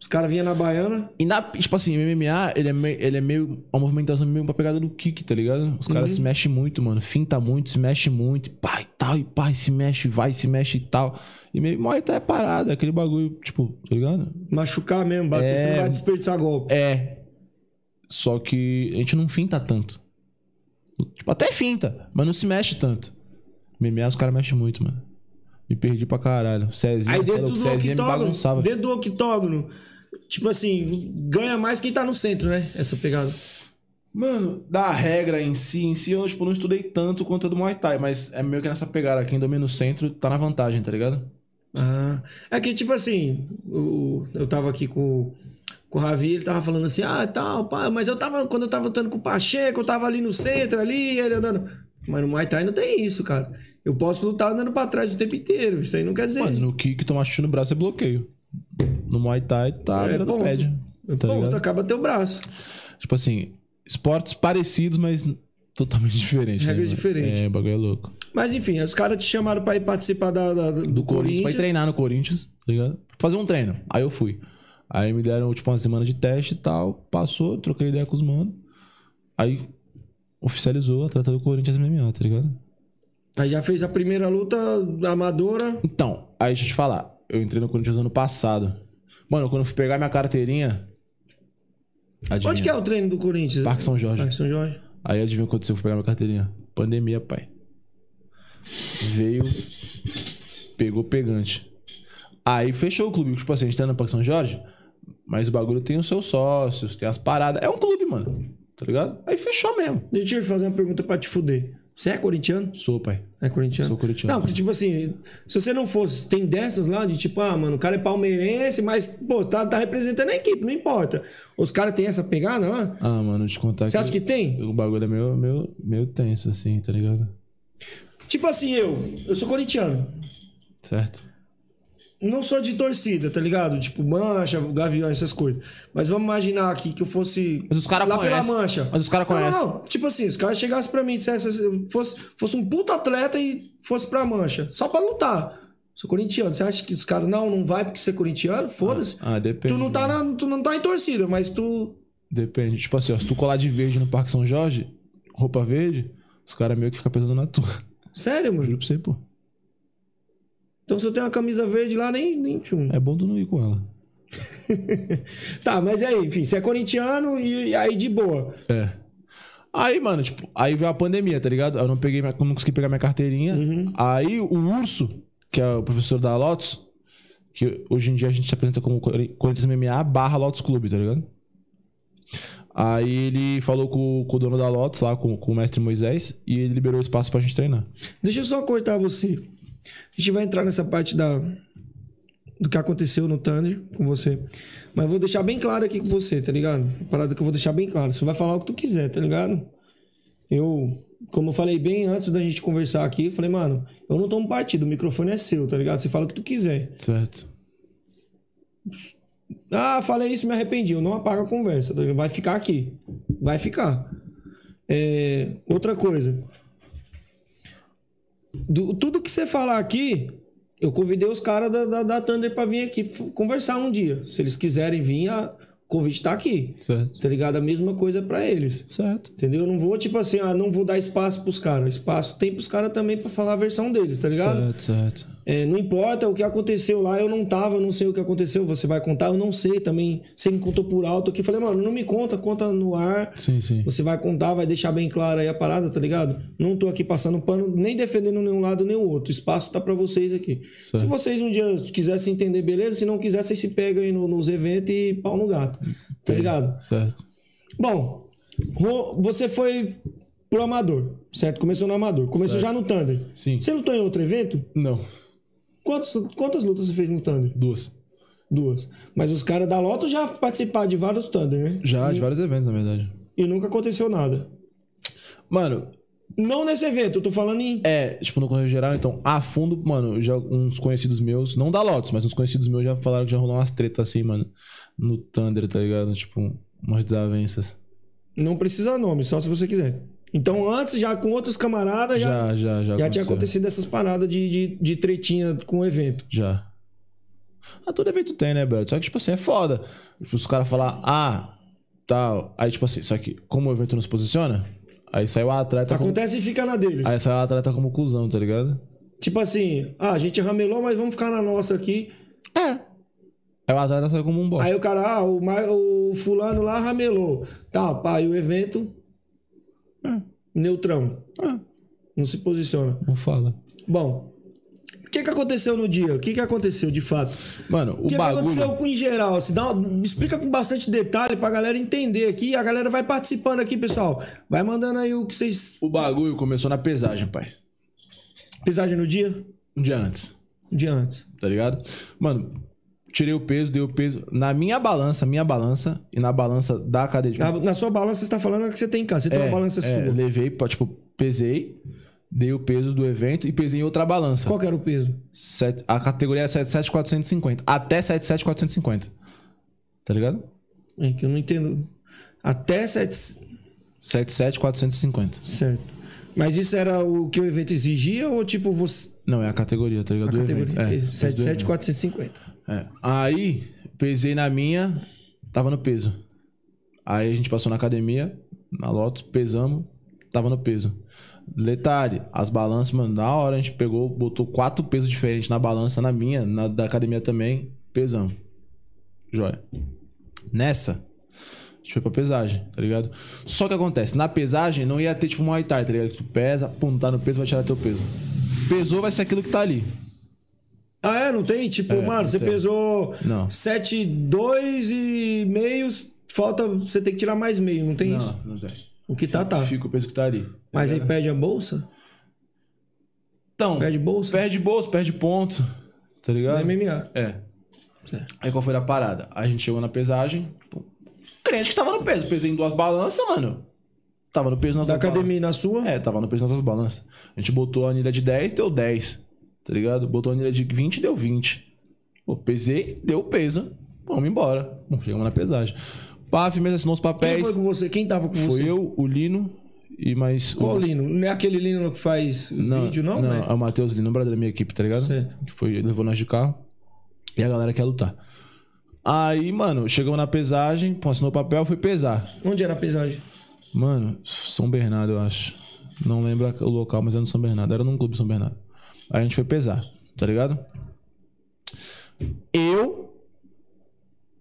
Speaker 3: Os caras vinham na baiana.
Speaker 4: E na, tipo assim, MMA, ele é, meio, ele é meio. A movimentação é meio pra pegada do kick, tá ligado? Os caras se mexem muito, mano. Finta muito, se mexe muito, e pá e tal, e pá, e se mexe, vai, se mexe e tal. E meio Muay Thai é parada, aquele bagulho, tipo, tá ligado?
Speaker 3: Machucar mesmo, bater.
Speaker 4: É.
Speaker 3: Você não vai desperdiçar golpe.
Speaker 4: É. Só que a gente não finta tanto. Tipo, até finta, mas não se mexe tanto. MMA, os caras mexem muito, mano. Me perdi pra caralho. Cezinha,
Speaker 3: Aí
Speaker 4: cê é
Speaker 3: dentro
Speaker 4: louco,
Speaker 3: do
Speaker 4: Cezinha me bagunçava.
Speaker 3: octógono, dentro do octógono, tipo assim, ganha mais quem tá no centro, né? Essa pegada.
Speaker 4: Mano, da regra em si, em si eu tipo, não estudei tanto quanto a do Muay Thai, mas é meio que nessa pegada. Quem domina o centro tá na vantagem, tá ligado?
Speaker 3: Ah, é que tipo assim, o- eu tava aqui com, com o Ravi, ele tava falando assim, ah, tal, pá, mas eu tava, quando eu tava lutando com o Pacheco, eu tava ali no centro, ali, ele andando. Mas no Muay Thai não tem isso, cara. Eu posso lutar andando pra trás o tempo inteiro, isso aí não quer dizer.
Speaker 4: Mano, no kick, tomar chute no braço é bloqueio. No Muay Thai tá
Speaker 3: É,
Speaker 4: a beira do
Speaker 3: ponto. É
Speaker 4: pad. Tá
Speaker 3: Ponto,
Speaker 4: ligado?
Speaker 3: acaba teu braço.
Speaker 4: Tipo assim, esportes parecidos, mas totalmente <laughs> diferentes.
Speaker 3: Regras
Speaker 4: mano?
Speaker 3: diferentes.
Speaker 4: É, o bagulho é louco.
Speaker 3: Mas enfim, os caras te chamaram pra ir participar da, da- do,
Speaker 4: do Corinthians, pra ir treinar no Corinthians, tá ligado? Fazer um treino. Aí eu fui. Aí me deram, tipo, uma semana de teste e tal. Passou, troquei ideia com os manos. Aí oficializou a trata do Corinthians MMA, tá ligado?
Speaker 3: Aí já fez a primeira luta amadora.
Speaker 4: Então, aí deixa eu te falar. Eu entrei no Corinthians ano passado. Mano, quando eu fui pegar minha carteirinha. Adivinha?
Speaker 3: Onde que é o treino do Corinthians?
Speaker 4: Parque São Jorge.
Speaker 3: Parque São Jorge.
Speaker 4: Aí adivinha o que aconteceu? Eu fui pegar minha carteirinha. Pandemia, pai. Veio. Pegou pegante. Aí fechou o clube. Tipo assim, a gente tá no Parque São Jorge, mas o bagulho tem os seus sócios, tem as paradas. É um clube, mano. Tá ligado? Aí fechou mesmo.
Speaker 3: Deixa eu te fazer uma pergunta pra te fuder. Você é corintiano?
Speaker 4: Sou, pai.
Speaker 3: É corintiano?
Speaker 4: Sou corintiano.
Speaker 3: Não, porque, tipo assim, se você não fosse, tem dessas lá de tipo, ah, mano, o cara é palmeirense, mas, pô, tá, tá representando a equipe, não importa. Os caras têm essa pegada lá?
Speaker 4: Ah, mano, te contar
Speaker 3: Você acha que tem?
Speaker 4: O bagulho é meio, meio, meio tenso, assim, tá ligado?
Speaker 3: Tipo assim, eu, eu sou corintiano.
Speaker 4: Certo?
Speaker 3: Não sou de torcida, tá ligado? Tipo, mancha, gavião, essas coisas. Mas vamos imaginar aqui que eu fosse.
Speaker 4: Mas os caras
Speaker 3: Lá
Speaker 4: conhecem.
Speaker 3: pela mancha.
Speaker 4: Mas os caras
Speaker 3: Não,
Speaker 4: conhecem.
Speaker 3: Não, não, Tipo assim, os caras chegassem pra mim e dissessem, assim, eu fosse, fosse um puta atleta e fosse pra mancha. Só pra lutar. Sou corintiano. Você acha que os caras, não, não vai porque você é corintiano? Foda-se.
Speaker 4: Ah, depende.
Speaker 3: Tu não, tá na- tu não tá em torcida, mas tu.
Speaker 4: Depende. Tipo assim, ó, se tu colar de verde no Parque São Jorge, roupa verde, os caras meio que ficam pensando na tua.
Speaker 3: Sério, mano?
Speaker 4: Juro pra você, pô.
Speaker 3: Então se eu tenho uma camisa verde lá, nem. nem tchum.
Speaker 4: É bom tu não ir com ela.
Speaker 3: Tá, mas aí, enfim, você é corintiano e, e aí de boa.
Speaker 4: É. Aí, mano, tipo, aí veio a pandemia, tá ligado? Eu não peguei, minha, não consegui pegar minha carteirinha. Aí o Urso, que é o professor da Lotus, que hoje em dia a gente se apresenta como Cori- Corinthians MMA barra Lotus Clube, tá ligado? Aí ele falou com, com o dono da Lotus lá, com, com o mestre Moisés, e ele liberou espaço pra gente treinar.
Speaker 3: Deixa eu só cortar você. A gente vai entrar nessa parte da do que aconteceu no Thunder com você. Mas eu vou deixar bem claro aqui com você, tá ligado? Uma parada que eu vou deixar bem claro. Você vai falar o que tu quiser, tá ligado? Eu, como eu falei bem antes da gente conversar aqui, eu falei, mano, eu não tomo partido, o microfone é seu, tá ligado? Você fala o que tu quiser.
Speaker 4: Certo.
Speaker 3: Ah, falei isso, me arrependi. Eu não apago a conversa. tá ligado? Vai ficar aqui. Vai ficar. É, outra coisa. Do- tudo que você falar aqui, eu convidei os caras da, da, da Thunder pra vir aqui f- conversar um dia. Se eles quiserem vir, a- o convite tá aqui.
Speaker 4: Certo.
Speaker 3: Tá ligado? A mesma coisa pra eles.
Speaker 4: Certo.
Speaker 3: Entendeu? Eu não vou, tipo assim, ah, não vou dar espaço pros caras. Espaço tem pros caras também pra falar a versão deles, tá ligado?
Speaker 4: Certo, certo.
Speaker 3: É, não importa o que aconteceu lá, eu não tava, não sei o que aconteceu, você vai contar, eu não sei também. Você me contou por alto aqui, falei, mano, não me conta, conta no ar.
Speaker 4: Sim, sim.
Speaker 3: Você vai contar, vai deixar bem clara aí a parada, tá ligado? Não tô aqui passando pano, nem defendendo nenhum lado nem o outro. O espaço tá pra vocês aqui.
Speaker 4: Certo.
Speaker 3: Se vocês um dia quisessem entender, beleza. Se não quiser, vocês se pegam aí no- nos eventos e pau no gato. Tá ligado?
Speaker 4: Certo.
Speaker 3: Bom, ro- você foi pro amador, certo? Começou no amador. Começou já no Thunder.
Speaker 4: Sim.
Speaker 3: Você lutou em outro evento?
Speaker 4: Não,
Speaker 3: Quantos, quantas lutas você fez no Thunder?
Speaker 4: duas.
Speaker 3: Duas. Mas os caras da Loto já participaram de vários Thunder, né?
Speaker 4: Já, de vários eventos, na verdade.
Speaker 3: E nunca aconteceu nada.
Speaker 4: Mano,
Speaker 3: Não nesse evento, eu tô falando em.
Speaker 4: é, tipo, no Correio Geral, então, a fundo, mano, já uns conhecidos meus, não da Lotus, mas uns conhecidos meus já falaram que já rolou umas tretas assim, mano, no Thunder, tá ligado? Tipo, umas desavenças.
Speaker 3: Não precisa nome, só se você quiser. Então, antes, já com outros camaradas, já, já,
Speaker 4: É. Já, já, já.
Speaker 3: tinha acontecido essas paradas de, de, de tretinha com o evento.
Speaker 4: Já. Ah, todo evento tem, né, Beto? Só que, tipo assim, é foda. Tipo, os caras falar ah, tal. Aí, tipo assim, só que como o evento não se posiciona, aí saiu o atleta como...
Speaker 3: Acontece e fica na deles.
Speaker 4: Aí saiu o atleta como cuzão, tá ligado?
Speaker 3: Tipo assim, ah, a gente ramelou, mas vamos ficar na nossa aqui.
Speaker 4: Aí o atleta saiu como um bosta.
Speaker 3: Aí o cara, ah, o, ma- o fulano lá ramelou. Tá, pá, e o evento? Neutrão. Não se posiciona.
Speaker 4: Não fala.
Speaker 3: Bom, o que, que aconteceu no dia? O que, que aconteceu de fato?
Speaker 4: Mano, o
Speaker 3: O que, que
Speaker 4: bagulho...
Speaker 3: aconteceu com em geral? Se dá uma- explica com bastante detalhe pra galera entender aqui. A galera vai participando aqui, pessoal. Vai mandando aí o que vocês
Speaker 4: O bagulho começou na pesagem, pai.
Speaker 3: pesagem no dia?
Speaker 4: Um dia antes,
Speaker 3: Um dia antes.
Speaker 4: tá ligado? Mano, tirei o peso, dei o peso. Na minha balança, minha balança, e na balança da cadeia.
Speaker 3: Na, na sua balança, você tá falando a que você tem em casa. Você tem uma balança
Speaker 4: é,
Speaker 3: sua.
Speaker 4: levei, pra, tipo, pesei, dei o peso do evento e pesei em outra balança.
Speaker 3: Qual que era o peso?
Speaker 4: Sete- a categoria é 77,450. Até 77,450. Tá ligado?
Speaker 3: É que eu não entendo. Até sete
Speaker 4: 77,450.
Speaker 3: Certo. Mas isso era o que o evento exigia ou tipo você.
Speaker 4: Não, é a categoria, tá ligado?
Speaker 3: A
Speaker 4: do
Speaker 3: categoria.
Speaker 4: evento. É,
Speaker 3: Isso,
Speaker 4: do evento.
Speaker 3: 77,450.
Speaker 4: É. Aí, pesei na minha, tava no peso. Aí a gente passou na academia, na Lotus, pesamos, tava no peso. Detalhe, as balanças, mano, na hora a gente pegou, botou quatro pesos diferentes na balança, na minha, na da academia também, pesamos. Joia. Nessa, a gente foi pra pesagem, tá ligado? Só que acontece, na pesagem não ia ter tipo um Muay Thai, tá ligado? Que tu pesa, pum, tá no peso, vai tirar teu peso. Pesou, vai ser aquilo que tá ali.
Speaker 3: Ah, é? Não tem? Tipo, mano, você
Speaker 4: tem.
Speaker 3: pesou
Speaker 4: Não.
Speaker 3: 7,2 e meios. Falta. Você tem que tirar mais meio, não tem isso?
Speaker 4: não tem.
Speaker 3: O que tá, tá.
Speaker 4: Fica o peso que tá ali.
Speaker 3: Mas aí perde a bolsa?
Speaker 4: Então,
Speaker 3: Perde bolsa?
Speaker 4: perde bolsa, perde ponto.
Speaker 3: Da
Speaker 4: Tá ligado?
Speaker 3: MMA.
Speaker 4: É. Aí qual foi a parada? A gente chegou na pesagem. pô, Crente que tava no peso. Pesei em duas balanças, mano. Tava no peso nas
Speaker 3: Da
Speaker 4: duas
Speaker 3: academia e na sua?
Speaker 4: Balanças. É, tava no peso nas duas balanças. A gente botou a anilha de 10, deu 10. Tá ligado? Botou a anilha de 20, deu 20. Pô, pesei, deu o peso. Vamos embora. Bom, chegamos na pesagem. Paf, mesmo assinou os
Speaker 3: Quem
Speaker 4: papéis.
Speaker 3: foi com você? Quem tava com
Speaker 4: É Foi
Speaker 3: você?
Speaker 4: eu, o Lino e mais.
Speaker 3: Qual
Speaker 4: o-
Speaker 3: Lino? Não é aquele Lino que faz vídeo, não?
Speaker 4: Não,
Speaker 3: né?
Speaker 4: é o Matheus Lino, brother da minha equipe, tá ligado?
Speaker 3: Certo.
Speaker 4: Que foi, levou nós de carro. E a galera quer lutar. Aí, mano, chegamos na pesagem, pô, assinou o papel, fui pesar.
Speaker 3: Onde era a pesagem?
Speaker 4: Mano, São Bernardo, eu acho. Não lembro o local, mas era no São Bernardo. Era num clube São Bernardo. Aí a gente foi pesar, tá ligado? Eu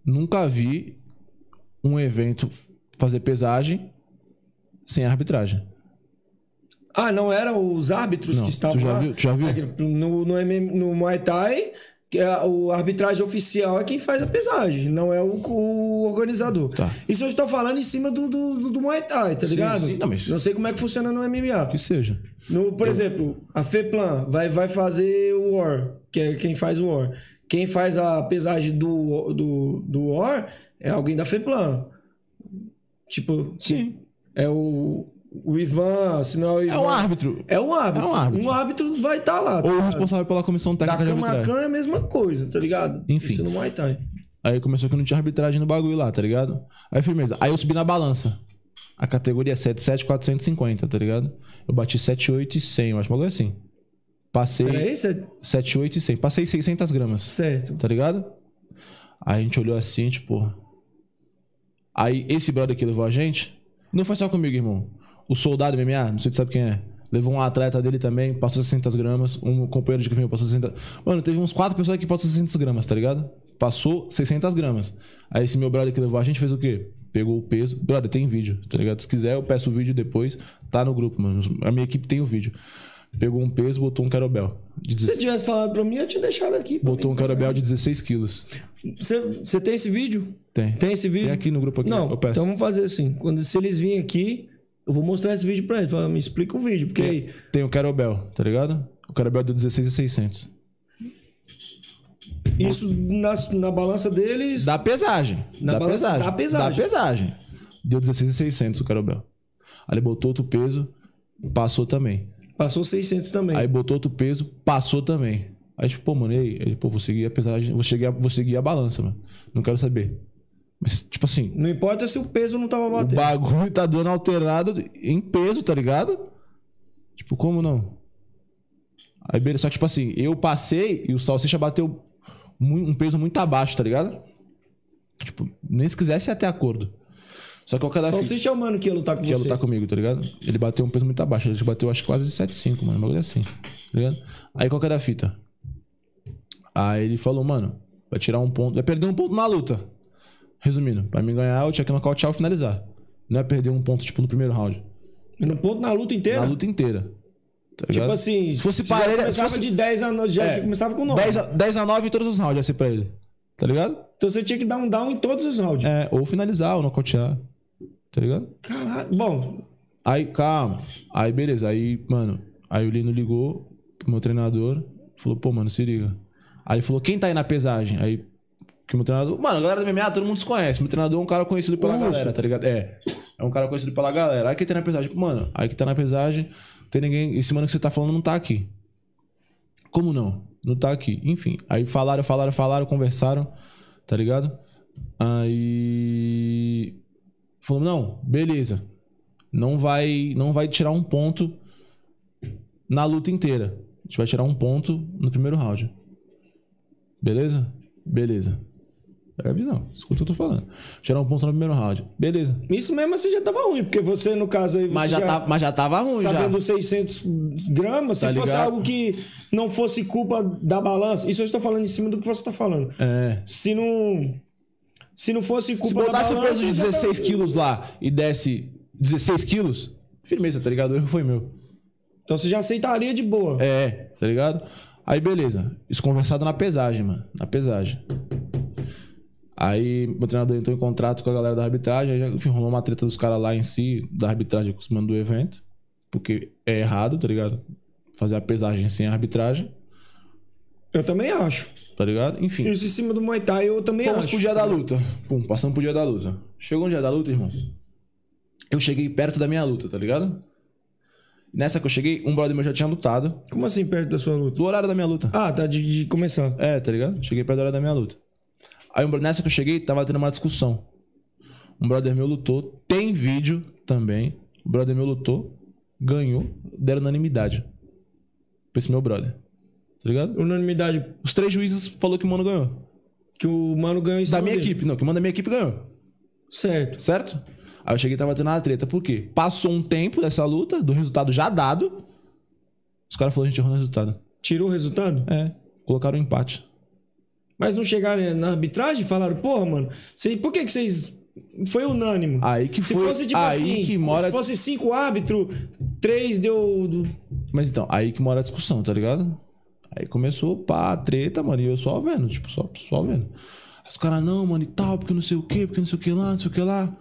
Speaker 4: nunca vi um evento fazer pesagem sem arbitragem.
Speaker 3: Ah, não eram os árbitros
Speaker 4: Não,
Speaker 3: que estavam
Speaker 4: tu já
Speaker 3: lá?
Speaker 4: viu? Tu já viu?
Speaker 3: É que No, no, MM no Muay Thai, que é a- o arbitragem oficial é quem faz a pesagem, não é o, o organizador.
Speaker 4: Tá.
Speaker 3: Isso eu estou falando em cima do, do, do- do Muay Thai, tá ligado?
Speaker 4: sim, não, mas-
Speaker 3: Não sei como é que funciona no MMA.
Speaker 4: Que seja.
Speaker 3: No, por exemplo, a FEPLAN vai, vai fazer o OR, que é quem faz o OR. Quem faz a pesagem do, do, do OR é alguém da FEPLAN. Tipo,
Speaker 4: Sim.
Speaker 3: é o, o Ivan, se não é o Ivan.
Speaker 4: É um árbitro.
Speaker 3: É um hábito.
Speaker 4: É um hábito.
Speaker 3: vai estar lá. tá
Speaker 4: Ou o
Speaker 3: ligado?
Speaker 4: responsável pela comissão
Speaker 3: da
Speaker 4: técnica de
Speaker 3: cama a
Speaker 4: arbitragem.
Speaker 3: cama é a mesma coisa, tá ligado?
Speaker 4: Enfim.
Speaker 3: Isso no Muay Thai.
Speaker 4: Aí começou que não tinha arbitragem no bagulho lá, tá ligado? Aí firmeza. Aí eu subi na balança. A categoria é 77,450, tá ligado? Eu bati 78 e 100, eu acho uma coisa assim. Passei
Speaker 3: Peraí, cê-
Speaker 4: 78 e 100. Passei 600 gramas,
Speaker 3: É certo.
Speaker 4: tá ligado? Aí a gente olhou assim, tipo... Aí esse brother que levou a gente... ah, Não foi só comigo, irmão. O soldado MMA, não sei se tu sabe quem é. Levou um atleta dele também, passou 600 gramas. Um companheiro de caminho passou 600. Mano, teve uns quatro pessoas que passou 600 gramas, tá ligado? Passou 600 gramas. Aí esse meu brother que levou a gente fez o quê? Pegou o peso. Brother, tem vídeo, tá ligado? Se quiser, eu peço o vídeo depois. Tá no grupo, mano. A minha equipe tem o vídeo. Pegou um peso, botou um carobel. De
Speaker 9: Se você
Speaker 4: 16
Speaker 9: tivesse falado pra mim, eu tinha né? deixado aqui. pra
Speaker 4: Botou
Speaker 9: mim.
Speaker 4: um carobel de 16 quilos.
Speaker 3: Você você tem esse vídeo?
Speaker 4: Tem.
Speaker 3: Tem esse vídeo?
Speaker 4: Tem aqui no grupo aqui,
Speaker 3: Não,
Speaker 4: eu peço.
Speaker 3: então vamos fazer assim. Quando, se eles virem aqui, eu vou mostrar esse vídeo pra eles. Falar, me explica o vídeo, porque aí...
Speaker 4: Tem o Carobel, tá ligado? O Carobel deu 16,600.
Speaker 3: Isso na, na balança deles...
Speaker 4: Da pesagem.
Speaker 3: Na
Speaker 4: da
Speaker 3: balança,
Speaker 4: pesagem.
Speaker 3: da pesagem.
Speaker 4: Da pesagem. Deu 16,600 o Carobel. Aí ele botou outro peso, passou também.
Speaker 3: Passou 600 também.
Speaker 4: Aí botou outro peso, passou também. Aí tipo, pô, mano, e aí? Ele, pô, vou seguir a pesagem, vou, chegar, vou seguir a balança, mano. Não quero saber. Mas, tipo assim,
Speaker 3: Não importa se o peso não tava
Speaker 4: o
Speaker 3: batendo.
Speaker 4: bagulho tá dando alternado em peso, tá ligado? Tipo, como não? Aí, beleza, só que, tipo assim, eu passei e o salsicha bateu mu- um peso muito abaixo, tá ligado? Tipo, nem se quisesse ia ter acordo. Só que o cara
Speaker 3: Salsicha é o mano que ia lutar com
Speaker 4: que ia
Speaker 3: você.
Speaker 4: lutar comigo, tá ligado? Ele bateu um peso muito abaixo. Ele bateu acho que quase 7,5, mano. Um bagulho assim. Tá ligado? Aí qual que era a fita? Aí ele falou, mano, vai tirar um ponto. Vai perder um ponto na luta. Resumindo, pra mim ganhar, eu tinha que nocautear ou finalizar. Não é perder um ponto, tipo, no primeiro round.
Speaker 3: No ponto na luta inteira?
Speaker 4: Na luta inteira. Tá
Speaker 3: Tipo
Speaker 4: ligado?
Speaker 3: assim,
Speaker 4: se fosse
Speaker 3: você já
Speaker 4: parelha. Se
Speaker 3: começava
Speaker 4: fosse
Speaker 3: de 10 a 9, já
Speaker 4: É,
Speaker 3: começava com 9.
Speaker 4: 10 a, 10 a 9 em todos os rounds, ia ser pra ele. Tá ligado?
Speaker 3: Então você tinha que dar um down em todos os rounds.
Speaker 4: É, ou finalizar, ou nocautear. Tá ligado?
Speaker 3: Caralho. Bom,
Speaker 4: Aí, calma. Aí, beleza. Aí, mano, aí o Lino ligou pro meu treinador. Falou, pô, mano, se liga. Aí ele falou, quem tá aí na pesagem? Aí, que meu treinador... Mano, a galera da MMA, todo mundo se conhece. Meu treinador é um cara conhecido pela galera, tá ligado? É. É um cara conhecido pela galera. Aí quem tá na pesagem? Mano, aí que tá na pesagem, tem ninguém... Esse mano que você tá falando não tá aqui. Como não? Não tá aqui. Enfim. Aí falaram, falaram, falaram, conversaram, tá ligado? Aí... Falou, não, beleza não vai não vai tirar um ponto na luta inteira. A gente vai tirar um ponto no primeiro round. Beleza? Beleza. É a visão. Escuta o que eu tô falando. Tirar um ponto no primeiro round. Beleza.
Speaker 3: isso mesmo assim já tava ruim, porque você, no caso aí, você
Speaker 10: Mas já, tá, mas já tava ruim,
Speaker 3: sabendo
Speaker 10: já.
Speaker 3: 600 gramas, se
Speaker 4: Tá
Speaker 3: fosse
Speaker 4: ligado?
Speaker 3: algo que não fosse culpa da balança. Isso eu estou falando em cima do que você está falando.
Speaker 4: É.
Speaker 3: Se não. Se não fosse culpa
Speaker 4: Se
Speaker 3: da balança. tá-
Speaker 4: botasse o peso de
Speaker 3: já tava-
Speaker 4: 16 quilos lá e desse 16 quilos, firmeza, tá ligado? O erro foi meu.
Speaker 3: Então você já aceitaria de boa.
Speaker 4: É, tá ligado? Aí beleza. Isso conversado na pesagem, mano. Na pesagem. Aí meu treinador entrou em contrato com a galera da arbitragem, aí já, enfim, rolou uma treta dos caras lá em si, da arbitragem com os manos do evento. Porque é errado, tá ligado? Fazer a pesagem sem a arbitragem,
Speaker 3: Eu também acho.
Speaker 4: tá ligado? Enfim.
Speaker 3: Isso em cima do Muay Thai eu também
Speaker 4: Fomos
Speaker 3: acho.
Speaker 4: pro dia da luta. Pum, passamos pro dia da luta. Chegou no dia da luta, irmão. Eu cheguei perto da minha luta, tá ligado? Nessa que eu cheguei, um brother meu já tinha lutado.
Speaker 3: Como assim perto da sua luta?
Speaker 4: Do horário da minha luta.
Speaker 3: Ah, tá de, de começar.
Speaker 4: É, tá ligado? Cheguei perto da hora da minha luta. Aí um bro- nessa que eu cheguei, tava tendo uma discussão. Um brother meu lutou, tem vídeo também. O brother meu lutou, ganhou, deram unanimidade. Pra esse meu brother. Tá ligado?
Speaker 3: Unanimidade
Speaker 4: Os três juízes falou que o mano ganhou.
Speaker 3: que o mano ganha em cima
Speaker 4: Da minha
Speaker 3: dele.
Speaker 4: equipe, não, que o mano da minha equipe ganhou.
Speaker 3: Certo.
Speaker 4: Certo? Aí eu cheguei e tava tendo uma treta. Por quê? Passou um tempo dessa luta, do resultado já dado. Os caras falaram, a gente errou no resultado.
Speaker 3: Tirou o resultado?
Speaker 4: É, colocaram um empate.
Speaker 3: Mas não chegaram na arbitragem e falaram, porra, mano, cê- por que que vocês... Foi unânime.
Speaker 4: Aí que
Speaker 3: se
Speaker 4: foi-
Speaker 3: fosse tipo
Speaker 4: aí
Speaker 3: assim,
Speaker 4: que mora-
Speaker 3: se fosse cinco árbitros, três deu... do-
Speaker 4: Mas então, aí que mora a discussão, tá ligado? Aí começou, pá, a treta, mano, e eu só vendo, tipo, só, só vendo. Aí Os caras, não, mano, e tal, porque não sei o que, porque não sei o que lá, não sei o que lá.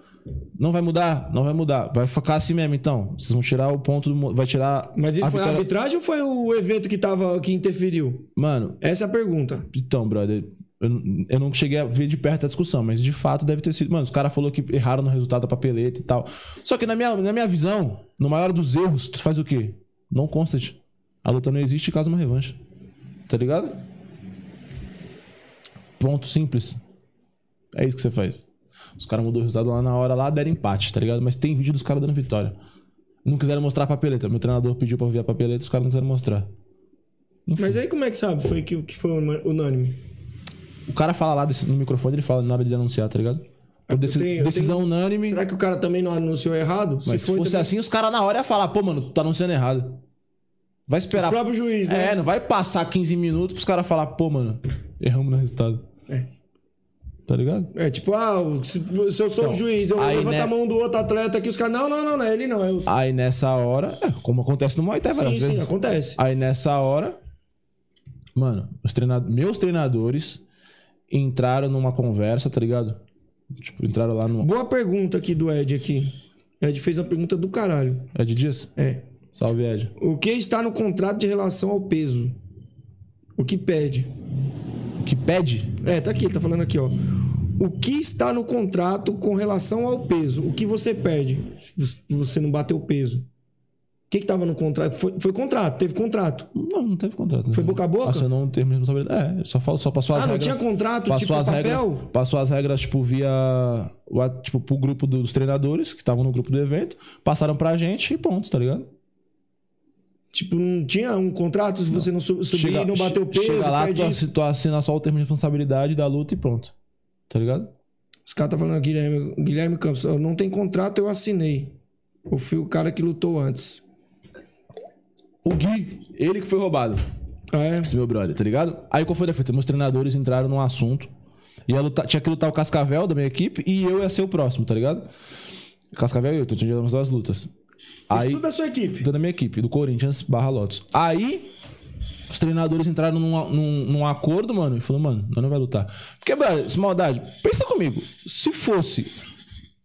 Speaker 4: Não vai mudar, não vai mudar. Vai ficar assim mesmo, então. Vocês vão tirar o ponto do. mo- Vai tirar.
Speaker 3: Mas isso
Speaker 4: a
Speaker 3: foi a
Speaker 4: vitória-
Speaker 3: arbitragem ou foi o evento que, tava, que interferiu?
Speaker 4: Mano,
Speaker 3: Essa é a pergunta.
Speaker 4: então, brother, eu, n- eu não cheguei a ver de perto a discussão, mas de fato deve ter sido. Mano, os caras falaram que erraram no resultado da papeleta e tal. Só que na minha, na minha visão, no maior dos erros, tu faz o quê? Não constate. A luta não existe e causa uma revanche. Tá ligado? Ponto simples. É isso que você faz. Os caras mudou o resultado lá na hora, lá deram empate, tá ligado? Mas tem vídeo dos caras dando vitória. Não quiseram mostrar a papeleta. Meu treinador pediu pra ver a papeleta, os caras não quiseram mostrar.
Speaker 3: Mas aí como é que sabe foi que, que foi unânime?
Speaker 4: O cara fala lá desse- no microfone, ele fala na hora de anunciar, tá ligado? Por deci-
Speaker 3: Eu tenho- eu
Speaker 4: decisão
Speaker 3: tenho-
Speaker 4: unânime.
Speaker 3: Será que o cara também não anunciou errado?
Speaker 4: Mas se,
Speaker 3: foi
Speaker 4: fosse
Speaker 3: também-
Speaker 4: assim, os caras na hora iam falar, pô, mano, tu tá anunciando errado. Vai esperar.
Speaker 3: O próprio juiz, né?
Speaker 4: É, não vai passar 15 minutos pros caras falar, pô, mano, erramos no resultado.
Speaker 3: É.
Speaker 4: Tá ligado?
Speaker 3: É tipo, ah, se, se eu sou o juiz, eu
Speaker 4: aí,
Speaker 3: levanto
Speaker 4: né?
Speaker 3: a mão do outro atleta aqui, os caras, não, não, não, não, é ele não, é o...
Speaker 4: Aí nessa hora, é, como acontece no Muay Thai várias
Speaker 3: Sim, sim,
Speaker 4: vezes.
Speaker 3: acontece.
Speaker 4: Aí nessa hora, mano, os treina- meus treinadores entraram numa conversa, tá ligado? Tipo, entraram lá no.
Speaker 3: Boa pergunta aqui do Ed aqui. Ed fez uma pergunta do caralho.
Speaker 4: Ed Dias?
Speaker 3: É.
Speaker 4: Salve, Ed.
Speaker 3: O que está no contrato de relação ao peso? O que pede?
Speaker 4: O que pede?
Speaker 3: É, tá aqui, ele tá falando aqui, ó. O que está no contrato com relação ao peso? O que você perde se você não bater o peso? O que que tava no contrato? Foi, foi contrato, teve contrato.
Speaker 4: Não, não teve contrato. né?
Speaker 3: Foi boca a boca?
Speaker 4: Assinou um termo de responsabilidade. É, eu só, falo, só passou as
Speaker 3: Ah, não
Speaker 4: regras.
Speaker 3: tinha contrato,
Speaker 4: passou
Speaker 3: tipo
Speaker 4: as
Speaker 3: papel?
Speaker 4: regras. Passou as regras, tipo, via. o a- Tipo, pro grupo dos treinadores, que estavam no grupo do evento. Passaram pra gente e ponto, tá ligado?
Speaker 3: Tipo, não tinha um contrato se você não su- subir,
Speaker 4: Chega-
Speaker 3: não bater o peso,
Speaker 4: Chega lá,
Speaker 3: perde
Speaker 4: tu,
Speaker 3: isso.
Speaker 4: assi- tu assina só o termo de responsabilidade da luta e pronto. Tá ligado?
Speaker 3: Os caras tá falando, aqui, Guilherme, Guilherme Campos, ó, não tem contrato, eu assinei. Eu fui o cara que lutou antes.
Speaker 4: O Gui, ele que foi roubado.
Speaker 3: Ah, é?
Speaker 4: Esse meu brother, tá ligado? Aí qual foi da fita? Meus treinadores entraram num assunto. Ia lutar, tinha que lutar o Cascavel da minha equipe e eu ia ser o próximo, tá ligado? Cascavel e eu, então tivemos duas lutas. Aí,
Speaker 3: Isso tudo da sua equipe.
Speaker 4: da minha equipe, do Corinthians barra Lotus. Aí, os treinadores entraram num, num- num acordo, mano, e falou, mano, nós não vai lutar. Porque, brother, se maldade, pensa comigo, se fosse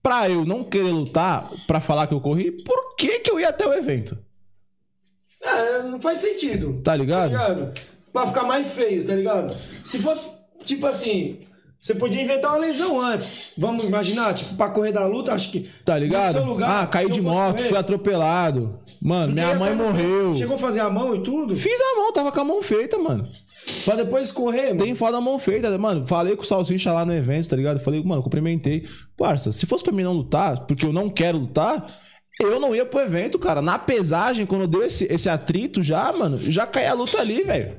Speaker 4: pra eu não querer lutar, pra falar que eu corri, por que que eu ia até o evento?
Speaker 3: É, não faz sentido.
Speaker 4: Tá ligado?
Speaker 3: Tá ligado? Pra ficar mais feio, tá ligado? Se fosse, tipo assim, você podia inventar uma lesão antes. Vamos imaginar, tipo, pra correr da luta, acho que.
Speaker 4: Tá
Speaker 3: No
Speaker 4: ligado?
Speaker 3: seu lugar,
Speaker 4: ah, caiu
Speaker 3: se eu
Speaker 4: de
Speaker 3: fosse
Speaker 4: moto,
Speaker 3: correr,
Speaker 4: fui atropelado. Mano, minha
Speaker 3: ia
Speaker 4: mãe
Speaker 3: até no-
Speaker 4: morreu.
Speaker 3: Chegou a fazer a mão e tudo?
Speaker 4: Fiz a mão, tava com a mão feita, mano.
Speaker 3: Pra depois correr, mano.
Speaker 4: Tem foto da mão feita, né, mano. Falei com o Salsicha lá no evento, tá ligado? Falei, mano, cumprimentei. Parça, se fosse pra mim não lutar, porque eu não quero lutar, eu não ia pro evento, cara. Na pesagem, quando deu esse, esse atrito já, mano, já caiu a luta ali, velho.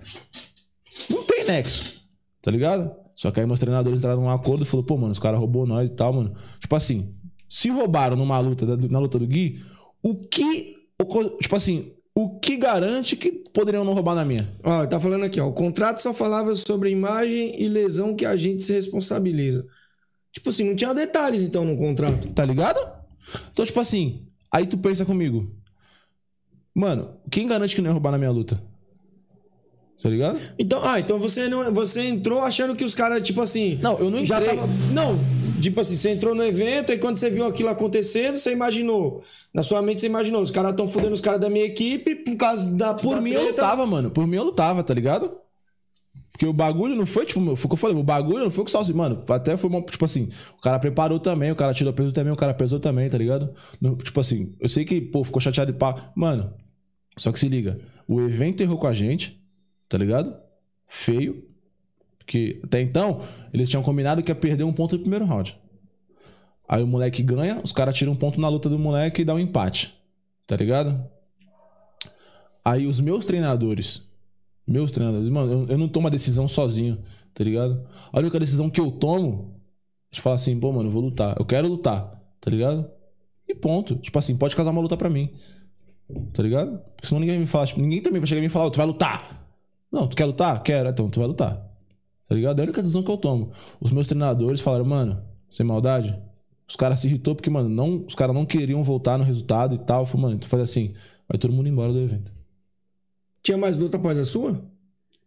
Speaker 4: Não tem nexo, tá ligado? Só que aí meus treinadores entraram num acordo e falou, pô, mano, os caras roubou nós e tal, mano. Tipo assim, se roubaram numa luta, da- na luta do Gui, o que. o co- Tipo assim, o que garante que poderiam não roubar na minha?
Speaker 3: Ó, tá falando aqui, ó. O contrato só falava sobre imagem e lesão que a gente se responsabiliza. Tipo assim, não tinha detalhes então no contrato.
Speaker 4: Tá ligado? Então, tipo assim, aí tu pensa comigo. Mano, quem garante que não ia roubar na minha luta? Tá ligado?
Speaker 3: Então, ah, então você não, você entrou achando que os caras tipo assim,
Speaker 4: Não, eu não
Speaker 3: já
Speaker 4: entrei.
Speaker 3: tava, não, tipo assim, você entrou no evento e quando você viu aquilo acontecendo, você imaginou, na sua mente você imaginou, os caras tão fudendo os caras da minha equipe por causa da
Speaker 4: Por
Speaker 3: da
Speaker 4: mim eu
Speaker 3: Tá treta.
Speaker 4: lutava, mano. Por mim eu lutava, tá ligado? Porque o bagulho não foi, tipo, foi o que eu falei, o bagulho não foi com salsicha. Mano, até foi uma, tipo assim, o cara preparou também, o cara tirou peso também, o cara pesou também, tá ligado? No- tipo assim, eu sei que, pô, ficou chateado e pá. Mano, só que se liga, o evento errou com a gente, tá ligado? Feio. Porque até então, eles tinham combinado que ia perder um ponto no primeiro round. Aí o moleque ganha, os caras tiram um ponto na luta do moleque e dá um empate. Tá ligado? Aí os meus treinadores, meus treinadores, mano, eu, eu não tomo a decisão sozinho, tá ligado? A única decisão que eu tomo, eles falam assim, pô, mano, eu vou lutar, eu quero lutar, tá ligado? E ponto. Tipo assim, pode casar uma luta pra mim, tá ligado? Porque senão ninguém me fala, tipo, ninguém também vai chegar e me falar, "Ô, tu vai lutar. Não, tu quer lutar? Quero, então tu vai lutar, tá ligado? É a única decisão que eu tomo. Os meus treinadores falaram, mano, sem maldade, os caras se irritou porque, mano, não, os caras não queriam voltar no resultado e tal. Eu falei, mano, tu faz assim, vai todo mundo embora do evento.
Speaker 3: Tinha mais luta após a sua?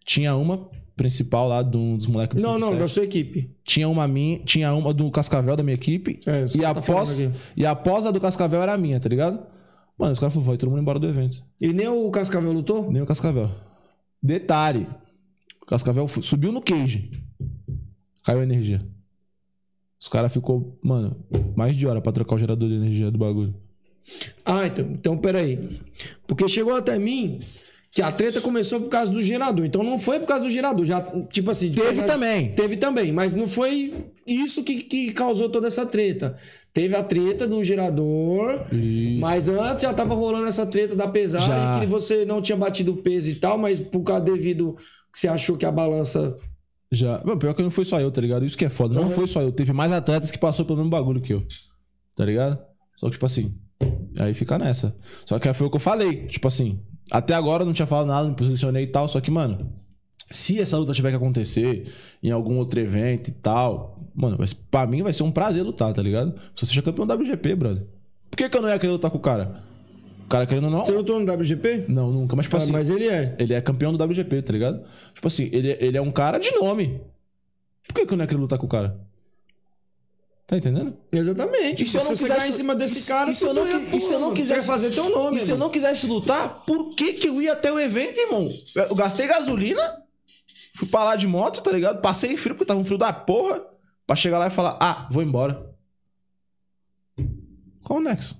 Speaker 4: Tinha uma principal lá de um dos moleques do
Speaker 3: Não, não,
Speaker 4: 57.
Speaker 3: da sua equipe.
Speaker 4: Tinha uma minha, tinha uma do Cascavel da minha equipe.
Speaker 3: É, os
Speaker 4: e,
Speaker 3: caras tá
Speaker 4: após,
Speaker 3: falando
Speaker 4: e após a do Cascavel era a minha, tá ligado? Mano, os caras falaram, vai todo mundo embora do evento.
Speaker 3: E nem o Cascavel lutou?
Speaker 4: Nem o Cascavel. Detalhe. O Cascavel fu- subiu no cage. Caiu a energia. Os caras ficou, mano, mais de hora pra trocar o gerador de energia do bagulho.
Speaker 3: Ah, então, então peraí. Porque chegou até mim que a treta começou por causa do gerador. Então não foi por causa do gerador. Já, tipo assim.
Speaker 4: Teve
Speaker 3: já-
Speaker 4: também.
Speaker 3: Teve também, mas não foi isso que, que causou toda essa treta. Teve a treta do gerador, mas antes já tava rolando essa treta da pesagem,
Speaker 4: Já.
Speaker 3: que você não tinha batido o peso e tal, mas por causa devido que você achou que a balança
Speaker 4: Já. Mano, pior que não foi só eu, tá ligado? Isso que é foda.
Speaker 3: Uhum.
Speaker 4: Não foi só eu. Teve mais atletas que passou pelo mesmo bagulho que eu. Tá ligado? Só que, tipo assim. Aí fica nessa. Só que foi o que eu falei. Tipo assim. Até agora eu não tinha falado nada, me posicionei e tal. Só que, mano. Se essa luta tiver que acontecer em algum outro evento e tal. Mano, mas pra mim vai ser um prazer lutar, tá ligado? Se eu seja campeão da WGP, brother. Por que, que eu não ia querer lutar com o cara? O cara querendo ou não.
Speaker 3: Você lutou no WGP?
Speaker 4: Não, nunca. Mas, tipo
Speaker 3: Ah,
Speaker 4: assim.
Speaker 3: mas ele é.
Speaker 4: Ele é campeão do WGP, tá ligado? Tipo assim, ele, ele é um cara de nome. Por que, que eu não ia querer lutar com o cara? Tá entendendo?
Speaker 3: Exatamente. se você cair em cima desse cara,
Speaker 4: e se eu
Speaker 3: tu
Speaker 4: não,
Speaker 3: ia,
Speaker 4: qui- e se eu não
Speaker 3: porra,
Speaker 4: quisesse
Speaker 3: quer fazer teu nome.
Speaker 4: E se eu
Speaker 3: mano.
Speaker 4: não quisesse lutar, por que que eu ia até o evento, irmão? Eu gastei gasolina, fui pra lá de moto, tá ligado? Passei frio porque tava um frio da porra, pra chegar lá e falar: "Ah, vou embora". Qual o nexo?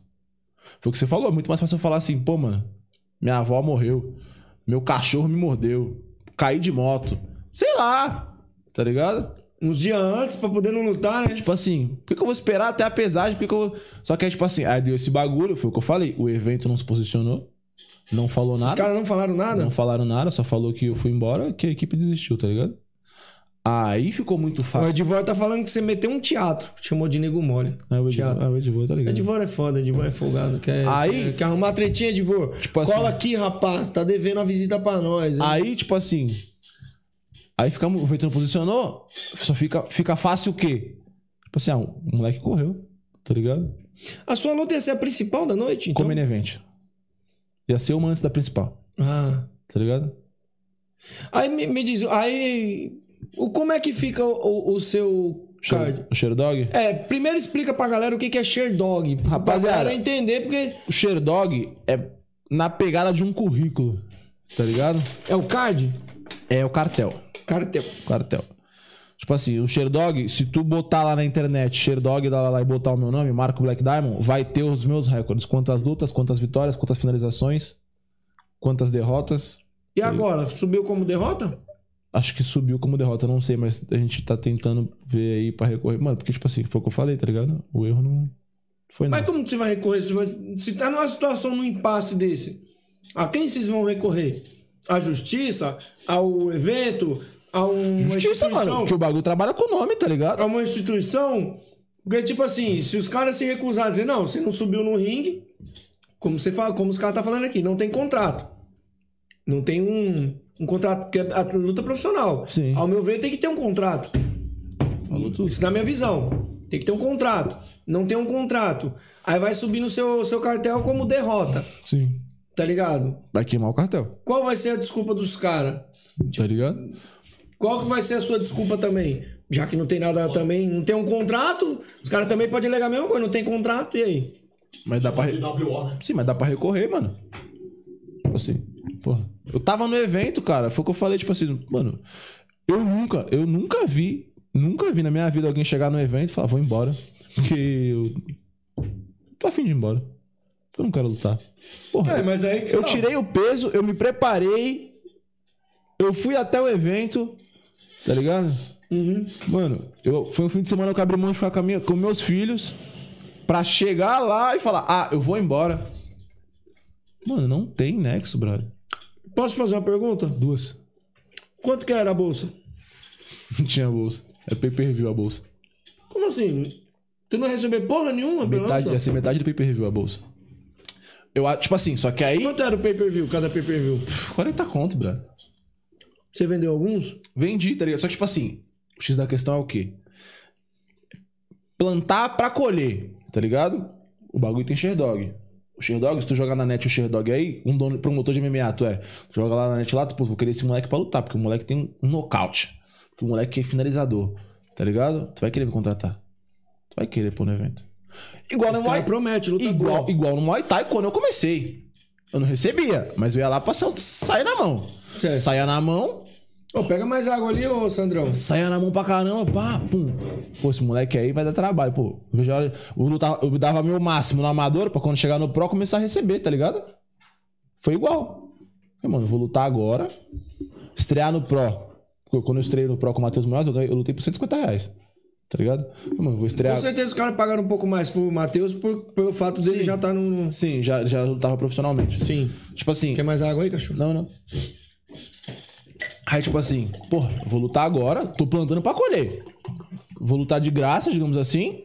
Speaker 4: Foi o que você falou, é muito mais fácil eu falar assim: "Pô, mano, minha avó morreu, meu cachorro me mordeu, caí de moto". Sei lá. Tá ligado?
Speaker 3: Uns dias antes pra poder não lutar, né?
Speaker 4: Tipo assim, por que, que eu vou esperar até a pesagem? Por que, que eu vou... Só que é tipo assim, aí deu esse bagulho, foi o que eu falei. O evento não se posicionou, não falou nada.
Speaker 3: Os caras não falaram nada?
Speaker 4: Não falaram nada, só falou que eu fui embora, que a equipe desistiu, tá ligado? Aí ficou muito
Speaker 3: O
Speaker 4: fácil.
Speaker 3: Edivor tá falando que você meteu um teatro. Chamou de nego mole.
Speaker 4: Aí o Edivor,
Speaker 3: Thiago.
Speaker 4: aí o Edivor, tá ligado?
Speaker 3: Edivor é foda, Edivor é folgado. Quer,
Speaker 4: Aí-
Speaker 3: quer, quer arrumar a tretinha, Edivor?
Speaker 4: Tipo assim-
Speaker 3: Cola aqui, rapaz. Tá devendo uma visita pra nós. hein?
Speaker 4: Aí, tipo assim. Aí fica, o evento não posicionou, só fica, fica fácil o quê? Tipo assim, ah, o moleque correu, tá ligado?
Speaker 3: A sua luta ia ser a principal da noite, então?
Speaker 4: Como main event. Ia ser uma antes da principal,
Speaker 3: Ah.
Speaker 4: tá ligado?
Speaker 3: Aí me, me diz, aí... O, como é que fica o, o- o seu card?
Speaker 4: O Cheiro Dog?
Speaker 3: É, primeiro explica pra galera o que que é Sherdog.
Speaker 4: Rapaziada.
Speaker 3: Pra galera entender, porque...
Speaker 4: O Sherdog é na pegada de um currículo, tá ligado?
Speaker 3: É o card?
Speaker 4: É o cartel.
Speaker 3: Cartel.
Speaker 4: Cartel. Tipo assim, o Sherdog, se tu botar lá na internet Sherdog lá, lá, lá, e botar o meu nome, Marco Black Diamond, vai ter os meus recordes. Quantas lutas, quantas vitórias, quantas finalizações, quantas derrotas.
Speaker 3: E agora? Subiu como derrota?
Speaker 4: Acho que subiu como derrota, não sei, mas a gente tá tentando ver aí pra recorrer. Mano, porque, tipo assim, foi o que eu falei, tá ligado? O erro não foi
Speaker 3: Mas
Speaker 4: nada.
Speaker 3: como que você vai recorrer? Você vai- Se tá numa situação, num impasse desse, a quem vocês vão recorrer? A justiça? Ao evento? A uma
Speaker 4: Justiça, mano,
Speaker 3: instituição?
Speaker 4: porque o bagulho trabalha com o nome, tá ligado?
Speaker 3: A É uma instituição? Porque, tipo assim, se os caras se recusarem a dizer, não, você não subiu no ringue, como, você fala, como os caras tá falando aqui, não tem contrato. Não tem um, um contrato, porque é a luta profissional.
Speaker 4: Sim.
Speaker 3: Ao meu ver, tem que ter um contrato.
Speaker 4: Falou tudo.
Speaker 3: Isso na minha visão. Tem que ter um contrato. Não tem um contrato. Aí vai subir no seu, seu cartel como derrota,
Speaker 4: Sim.
Speaker 3: tá ligado?
Speaker 4: Vai queimar o cartel,
Speaker 3: Qual vai ser a desculpa dos caras?
Speaker 4: tá ligado?
Speaker 3: Qual que vai ser a sua desculpa também? Já que não tem nada também, não tem um contrato, os caras também podem alegar a mesma coisa, não tem contrato, e aí?
Speaker 4: Mas dá pra. re-
Speaker 11: WO, né?
Speaker 4: Sim, mas dá pra recorrer, mano. Tipo Assim, porra. Eu tava no evento, cara. Foi o que eu falei, tipo assim, mano. Eu nunca, eu nunca vi, nunca vi na minha vida alguém chegar no evento e falar, vou embora. Porque eu. Tô afim de ir embora. Eu não quero lutar. Porra.
Speaker 3: mas aí.
Speaker 4: Eu tirei o peso, eu me preparei. Eu fui até o evento. Tá ligado?
Speaker 3: Uhum.
Speaker 4: Mano, eu, foi um fim de semana que eu abri mão de ficar com, a minha- com meus filhos. Pra chegar lá e falar, ah, eu vou embora. Mano, não tem nexo, brother.
Speaker 3: Posso fazer uma pergunta?
Speaker 4: Duas.
Speaker 3: Quanto que era a bolsa?
Speaker 4: <laughs> Não tinha bolsa. É pay per view a bolsa.
Speaker 3: Como assim? Tu não tá. recebeu porra nenhuma, pela
Speaker 4: Metade,
Speaker 3: luta?
Speaker 4: ia ser metade do pay per view a bolsa. Eu, a- tipo assim, só que aí.
Speaker 3: Quanto era o pay-per-view, cada pay-per-view?
Speaker 4: Pff, 40 conto, brother.
Speaker 3: Você vendeu alguns?
Speaker 4: Vendi, tá ligado? Só que, tipo assim, o X da questão é o quê? Plantar pra colher, tá ligado? O bagulho tem Sherdog. O Sherdog, se tu jogar na net o Sherdog aí, um dono, promotor de MMA, tu é, tu joga lá na net lá, tu, pô, vou querer esse moleque pra lutar, porque o moleque tem um nocaute. Porque o moleque é finalizador, tá ligado? Tu vai querer me contratar. Tu vai querer pôr no evento. Igual no
Speaker 3: Os caras
Speaker 4: Muay
Speaker 3: prometem, luta boa.
Speaker 4: igual, igual no Muay Thai quando eu comecei. Eu não recebia, mas eu ia lá pra sa- sair na mão.
Speaker 3: Certo.
Speaker 4: Saia na mão,
Speaker 3: Ô, pega mais água ali, ô Sandrão.
Speaker 4: Saia na mão pra caramba, pá, pum. Pô, esse moleque aí vai dar trabalho, pô. Veja, a hora- eu, lutava- eu dava meu máximo no amador pra quando chegar no pró começar a receber, tá ligado? Foi igual. Falei, mano, eu vou lutar agora, estrear no pró. Porque Quando eu estreiei no pró com o Matheus Munhoz, eu, ganhei- eu lutei por 150 reais, tá ligado? Falei, mano, eu vou estrear...
Speaker 3: Com
Speaker 2: Então
Speaker 3: certeza os caras pagaram um pouco mais pro Matheus por, pelo fato dele já tá no.
Speaker 4: Sim, já, já lutava profissionalmente.
Speaker 3: Sim.
Speaker 4: Tipo assim...
Speaker 3: Quer mais água aí, cachorro?
Speaker 4: Não, não. Aí, tipo assim, pô, vou lutar agora, tô plantando pra colher. Vou lutar de graça, digamos assim.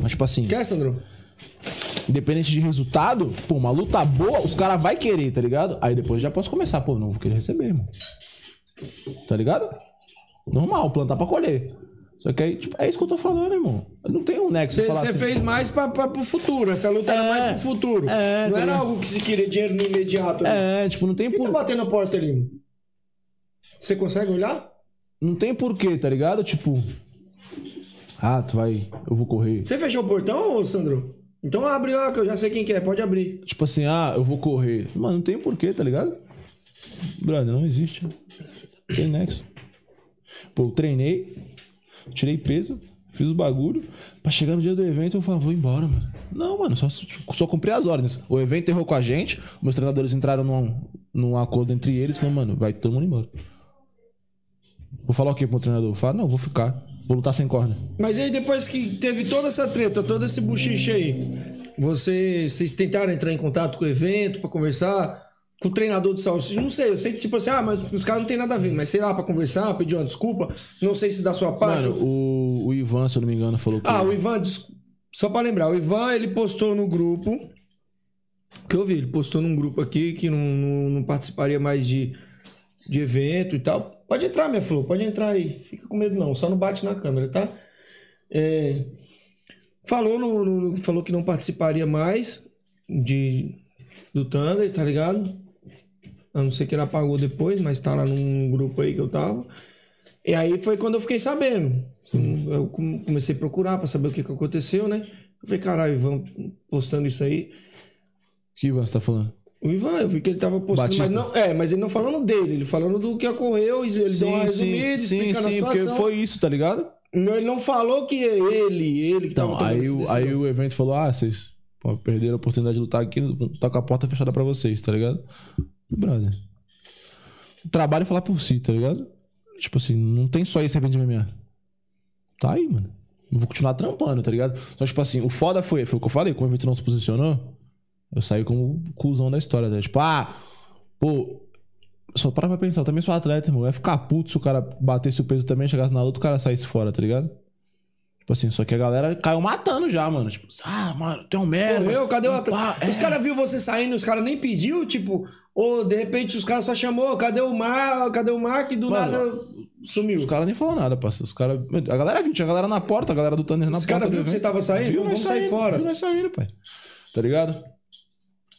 Speaker 4: Mas, tipo assim,
Speaker 3: Quer, Sandro?
Speaker 4: independente de resultado, pô, uma luta boa, os caras vai querer, tá ligado? Aí depois já posso começar, pô, não vou querer receber, irmão. Tá ligado? Normal, plantar pra colher. Só que aí, tipo, é isso que eu tô falando, irmão. Eu não tenho um nexo de falar
Speaker 3: Você
Speaker 4: assim,
Speaker 3: fez mais pra, pra, pro futuro. Essa luta era
Speaker 4: É.
Speaker 3: mais pro futuro.
Speaker 4: É,
Speaker 3: não era
Speaker 4: tá ligado?
Speaker 3: algo que se queria dinheiro no imediato. né?
Speaker 4: É, tipo, não tem
Speaker 3: Quem tá
Speaker 4: por...
Speaker 3: batendo a porta ali? mano? Você consegue olhar?
Speaker 4: não tem porquê, tá ligado? Tipo, ah, tu vai, eu vou correr.
Speaker 3: Você fechou o portão, ô, Sandro? Então abre lá, que eu já sei quem que é. Pode abrir.
Speaker 4: Tipo assim, ah, eu vou correr. Mano, não tem porquê, tá ligado? Brother, não existe. Não tem nexo. Pô, eu treinei, tirei peso, fiz o bagulho. Pra chegar no dia do evento, eu falo, vou embora, mano. Não, mano, só, tipo, só cumpri as ordens. O evento errou com a gente, meus treinadores entraram num, num acordo entre eles. Falaram, mano, vai todo mundo embora. Vou falar o quê pro meu treinador? Eu falo, não, vou ficar. Vou lutar sem corda.
Speaker 3: Mas aí depois que teve toda essa treta, todo esse buchiche aí, você, vocês tentaram entrar em contato com o evento pra conversar? Com o treinador de saúde? Não sei, eu sei que tipo assim, ah, mas os caras não tem nada a ver, mas sei lá, pra conversar, pedir uma desculpa, não sei se da sua parte.
Speaker 4: Mano, o, o Ivan, se eu não me engano, falou que.
Speaker 3: Ah, o Ivan, des- só pra lembrar, o Ivan ele postou no grupo. Que eu vi, ele postou num grupo aqui que não, não- não participaria mais de, de evento e tal. Pode entrar, minha flor, pode entrar aí. Fica com medo não, só não bate na câmera, tá? É, falou, no, no- falou que não participaria mais de, do Thunder, tá ligado? A não ser que ele apagou depois, mas tá lá num grupo aí que eu tava. E aí foi quando eu fiquei sabendo. Assim, Eu com- comecei a procurar pra saber o que, que aconteceu, né? Eu falei, caralho, Ivan postando isso aí.
Speaker 4: Que Ivan você tá falando?
Speaker 3: O Ivan, eu vi que ele tava postando,
Speaker 4: Batista.
Speaker 3: mas não. É, mas ele não falando dele, ele falando do que ocorreu, ele deu uma resumida, explicando Então, a
Speaker 4: porque
Speaker 3: situação.
Speaker 4: foi isso, tá ligado?
Speaker 3: Não, ele não falou que é ele, ele que
Speaker 4: Então,
Speaker 3: tava tomando
Speaker 4: aí,
Speaker 3: essa
Speaker 4: o,
Speaker 3: decisão.
Speaker 4: aí o evento falou: ah, vocês pô, perderam a oportunidade de lutar aqui, vão- tá com a porta fechada pra vocês, tá ligado? Brother. O trabalho é falar por si, tá ligado? Tipo assim, não tem só esse evento de MMA. Tá aí, mano. Eu vou continuar trampando, tá ligado? Só tipo assim, o foda foi, foi o que eu falei, como o evento não se posicionou, eu saí como o cuzão da história, tá? Tipo, ah, pô, só para pra pensar, eu também sou atleta, irmão. Eu ia ficar puto se o cara batesse o peso também, chegasse na luta, o cara saísse fora, tá ligado? Tipo assim, só que a galera caiu matando já, mano. Tipo, ah, mano, tem um merda.
Speaker 3: Correu, cadê o atleta?
Speaker 4: Pá, é.
Speaker 3: Os caras viu você saindo, os caras nem pediu, tipo, ou de repente os caras só chamou, cadê o Mar, cadê o Mark e do
Speaker 4: Mano,
Speaker 3: nada sumiu.
Speaker 4: Os caras nem falaram nada, parceiro. Os caras. A galera viu, tinha a galera na porta, a galera do Thunder na
Speaker 3: Os
Speaker 4: porta. né?
Speaker 3: caras
Speaker 4: do
Speaker 3: viu que você
Speaker 4: evento.
Speaker 3: tava saindo,
Speaker 4: Viu
Speaker 3: falou,
Speaker 4: nós
Speaker 3: vamos sair
Speaker 4: saindo,
Speaker 3: fora.
Speaker 4: Viu nós saindo, pai. Tá ligado?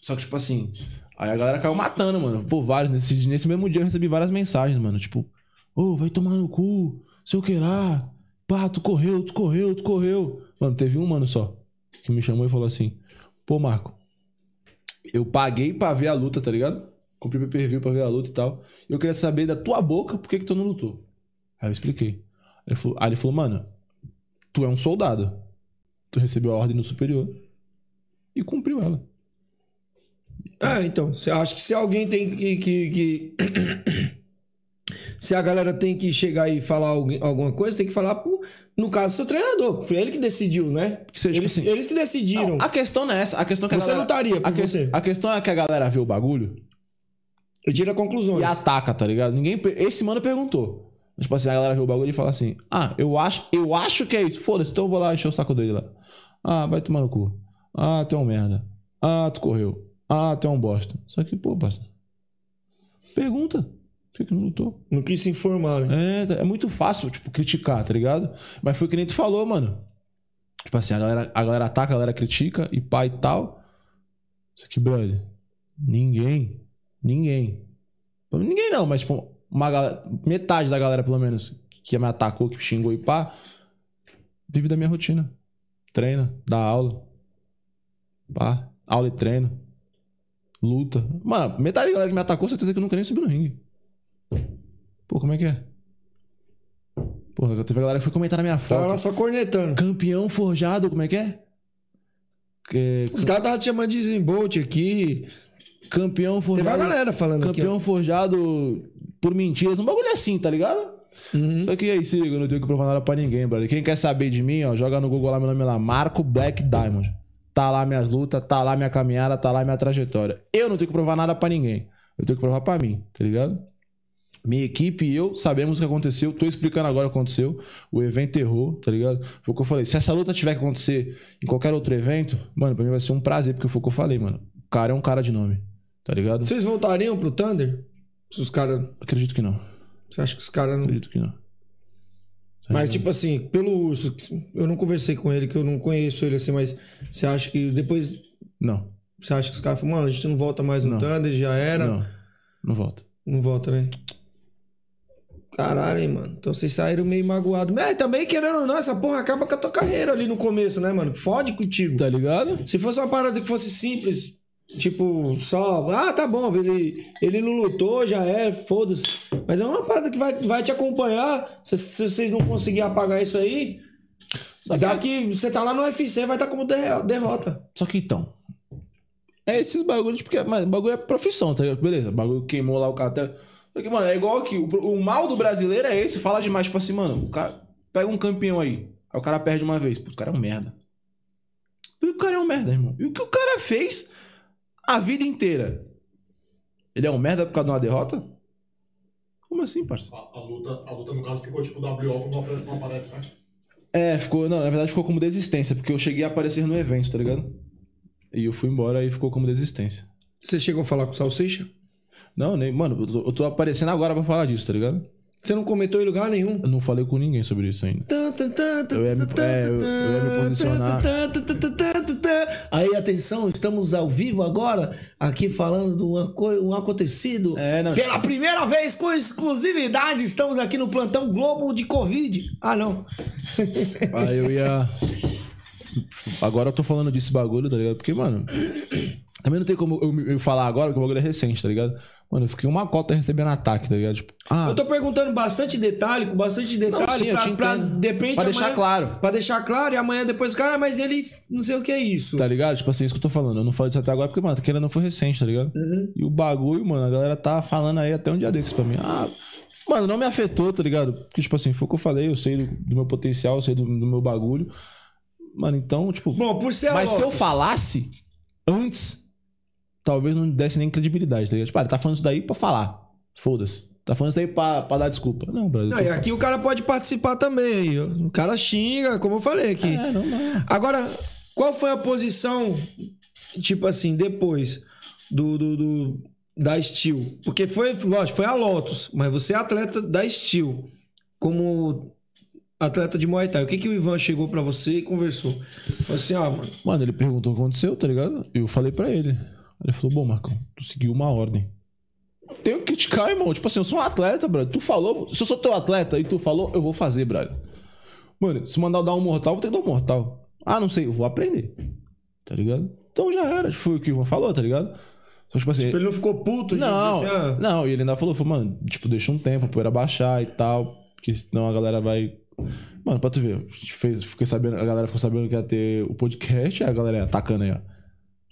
Speaker 4: Só que, tipo assim, aí a galera caiu matando, mano. Pô, vários. Nesse, nesse mesmo dia eu recebi várias mensagens, mano. Tipo, ô, vai tomar no cu, sei o que lá. Pá, tu correu, tu correu, tu correu. Mano, teve um mano só que me chamou e falou assim: pô, Marco, eu paguei pra ver a luta, tá ligado? Comprei meu perfil pra ver a luta e tal. E eu queria saber da tua boca por que, que tu não lutou. Aí eu expliquei. Ele falou- aí ele falou, mano, tu é um soldado. Tu recebeu a ordem do superior e cumpriu ela.
Speaker 3: Ah, então. cê- Acho que se alguém tem que. que- que- <coughs> se a galera tem que chegar e falar alguém- alguma coisa, tem que falar pro, no caso, seu treinador. Foi ele que decidiu, né?
Speaker 4: Que seja, tipo
Speaker 3: eles,
Speaker 4: assim-
Speaker 3: eles que decidiram.
Speaker 4: A questão não é essa. A questão é que a
Speaker 3: Você
Speaker 4: galera-
Speaker 3: lutaria por
Speaker 4: a que-
Speaker 3: você.
Speaker 4: A questão é que a galera vê o bagulho
Speaker 3: E tira conclusões.
Speaker 4: e ataca, tá ligado? Ninguém. per- Esse mano perguntou. Mas, Tipo assim, a galera vê o bagulho e fala assim: Ah, eu acho, eu acho que é isso. Foda-se, então eu vou lá encher o saco dele lá. Ah, vai tomar no cu. Ah, tu é um merda. Ah, tu correu. Ah, tu é um bosta. Só que, pô, parça. Pergunta. Por que que não lutou?
Speaker 3: Não quis se informar, né?
Speaker 4: É, tá- é muito fácil, tipo, criticar, tá ligado? Mas foi o que nem tu falou, mano. Tipo assim, a galera, a galera ataca, a galera critica e pá e tal. Isso aqui, brother. Ninguém. Ninguém. Ninguém não, mas tipo, uma galera, metade da galera, pelo menos, que me atacou, que xingou e pá, vive da minha rotina. Treina, dá aula. Pá, aula e treino. Luta. Mano, metade da galera que me atacou, certeza que eu nunca nem subi no ringue. Pô, como é que é? Porra, teve a galera que foi comentar na minha foto.
Speaker 3: Tava lá só cornetando.
Speaker 4: Campeão forjado, como é que é? É,
Speaker 3: Os caras estavam te chamando de Zimbolt aqui.
Speaker 4: campeão
Speaker 3: Teve uma
Speaker 4: forjado.
Speaker 3: galera falando aqui.
Speaker 4: campeão forjado por mentiras. Um bagulho assim, tá ligado? Só que aí, siga, eu não tenho que provar nada pra ninguém, brother. Quem quer saber de mim, ó, joga no Google lá meu nome é lá, Marco Black Diamond. Tá lá minhas lutas, tá lá minha caminhada, tá lá minha trajetória. Eu não tenho que provar nada pra ninguém. Eu tenho que provar pra mim, tá ligado? Minha equipe e eu sabemos o que aconteceu. Tô explicando agora o que aconteceu. O evento errou, tá ligado? Foi o que eu falei. Se essa luta tiver que acontecer em qualquer outro evento, mano, pra mim vai ser um prazer, porque foi o que eu falei, mano. O cara é um cara de nome, tá ligado?
Speaker 2: Vocês voltariam pro Thunder? Se os caras.
Speaker 4: Acredito que não.
Speaker 2: Você acha que os caras não.
Speaker 4: Acredito que não.
Speaker 2: Mas, tipo assim, pelo urso, eu não conversei com ele, que eu não conheço ele assim, mas você acha que depois.
Speaker 4: Não,
Speaker 2: Você acha que os caras falam, mano, a gente não volta mais no
Speaker 4: Não.
Speaker 2: Thunder, já era. Não,
Speaker 4: não. Não volta.
Speaker 2: volta, né? Caralho, hein, mano. Então vocês saíram meio magoados. Mas também, querendo ou não, essa porra acaba com a tua carreira ali no começo, né, mano? Fode contigo.
Speaker 4: Tá ligado?
Speaker 2: Se fosse uma parada que fosse simples, tipo, só, ah, tá bom, ele, ele não lutou, já é, foda-se. Mas é uma parada que vai, vai te acompanhar. Se, se vocês não conseguirem apagar isso aí,
Speaker 4: é
Speaker 2: daqui você tá lá no UFC, vai estar tá como derre- derrota.
Speaker 4: Só que então. É esses bagulhos, porque mas bagulho é profissão, tá ligado? Beleza, bagulho queimou lá o cartel. Só que, mano, é igual aqui. O, pro- o mal do brasileiro é esse, fala demais, tipo assim, mano, o cara pega um campeão aí. Aí o cara perde uma vez. Pô, o cara é um merda. E o cara é um merda, irmão. E o que o cara fez a vida inteira? Ele é um merda por causa de uma derrota? Como assim, parceiro?
Speaker 6: A, a luta, a luta, no caso, ficou tipo WO quando não aparece, não aparece, né?
Speaker 4: É, ficou. Não, na verdade ficou como desistência, porque eu cheguei a aparecer no evento, tá ligado? E eu fui embora e ficou como desistência.
Speaker 2: Você chegou a falar com o Salsicha?
Speaker 4: Não, nem. Mano, eu tô, eu tô aparecendo agora pra falar disso, tá ligado?
Speaker 2: Você não comentou em lugar nenhum? Tá,
Speaker 4: Eu não falei com ninguém sobre
Speaker 2: <laughs>
Speaker 4: isso ainda.
Speaker 2: Eu
Speaker 4: ia me- é,
Speaker 2: tá,
Speaker 4: eu- eu ia me posicionar.
Speaker 2: Aí, atenção, estamos ao vivo agora, aqui falando de uma coi- um acontecido.
Speaker 4: É, não.
Speaker 2: Pela primeira vez, com exclusividade, estamos aqui no plantão Globo de Covid. Ah, não.
Speaker 4: Aí eu ia. Agora eu tô falando desse bagulho, tá ligado? Porque, mano. Também não tem como eu, me- eu falar agora, porque o bagulho é recente, tá ligado? Mano, eu fiquei uma cota recebendo ataque, tá ligado? Tipo, ah,
Speaker 2: Eu tô perguntando bastante detalhe, com bastante detalhe,
Speaker 4: sim, eu
Speaker 2: pra,
Speaker 4: te entendo.
Speaker 2: pra, de repente,
Speaker 4: Pra deixar
Speaker 2: amanhã-
Speaker 4: claro.
Speaker 2: Pra deixar claro, e amanhã depois, cara, mas ele não sei o que é isso.
Speaker 4: Tá ligado? Tipo assim, isso que eu tô falando. Eu não falo disso até agora porque, mano, aquele não foi recente, tá ligado? E o bagulho, mano, a galera tá falando aí até um dia desses pra mim. Ah, mano, não me afetou, tá ligado? Porque, tipo assim, foi o que eu falei, eu sei do, do meu potencial, eu sei do, do meu bagulho. Mano, então, tipo.
Speaker 2: Bom, por ser
Speaker 4: mas
Speaker 2: Lopes,
Speaker 4: se eu falasse antes, talvez não desse nem credibilidade, tá ligado? Tipo, ah, ele tá falando isso daí pra falar. Foda-se. Tá falando isso daí pra, pra dar desculpa. Não, brother.
Speaker 2: Não,
Speaker 4: eu
Speaker 2: e
Speaker 4: tô-
Speaker 2: aqui o cara pode participar também. aí, ó. O cara xinga, como eu falei aqui.
Speaker 4: É, não, não.
Speaker 2: Agora, qual foi a posição, tipo assim, depois do, do, do- da Steel? Porque foi, lógico, foi a Lotus, mas você é atleta da Steel, como atleta de Muay Thai. O que, que o Ivan chegou pra você e conversou? Falou assim, ah, mano,
Speaker 4: Mano, ele perguntou o que aconteceu, tá ligado? Eu falei pra ele. Ele falou, bom, Marcão, tu seguiu uma ordem. Não tenho que criticar, irmão. Tipo assim, eu sou um atleta, brother. Tu falou, se eu sou teu atleta e tu falou, eu vou fazer, brother. Mano, se mandar eu dar um mortal, eu vou ter que dar um mortal. Ah, não sei, eu vou aprender. Tá ligado? Então já era. Foi o que o Ivan falou, tá ligado? Só tipo assim.
Speaker 2: ele não ficou puto de
Speaker 4: Não,
Speaker 2: dizer assim, ah,
Speaker 4: não, e ele ainda falou, falou, mano, tipo, deixa um tempo pra ele abaixar e tal, porque senão a galera vai. Mano, pra tu ver, a gente fez, fiquei sabendo, a galera ficou sabendo que ia ter o podcast, aí a galera atacando aí, ó.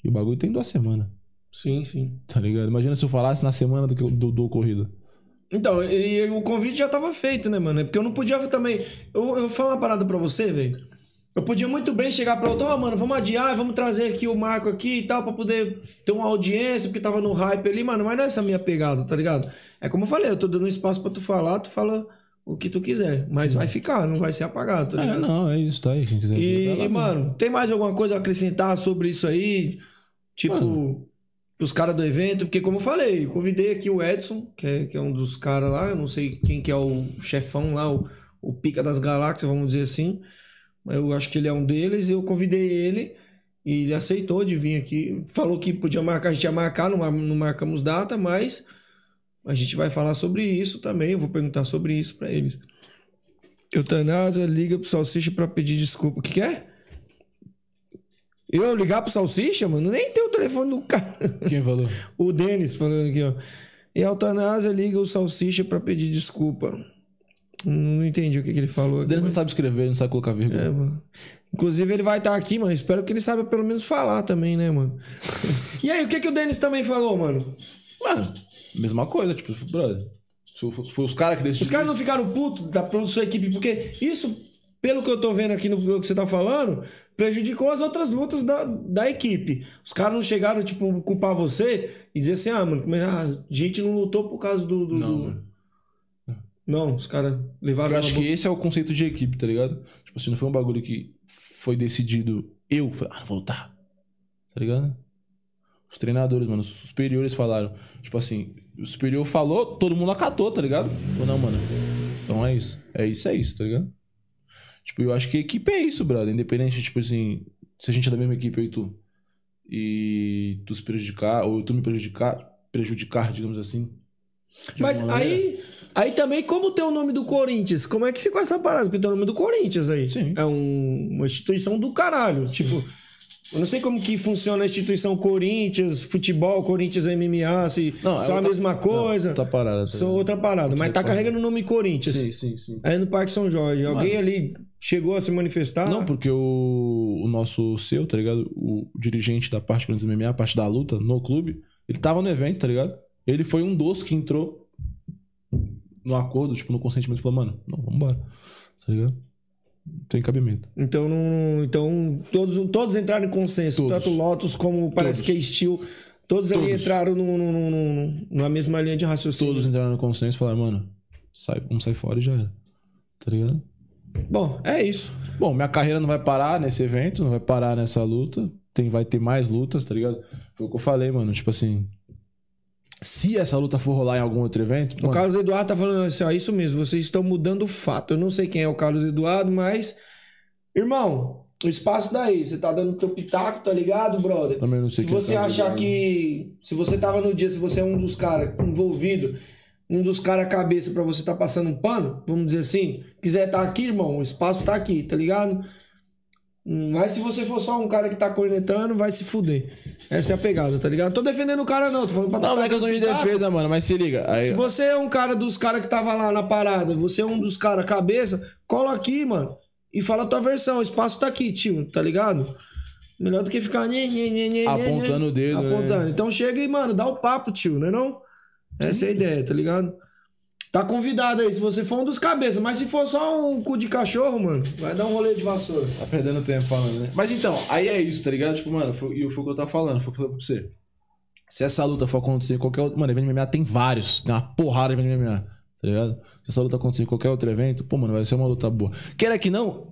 Speaker 4: E o bagulho tem duas semanas,
Speaker 2: sim, sim.
Speaker 4: tá ligado? Imagina se eu falasse na semana do, que- do, do ocorrido.
Speaker 2: Então, e, e o convite já tava feito, né, mano? É porque eu não podia também. Eu, eu vou falar uma parada pra você, velho. Eu podia muito bem chegar pra outro, ó, mano, vamos adiar, vamos trazer aqui o Marco aqui e tal, pra poder ter uma audiência, porque tava no hype ali, mano, mas não é essa a minha pegada, tá ligado? É como eu falei, eu tô dando espaço pra tu falar, tu fala o que tu quiser, mas vai ficar, não vai ser apagado, tá
Speaker 4: É,
Speaker 2: ligado?
Speaker 4: não, é isso, tá aí, quem quiser. ver, vai
Speaker 2: E,
Speaker 4: lá,
Speaker 2: e, mano, tem mais alguma coisa a acrescentar sobre isso aí? Tipo, os caras do evento? Porque, como eu falei, convidei aqui o Edson, que é, que é um dos caras lá, eu não sei quem que é o chefão lá, o, o pica das galáxias, vamos dizer assim. Mas Eu acho que ele é um deles, e eu convidei ele e ele aceitou de vir aqui. Falou que podia marcar, a gente ia marcar, não, mar- não marcamos data, mas a gente vai falar sobre isso também. Eu vou perguntar sobre isso pra eles. Eutanásia liga pro Salsicha pra pedir desculpa. O que, que é? Eu ligar pro Salsicha, mano? Nem tem o telefone do cara.
Speaker 4: Quem falou?
Speaker 2: O Denis falando aqui, ó. E a Eutanásia liga o Salsicha pra pedir desculpa. Não entendi o que, que ele falou.
Speaker 4: O
Speaker 2: Aqui,
Speaker 4: Denis não
Speaker 2: mas-
Speaker 4: sabe escrever, não sabe colocar vírgula.
Speaker 2: É, mano. Inclusive, ele vai estar aqui, mano. Espero que ele saiba pelo menos falar também, né, mano? <laughs> e aí, o que, que o Denis também falou, mano?
Speaker 4: Mano, mesma coisa, tipo, brother. se eu for- Foi os caras que decidiram.
Speaker 2: Os caras não ficaram putos da pro- sua equipe, porque isso, pelo que eu tô vendo aqui no pelo que você tá falando, prejudicou as outras lutas da, da equipe. Os caras não chegaram, ah, tipo, culpar você e dizer assim, ah, mano, mas a gente não lutou por causa do. do- do-
Speaker 4: Não, mano.
Speaker 3: Não, os caras levaram
Speaker 4: Eu
Speaker 3: na
Speaker 4: acho que
Speaker 3: boca.
Speaker 4: esse é o conceito de equipe, tá ligado? Tipo assim, não foi um bagulho que foi decidido eu, falei, ah, não vou lutar. Tá ligado? Os treinadores, mano, os superiores falaram. Tipo assim, o superior falou, todo mundo acatou, tá ligado? Falou, não, mano. Então é isso. É isso, é isso, tá ligado? Tipo, eu acho que equipe é isso, brother. Independente, tipo assim, se a gente é da mesma equipe, eu e tu. E tu se prejudicar, ou tu me prejudicar, prejudicar, digamos assim. de
Speaker 2: Mas
Speaker 4: alguma maneira. é
Speaker 2: aí, aí também, como tem o nome do Corinthians? Como é que ficou essa parada? Porque tem o nome do Corinthians aí.
Speaker 4: Sim.
Speaker 2: É um- uma instituição do caralho. Tipo, eu não sei como que funciona a instituição Corinthians, futebol, Corinthians MMA, se
Speaker 4: Não, é
Speaker 2: só a
Speaker 4: outra-
Speaker 2: mesma coisa.
Speaker 4: Outra parada, tá
Speaker 2: Só
Speaker 4: ligado?
Speaker 2: é outra parada. Mas tá carregando o nome Corinthians.
Speaker 4: Sim, sim, sim.
Speaker 2: Aí no Parque São Jorge. Alguém ali chegou a se manifestar?
Speaker 4: Não, porque o, o nosso seu, tá ligado? O dirigente da parte do MMA, a parte da luta no clube, ele tava no evento, tá ligado? Ele foi um dos que entrou no acordo, tipo, no consentimento, e falou, mano, não, vambora. Tá ligado? Não Tem cabimento.
Speaker 2: Então, não, então todos, todos entraram em consenso.
Speaker 4: Todos.
Speaker 2: Tanto Lotus como parece que é Steel. Todos, ali
Speaker 4: Todos.
Speaker 2: entraram no, no- no- no- na mesma linha de raciocínio.
Speaker 4: Todos entraram no consenso e falaram, mano, sai, um sai fora e já era. Tá ligado?
Speaker 2: Bom, é isso.
Speaker 4: Bom, minha carreira não vai parar nesse evento, não vai parar nessa luta. Tem, vai ter mais lutas, tá ligado? Foi o que eu falei, mano. Tipo assim. Se essa luta for rolar em algum outro evento.
Speaker 2: O
Speaker 4: mano,
Speaker 2: Carlos Eduardo tá falando assim, ó, isso mesmo, vocês estão mudando o fato. Eu não sei quem é o Carlos Eduardo, mas. Irmão, o espaço daí, você tá dando teu pitaco, tá ligado, brother?
Speaker 4: Também não sei
Speaker 2: se
Speaker 4: quem
Speaker 2: você
Speaker 4: tá
Speaker 2: achar que. Se você tava no dia, se você é um dos caras envolvido, um dos caras cabeça pra você tá passando um pano, vamos dizer assim, quiser tá aqui, irmão, o espaço tá aqui, tá ligado? Hum, Mas se você for só um cara que tá cornetando, vai se fuder. Essa é a pegada, tá ligado? Tô defendendo o cara, não, tô falando pra
Speaker 4: Não, não é questão de
Speaker 2: Pitaco.
Speaker 4: defesa, mano, mas se liga. Aí,
Speaker 2: Se você é um cara dos caras que tava lá na parada, você é um dos caras cabeça, cola aqui, mano, e fala a tua versão. O espaço tá aqui, tio, tá ligado? Melhor do que ficar nhe, nhe, nhe, nhe,
Speaker 4: Apontando
Speaker 2: nhe,
Speaker 4: o dedo, né?
Speaker 2: Apontando. Então chega e, mano, dá o papo, tio, né não? Essa é a ideia, tá ligado? Tá convidado aí, se você for um dos cabeça, mas se for só um cu de cachorro, mano, vai dar um rolê de vassoura.
Speaker 4: Tá perdendo tempo falando, né? Mas então, aí é isso, tá ligado? Tipo, mano, foi- e foi o que eu tava falando, foi o que eu falei pra você. Se essa luta for acontecer em qualquer outro. Mano, evento de MMA tem vários. Tem uma porrada de evento de MMA, tá ligado? Se essa luta acontecer em qualquer outro evento, pô, mano, vai ser uma luta boa. Queira que não,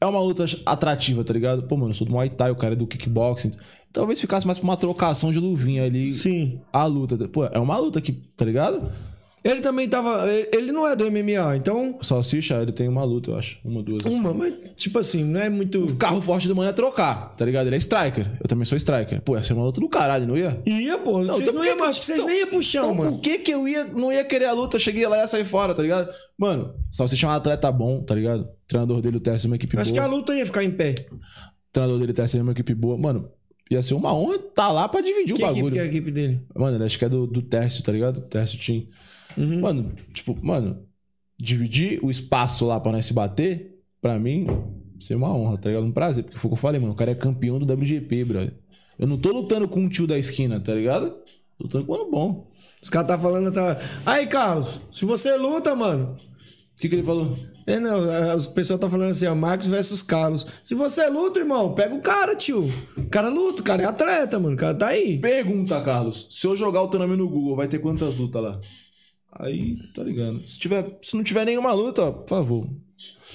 Speaker 4: é uma luta atrativa, tá ligado? Pô, mano, eu sou do Muay Thai, o cara é do kickboxing. Talvez ficasse mais pra uma trocação de luvinha ali.
Speaker 2: Sim.
Speaker 4: A luta. Pô, é uma luta que, tá ligado?
Speaker 2: Ele também tava. ele- Ele não é do MMA, então.
Speaker 4: O Salsicha, ele tem uma luta, eu acho. Uma, duas. acho.
Speaker 2: Uma, mas tipo assim, não é muito.
Speaker 4: O carro forte do mano é trocar, tá ligado? Ele é striker. Eu também sou striker. Pô, ia ser uma luta do caralho, não ia?
Speaker 2: Ia, pô. vocês
Speaker 4: então
Speaker 2: não
Speaker 4: por
Speaker 2: iam,
Speaker 4: que que-
Speaker 2: acho que vocês
Speaker 4: então-
Speaker 2: nem iam pro chão,
Speaker 4: Então,
Speaker 2: mano.
Speaker 4: por que que eu ia, não ia querer a luta? Eu cheguei lá e ia sair fora, tá ligado? Mano, Salsicha é um atleta bom, tá ligado? O treinador dele, o Tércio, é uma equipe
Speaker 2: Acho que
Speaker 4: boa.
Speaker 2: a luta ia ficar em pé. é
Speaker 4: O treinador dele, o Tércio, é uma equipe boa. Mano, ia ser uma honra tá lá pra dividir
Speaker 2: Que
Speaker 4: o
Speaker 2: equipe
Speaker 4: bagulho.
Speaker 2: que é a equipe dele?
Speaker 4: Mano, ele acho que é do, do Tércio, tá ligado? Tércio Team. Mano, tipo, mano, dividir o espaço lá pra nós se bater, pra mim, ser uma honra, tá ligado? Um prazer, porque foi o que eu falei, mano. O cara é campeão do WGP, brother. Eu não tô lutando com um tio da esquina, tá ligado? Tô lutando com um bom.
Speaker 2: Os caras tá falando, tá. Aí, Carlos, se você luta, mano.
Speaker 4: O que, que ele falou?
Speaker 2: É, não, é, o pessoal tá falando assim, ó, Marcos versus Carlos. Se você luta, irmão, pega o cara, tio. O cara luta, o cara é atleta, mano. O cara tá aí.
Speaker 4: Pergunta, Carlos. Se eu jogar o teu nome no Google, vai ter quantas lutas lá? Aí, tá ligado. Se, tiver, se não tiver nenhuma luta, por favor.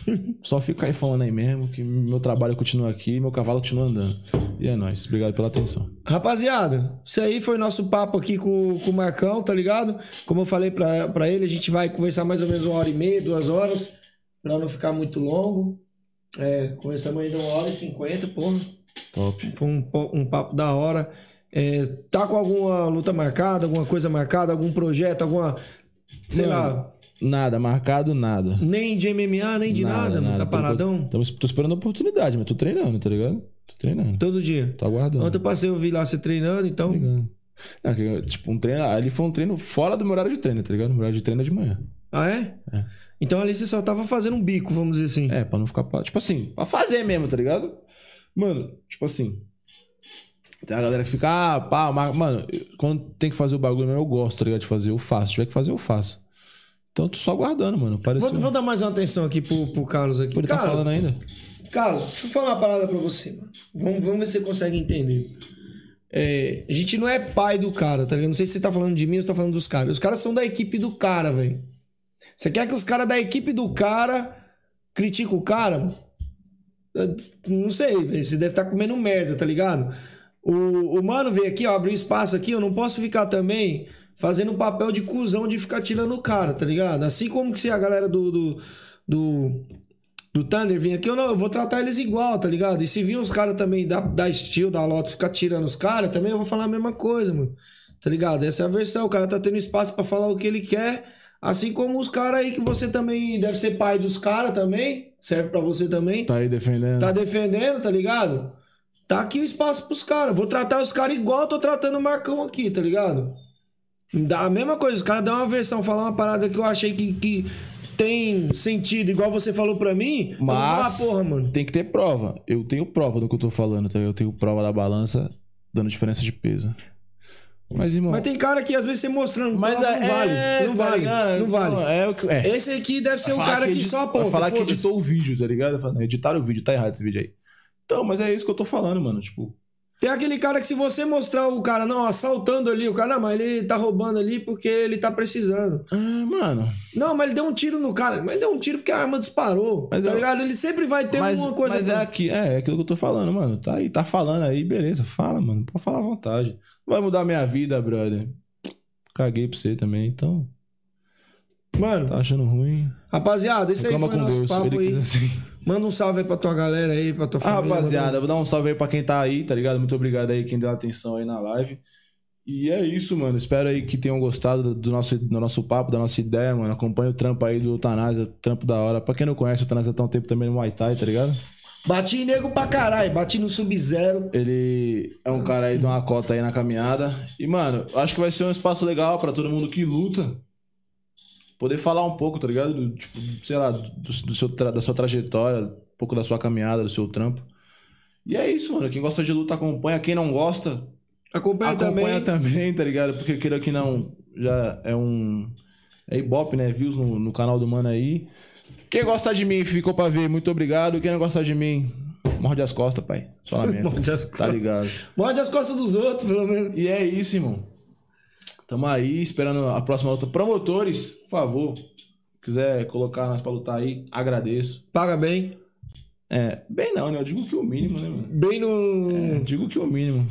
Speaker 4: <laughs> Só fica aí falando aí mesmo que meu trabalho continua aqui, meu cavalo continua andando. E é nóis. Obrigado pela atenção.
Speaker 2: Rapaziada, isso aí foi nosso papo aqui com, com o Marcão, tá ligado? Como eu falei pra, pra ele, a gente vai conversar mais ou menos uma hora e meia, duas horas, pra não ficar muito longo. É, conversamos ainda uma hora e cinquenta, porra.
Speaker 4: Top.
Speaker 2: Foi um, po- um papo da hora. É, tá com alguma luta marcada, alguma coisa marcada, algum projeto, alguma. Sei lá,
Speaker 4: Nada, marcado nada.
Speaker 2: nem de MMA, nem de nada, mano. tá
Speaker 4: Por enquanto,
Speaker 2: paradão?
Speaker 4: Tamo, tô esperando a oportunidade, mas tô treinando, tá ligado? Tô treinando.
Speaker 2: Todo dia.
Speaker 4: Tô aguardando.
Speaker 2: Ontem eu passei, eu vi lá você treinando, então.
Speaker 4: Não, que eu- tipo, um treino. Ali foi um treino fora do meu horário de treino, tá ligado? Meu horário de treino é de manhã.
Speaker 2: Ah, é? Então ali você só tava fazendo um bico, vamos dizer assim.
Speaker 4: É, pra não ficar. pa- Tipo assim, pra fazer mesmo, tá ligado? Mano, tipo assim. Tem a galera que fica, ah, pá, mas, mano, eu- quando tem que fazer o bagulho mesmo, eu gosto, tá ligado? De fazer, eu faço. Se tiver que fazer, eu faço. Então, tô só aguardando, mano. Parece. um
Speaker 2: Vou, vou dar mais uma atenção aqui pro, pro Carlos aqui.
Speaker 4: Ele tá
Speaker 2: Carlos,
Speaker 4: falando ainda?
Speaker 2: Carlos, deixa eu falar uma parada pra você, mano. Vamos, vamos ver se você consegue entender. É, a gente não é pai do cara, tá ligado? Não sei se você tá falando de mim ou se tá falando dos caras. Os caras são da equipe do cara, velho. Você quer que os caras da equipe do cara critiquem o cara? mano? Eu Não sei, velho. Você deve estar comendo merda, tá ligado? O, o mano veio aqui, ó, abriu espaço aqui. Eu não posso ficar também fazendo o papel de cuzão de ficar tirando o cara, tá ligado? Assim como que se a galera do. do, do do Thunder vir aqui, eu não, eu vou tratar eles igual, tá ligado? E se vir uns caras também da, da Steel, da Lotus, ficar tirando os caras, também eu vou falar a mesma coisa, mano. Tá ligado? Essa é a versão. O cara tá tendo espaço pra falar o que ele quer. Assim como os caras aí que você também deve ser pai dos caras também. Serve pra você também.
Speaker 4: Tá aí defendendo.
Speaker 2: Tá defendendo, tá ligado? Tá aqui o espaço pros caras. Vou tratar os caras igual eu tô tratando o Marcão aqui, tá ligado? Dá a mesma coisa, os caras dão uma versão, falar uma parada que eu achei que, que tem sentido, igual você falou pra mim. eu vou falar,
Speaker 4: Mas
Speaker 2: porra, mano.
Speaker 4: tem que ter prova. Eu tenho prova do que eu tô falando, tá? ligado? Eu tenho prova da balança dando diferença de peso. Mas, irmão.
Speaker 2: Mas tem cara que às vezes você mostrando,
Speaker 4: mas
Speaker 2: não, vale, não
Speaker 4: tá
Speaker 2: vale,
Speaker 4: ligado?
Speaker 2: não vale.
Speaker 4: É o que. É.
Speaker 2: Esse aqui deve ser o
Speaker 4: Falar
Speaker 2: um cara que,
Speaker 4: edi-
Speaker 2: só aponta.
Speaker 4: Falar que
Speaker 2: foda-se.
Speaker 4: editou o vídeo, tá ligado? Falar, não, Editaram o vídeo, tá errado esse vídeo aí. Então, mas é isso que eu tô falando, mano. Tipo,
Speaker 2: Tem aquele cara que se você mostrar o cara, não, assaltando ali, o cara, não, mas ele tá roubando ali porque ele tá precisando.
Speaker 4: ah, mano.
Speaker 2: Não, mas ele deu um tiro no cara. Mas ele deu um tiro porque a arma disparou.
Speaker 4: Mas
Speaker 2: tá
Speaker 4: eu-
Speaker 2: ligado? Ele sempre vai ter
Speaker 4: mas
Speaker 2: alguma coisa.
Speaker 4: mas é, aqui, é, é aquilo que eu tô falando, mano. Tá aí, tá falando aí, beleza. Fala, mano. Pode falar à vontade. Não vai mudar minha vida, brother. Caguei pra você também, então.
Speaker 2: Mano,
Speaker 4: Tá achando ruim?
Speaker 2: rapaziada, esse aí
Speaker 4: Reclama
Speaker 2: foi
Speaker 4: com
Speaker 2: nosso
Speaker 4: Deus.
Speaker 2: papo
Speaker 4: Ele
Speaker 2: aí.
Speaker 4: quis assim.
Speaker 2: Manda um salve aí pra tua galera aí, pra tua
Speaker 4: Ah,
Speaker 2: família.
Speaker 4: rapaziada, vou dar um salve aí pra quem tá aí, tá ligado? Muito obrigado aí quem deu atenção aí na live. E é isso, mano. Espero aí que tenham gostado do- do nosso, do nosso papo, da nossa ideia, mano. Acompanha o trampo aí do Eutanásia, trampo da hora. Pra quem não conhece, o Eutanásia tá um tempo também no Muay Thai, tá ligado?
Speaker 2: Bati em nego pra caralho. Bati no Sub-Zero.
Speaker 4: Ele é um cara aí de uma cota aí na caminhada. E, mano, acho que vai ser um espaço legal pra todo mundo que luta. Poder falar um pouco, tá ligado? Do, tipo, sei lá, do, do seu tra- da sua trajetória, um pouco da sua caminhada, do seu trampo. E é isso, mano. Quem gosta de luta acompanha. Quem não gosta,
Speaker 2: Acompanha,
Speaker 4: acompanha
Speaker 2: também.
Speaker 4: também, tá ligado? Porque queira que não, já é um. É Ibope, né? Views no, no canal do Mano aí. Quem gosta de mim ficou pra ver, muito obrigado. Quem não gosta de mim, morde as costas, pai. Só
Speaker 2: <laughs>
Speaker 4: lamento.
Speaker 2: Morde as
Speaker 4: Tá ligado?
Speaker 2: Morde as costas dos outros, pelo menos.
Speaker 4: E é isso, irmão. Tamo aí, esperando a próxima luta. Promotores, por favor. Quiser colocar nós pra lutar aí, agradeço.
Speaker 2: Paga bem.
Speaker 4: É, bem não, né? Eu digo que o mínimo, né, mano?
Speaker 2: Bem no.
Speaker 4: Eu digo que o mínimo.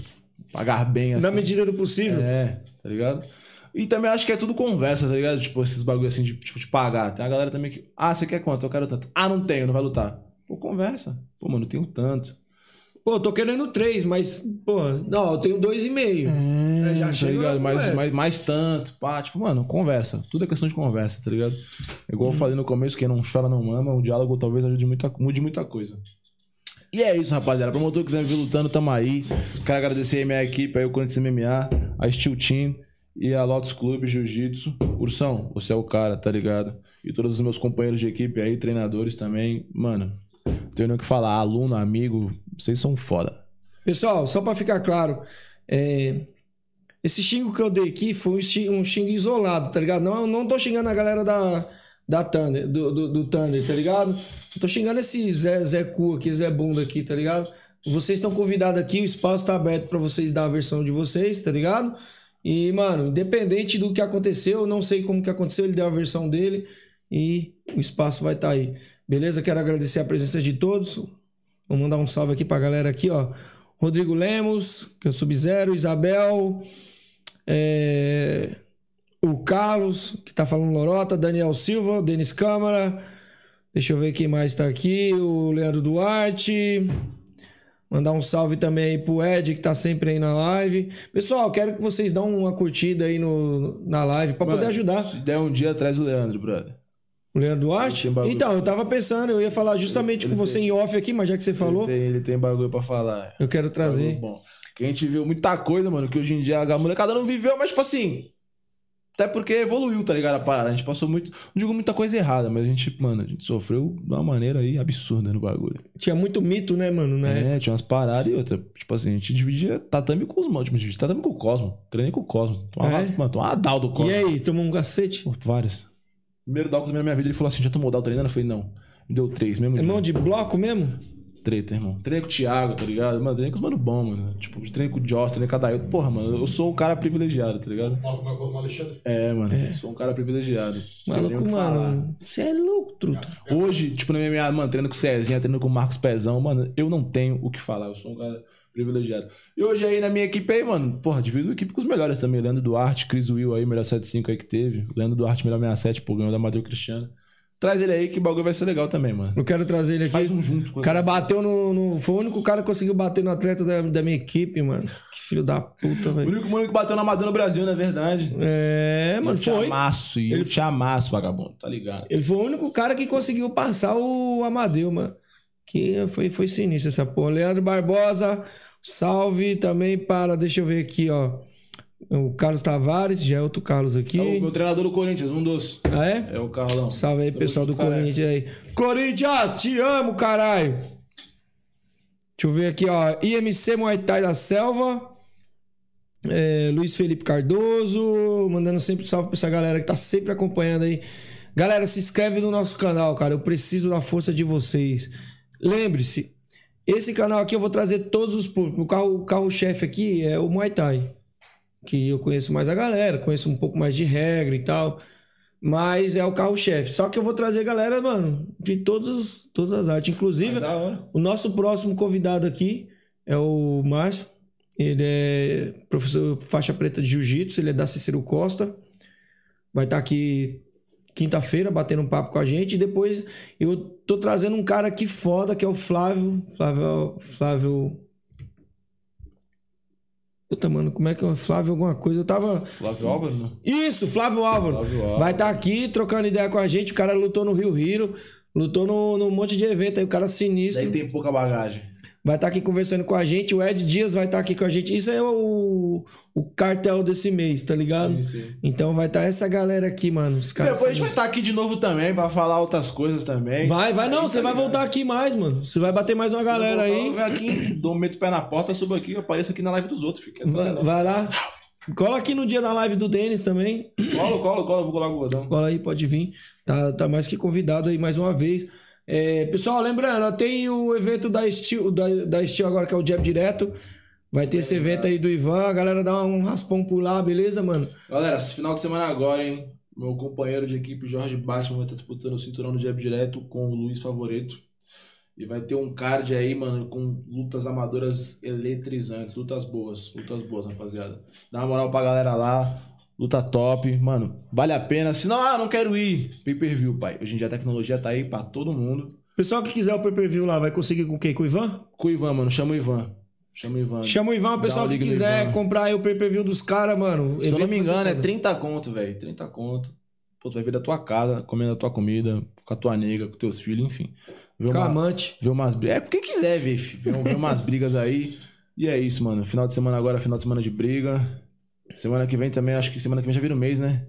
Speaker 4: Pagar bem assim.
Speaker 2: Na medida do possível.
Speaker 4: É, tá ligado? E também acho que é tudo conversa, tá ligado? Tipo, esses bagulho assim de, tipo, de pagar. Tem a galera também que. Ah, você quer quanto? Eu quero tanto. Ah, não tenho, não vai lutar. Pô, conversa. Pô, mano, eu tenho tanto.
Speaker 2: Pô, eu tô querendo três, mas, porra, não, eu tenho dois e meio. É, já
Speaker 4: tá
Speaker 2: chegou
Speaker 4: ligado?
Speaker 2: na
Speaker 4: Mais,
Speaker 2: conversa.
Speaker 4: mais, mais tanto, pá. Tipo, mano, conversa. Tudo é questão de conversa, tá ligado? É Igual eu falei no começo, quem não chora não mama. O diálogo talvez ajude muita, mude muita coisa. E é isso, rapaziada. Promotor que quiser me ver lutando, tamo aí. Quero agradecer aí minha equipe, aí o Corinthians MMA, a Steel Team e a Lotus Clube Jiu-Jitsu. Ursão, você é o cara, tá ligado? E todos os meus companheiros de equipe aí, treinadores também. Mano, não tenho nem o que falar. Aluno, amigo, vocês são foda.
Speaker 2: Pessoal, só pra ficar claro, é, esse xingo que eu dei aqui foi um xi- um xingo isolado, tá ligado? Não, eu não tô xingando a galera da, da Thunder, do, do, do Thunder, tá ligado? Eu tô xingando esse Zé, Zé Cu aqui, Zé Bunda aqui, tá
Speaker 4: É.
Speaker 2: ligado? Vocês estão convidados aqui, o espaço tá aberto pra vocês dar a versão de vocês, tá ligado? E, mano, independente do que aconteceu, eu não sei como que aconteceu, ele deu a versão dele e o espaço vai estar aí. Beleza? Quero agradecer a presença de todos. Vou mandar um salve aqui pra galera aqui, ó. Rodrigo Lemos, que é o Sub-Zero, Isabel, é, o Carlos, que tá falando Lorota, Daniel Silva, Denis Câmara, deixa eu ver quem mais tá aqui, o Leandro Duarte, mandar um salve também aí pro Ed, que tá sempre aí na live. Pessoal, quero que vocês dão uma curtida aí no, na live pra poder ajudar.
Speaker 4: Se der um dia atrás do Leandro, brother.
Speaker 2: O Leandro Duarte?
Speaker 4: Tem bagulho.
Speaker 2: Então, eu tava pensando, eu ia falar justamente com você em off aqui, mas já que você falou,
Speaker 4: Ele tem, ele tem bagulho pra falar.
Speaker 2: eu quero trazer.
Speaker 4: Bagulho bom. Que a gente viu muita coisa, mano, que hoje em dia a molecada não viveu, mas tipo assim. Até porque evoluiu, tá ligado? A parada. A gente passou muito. Não digo muita coisa errada, mas a gente, mano, a gente sofreu de uma maneira aí absurda no bagulho.
Speaker 2: Tinha muito mito, né, mano? Né?
Speaker 4: É, tinha umas paradas e outra. Tipo assim, a gente dividia tatame com os mano. Tipo, a gente dividia tatame com o Cosmo. Treinei com o Cosmo. Tomava,
Speaker 2: É?
Speaker 4: Mano, tomava dal do Cosmo.
Speaker 2: E aí, tomou um cacete?
Speaker 4: Pô, várias. Primeiro dau que eu tomei na minha vida, ele falou assim: já tomou dal treinando? Eu falei, não. Me deu três mesmo.
Speaker 2: É
Speaker 4: dia.
Speaker 2: mão de bloco mesmo?
Speaker 4: treta, irmão. Treinei com o Thiago, tá ligado? Mano, treinei com os mano bom, mano. Tipo, treinei com o Joss, treinei com a Dailton. Porra, mano, eu sou um cara privilegiado, tá ligado?
Speaker 6: Faz uma coisa com o Alexandre.
Speaker 4: É, mano, eu sou um cara privilegiado. Tenho o
Speaker 3: Maluco,
Speaker 4: que falar.
Speaker 3: mano. Você é louco, truta.
Speaker 4: Hoje, tipo, na MMA, mano, treino com o Cezinha, treino com o Marcos Pezão, mano, eu não tenho o que falar, eu sou um cara privilegiado. E hoje aí na minha equipe aí, mano, porra, divido a equipe com os melhores também. Leandro Duarte, Cris Will aí, melhor 7-5 aí que teve. Leandro Duarte, melhor 67, pô, ganhou da Matheus Cristiano. Traz ele aí que o bagulho vai ser legal também, mano.
Speaker 3: Eu quero trazer ele aqui.
Speaker 4: Faz um junto
Speaker 3: O
Speaker 4: com ele.
Speaker 3: cara bateu no, no- Foi o único cara que conseguiu bater no atleta da, da minha equipe, mano. Que filho da puta,
Speaker 4: O
Speaker 3: velho.
Speaker 4: único mano que bateu na Madonna no Brasil, na verdade.
Speaker 3: É, mano,
Speaker 4: eu te
Speaker 3: foi.
Speaker 4: amasso, e eu te amasso, vagabundo, tá ligado?
Speaker 3: Ele foi o único cara que conseguiu passar o Amadeu, mano. Que foi, foi sinistro essa porra. Leandro Barbosa, salve também para. Deixa eu ver aqui, ó. O Carlos Tavares, já é outro Carlos aqui.
Speaker 4: É o meu treinador do Corinthians, um dos.
Speaker 3: Ah, é?
Speaker 4: É o Carlão.
Speaker 3: Salve aí,
Speaker 4: Tamo
Speaker 3: pessoal do
Speaker 4: junto, careca.
Speaker 3: Corinthians aí. Corinthians, te amo, caralho. Deixa eu ver aqui, ó. IMC Muay Thai da Selva. É, Luiz Felipe Cardoso. Mandando sempre um salve pra essa galera que tá sempre acompanhando aí. Galera, se inscreve no nosso canal, cara. Eu preciso da força de vocês. Lembre-se, esse canal aqui eu vou trazer todos os públicos. O carro- o carro-chefe aqui é o Muay Thai. Que eu conheço mais a galera, conheço um pouco mais de regra e tal. Mas é o carro-chefe. Só que eu vou trazer galera, mano, de todos, os- todas as artes. Inclusive,
Speaker 4: Da hora.
Speaker 3: o nosso próximo convidado aqui é o Márcio. Ele é professor faixa preta de jiu-jitsu, ele é da Cícero Costa. Vai estar aqui quinta-feira batendo um papo com a gente. E depois eu tô trazendo um cara aqui foda, que é o Flávio. Flávio. Flávio. Puta, mano, como é que é? Flávio alguma coisa? Eu tava.
Speaker 4: Flávio Álvaro, não?
Speaker 3: Isso, Flávio Álvaro.
Speaker 4: Flávio Álvaro.
Speaker 3: Vai estar aqui trocando ideia com a gente. O cara lutou no Rio Hiro, lutou num no, num monte de evento aí, o cara sinistro.
Speaker 4: Daí tem pouca bagagem.
Speaker 3: Vai estar aqui conversando com a gente. O Ed Dias vai estar aqui com a gente. Isso é o, o cartel desse mês, tá ligado? Então vai estar essa galera aqui, mano. Os caras
Speaker 4: Depois a gente vai
Speaker 3: sinistros.
Speaker 4: estar aqui de novo também pra falar outras coisas também.
Speaker 3: Vai, vai não. Você vai voltar aqui mais, mano. Você vai bater mais uma galera aí.
Speaker 4: Eu venho aqui, dou um meto o pé na porta, subo aqui, eu apareço aqui na live dos outros. Fica essa
Speaker 3: Vai,
Speaker 4: galera.
Speaker 3: vai lá. Cola aqui no dia da live do Denis também.
Speaker 4: Cola, cola, cola, eu vou colar o gordão.
Speaker 3: Cola aí, pode vir. Tá, tá mais que convidado aí mais uma vez. É, pessoal, lembrando, ó, tem o evento da Steel, da, da Steel agora, que é o Jab Direto. Vai ter esse evento aí do Ivan. A galera dá um raspão por lá, beleza, mano?
Speaker 4: Galera, esse final de semana agora, hein? Meu companheiro de equipe, Jorge Batman, vai estar disputando o cinturão do jab direto com o Luiz Favoreto. E vai ter um card aí, mano, com lutas amadoras eletrizantes, lutas boas, lutas boas, rapaziada. Dá uma moral pra galera lá, luta top, mano, vale a pena. Se não, ah, não quero ir. Pay per view, pai. Hoje em dia a tecnologia tá aí pra todo mundo.
Speaker 3: Pessoal que quiser o pay-per-view lá, vai conseguir com quem? Com o Ivan?
Speaker 4: Com o Ivan, mano, chama o Ivan. Chama o Ivan.
Speaker 3: Chama o Ivan, o pessoal
Speaker 4: uma
Speaker 3: que
Speaker 4: liga no
Speaker 3: quiser
Speaker 4: Ivan.
Speaker 3: comprar aí o pay-per-view dos caras, mano.
Speaker 4: Se eu
Speaker 3: evento
Speaker 4: não me
Speaker 3: vai ser
Speaker 4: engano, é
Speaker 3: foda.
Speaker 4: 30 conto, velho. 30 conto. Pô, tu vai vir da tua casa, comendo a tua comida, com a tua nega, com teus filhos, enfim. Vê,
Speaker 3: Com a
Speaker 4: uma-
Speaker 3: amante.
Speaker 4: vê umas brigas. É porque quiser, ver, fi. Vê, um, vê umas brigas aí. E é isso, mano. Final de semana agora, final de semana de briga. Semana que vem também, acho que semana que vem já vira o mês, né?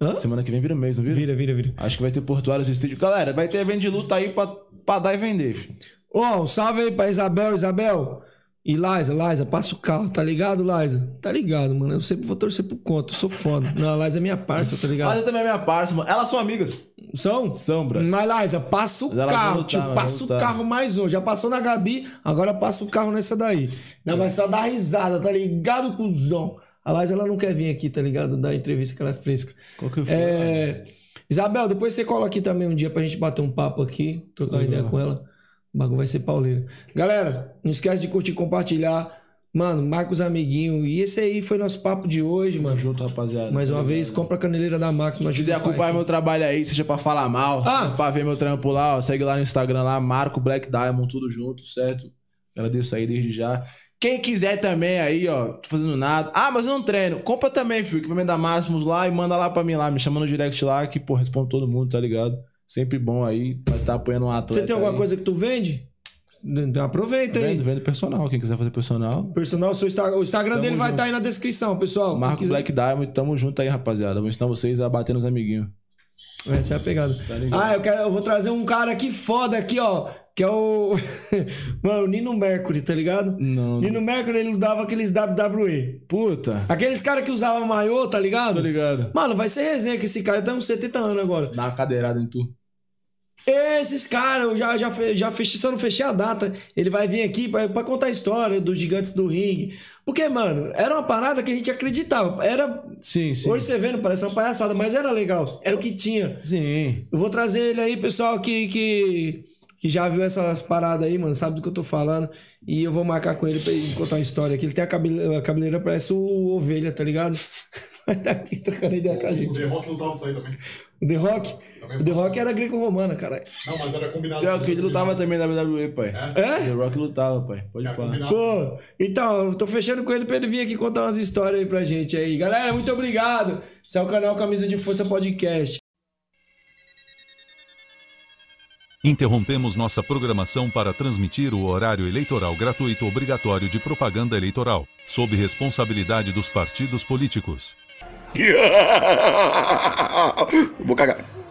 Speaker 3: Hã?
Speaker 4: Semana que vem vira o mês, não vira?
Speaker 3: Vira, vira, vira.
Speaker 4: Acho que vai ter portuários estúdio. Galera, vai ter evento de luta aí pra, pra dar e vender, fi.
Speaker 3: Ô, um salve aí pra Isabel, Isabel. E Liza, Liza, passa o carro, tá ligado, Liza? Tá ligado, mano. Eu sempre vou torcer por conta, eu sou foda. Não, a Liza é minha parça, tá
Speaker 4: Mas
Speaker 3: ligado?
Speaker 4: eu também é minha parça, mano. Elas são amigas.
Speaker 3: São?
Speaker 4: São, bro.
Speaker 3: Mas, Liza, passa o
Speaker 4: Mas elas vão
Speaker 3: carro,
Speaker 4: lutar,
Speaker 3: tio.
Speaker 4: elas
Speaker 3: Passa
Speaker 4: vão
Speaker 3: o
Speaker 4: lutar.
Speaker 3: carro mais um. Já passou na Gabi, agora passa o carro nessa daí. Não, mas só dá risada, tá ligado, cuzão? A Liza, ela não quer vir aqui, tá ligado? Dar entrevista que ela é fresca.
Speaker 4: Qual que foi?
Speaker 3: É... Isabel, depois você cola aqui também um dia pra gente bater um papo aqui, trocar uma ideia com ela. O bagulho vai ser pauleiro. Galera, não esquece de curtir e compartilhar. Mano, marca os amiguinhos. E esse aí foi nosso papo de hoje, mano.
Speaker 4: Junto, rapaziada.
Speaker 3: Mais uma vez, compra a caneleira da Máxima.
Speaker 4: Se quiser acompanhar meu trabalho aí, seja pra falar mal,
Speaker 3: Ah!
Speaker 4: seja pra ver meu trampo lá, ó, segue lá no Instagram lá, Marco Black Diamond, tudo junto, certo? Agradeço aí desde já. Quem quiser também aí, ó, tô fazendo nada. Ah, mas eu não treino. Compra também, filho, equipamento da Máximos lá e manda lá pra mim lá, me chama no direct lá, que, pô, respondo todo mundo, tá ligado? Sempre bom aí, vai estar apoiando um atleta
Speaker 3: Você tem alguma
Speaker 4: aí.
Speaker 3: coisa que tu vende? Aproveita aí.
Speaker 4: Vendo, vendo personal, quem quiser fazer personal.
Speaker 3: Personal, seu Insta- o Instagram dele vai
Speaker 4: junto.
Speaker 3: estar aí na descrição, pessoal. Quem
Speaker 4: Marco
Speaker 3: quiser-
Speaker 4: Black Diamond, tamo junto aí, rapaziada. Vou ensinar vocês a bater nos amiguinhos.
Speaker 3: Essa é a pegada.
Speaker 4: Tá
Speaker 3: ah, eu, quero, eu vou trazer um cara aqui foda aqui, ó. Que é o. <laughs> Mano, o Nino Mercury, tá ligado?
Speaker 4: Não.
Speaker 3: Nino Mercury, ele dava aqueles WWE.
Speaker 4: Puta,
Speaker 3: Aqueles caras que usavam maiô, tá ligado?
Speaker 4: tô ligado.
Speaker 3: Mano, vai ser resenha que esse cara tem uns 70 tá anos agora.
Speaker 4: Dá uma cadeirada em tu.
Speaker 3: Esses caras, eu já, já, fe- já fechei, só não fechei a data. Ele vai vir aqui pra, pra contar a história dos gigantes do ringue. Porque, mano, era uma parada que a gente acreditava. Era.
Speaker 12: Sim, sim.
Speaker 3: Hoje você vendo, parece uma palhaçada, mas era legal. Era o que tinha.
Speaker 12: Sim.
Speaker 3: Eu vou trazer ele aí, pessoal, que, que, que já viu essas paradas aí, mano, sabe do que eu tô falando. E eu vou marcar com ele pra ele contar uma história aqui. Ele tem a cabeleira, a cabeleira parece o ovelha, tá ligado? <laughs> Vai tá aqui trocando ideia com a
Speaker 6: O
Speaker 3: gente.
Speaker 6: The Rock lutava isso aí também.
Speaker 3: O The Rock? O The Rock era greco-romana, caralho.
Speaker 6: Não, mas era combinado.
Speaker 12: Pior que ele lutava também na WWE, pai.
Speaker 3: É?
Speaker 12: The Rock lutava, pai. Pode
Speaker 6: Era
Speaker 12: falar.
Speaker 6: combinado.
Speaker 3: Pô, então, eu tô fechando com ele pra ele vir aqui contar umas histórias aí pra gente aí. Galera, muito obrigado. Esse é o canal Camisa de Força Podcast.
Speaker 13: Interrompemos nossa programação para transmitir o horário eleitoral gratuito obrigatório de propaganda eleitoral, sob responsabilidade dos partidos políticos.
Speaker 14: Vou cagar.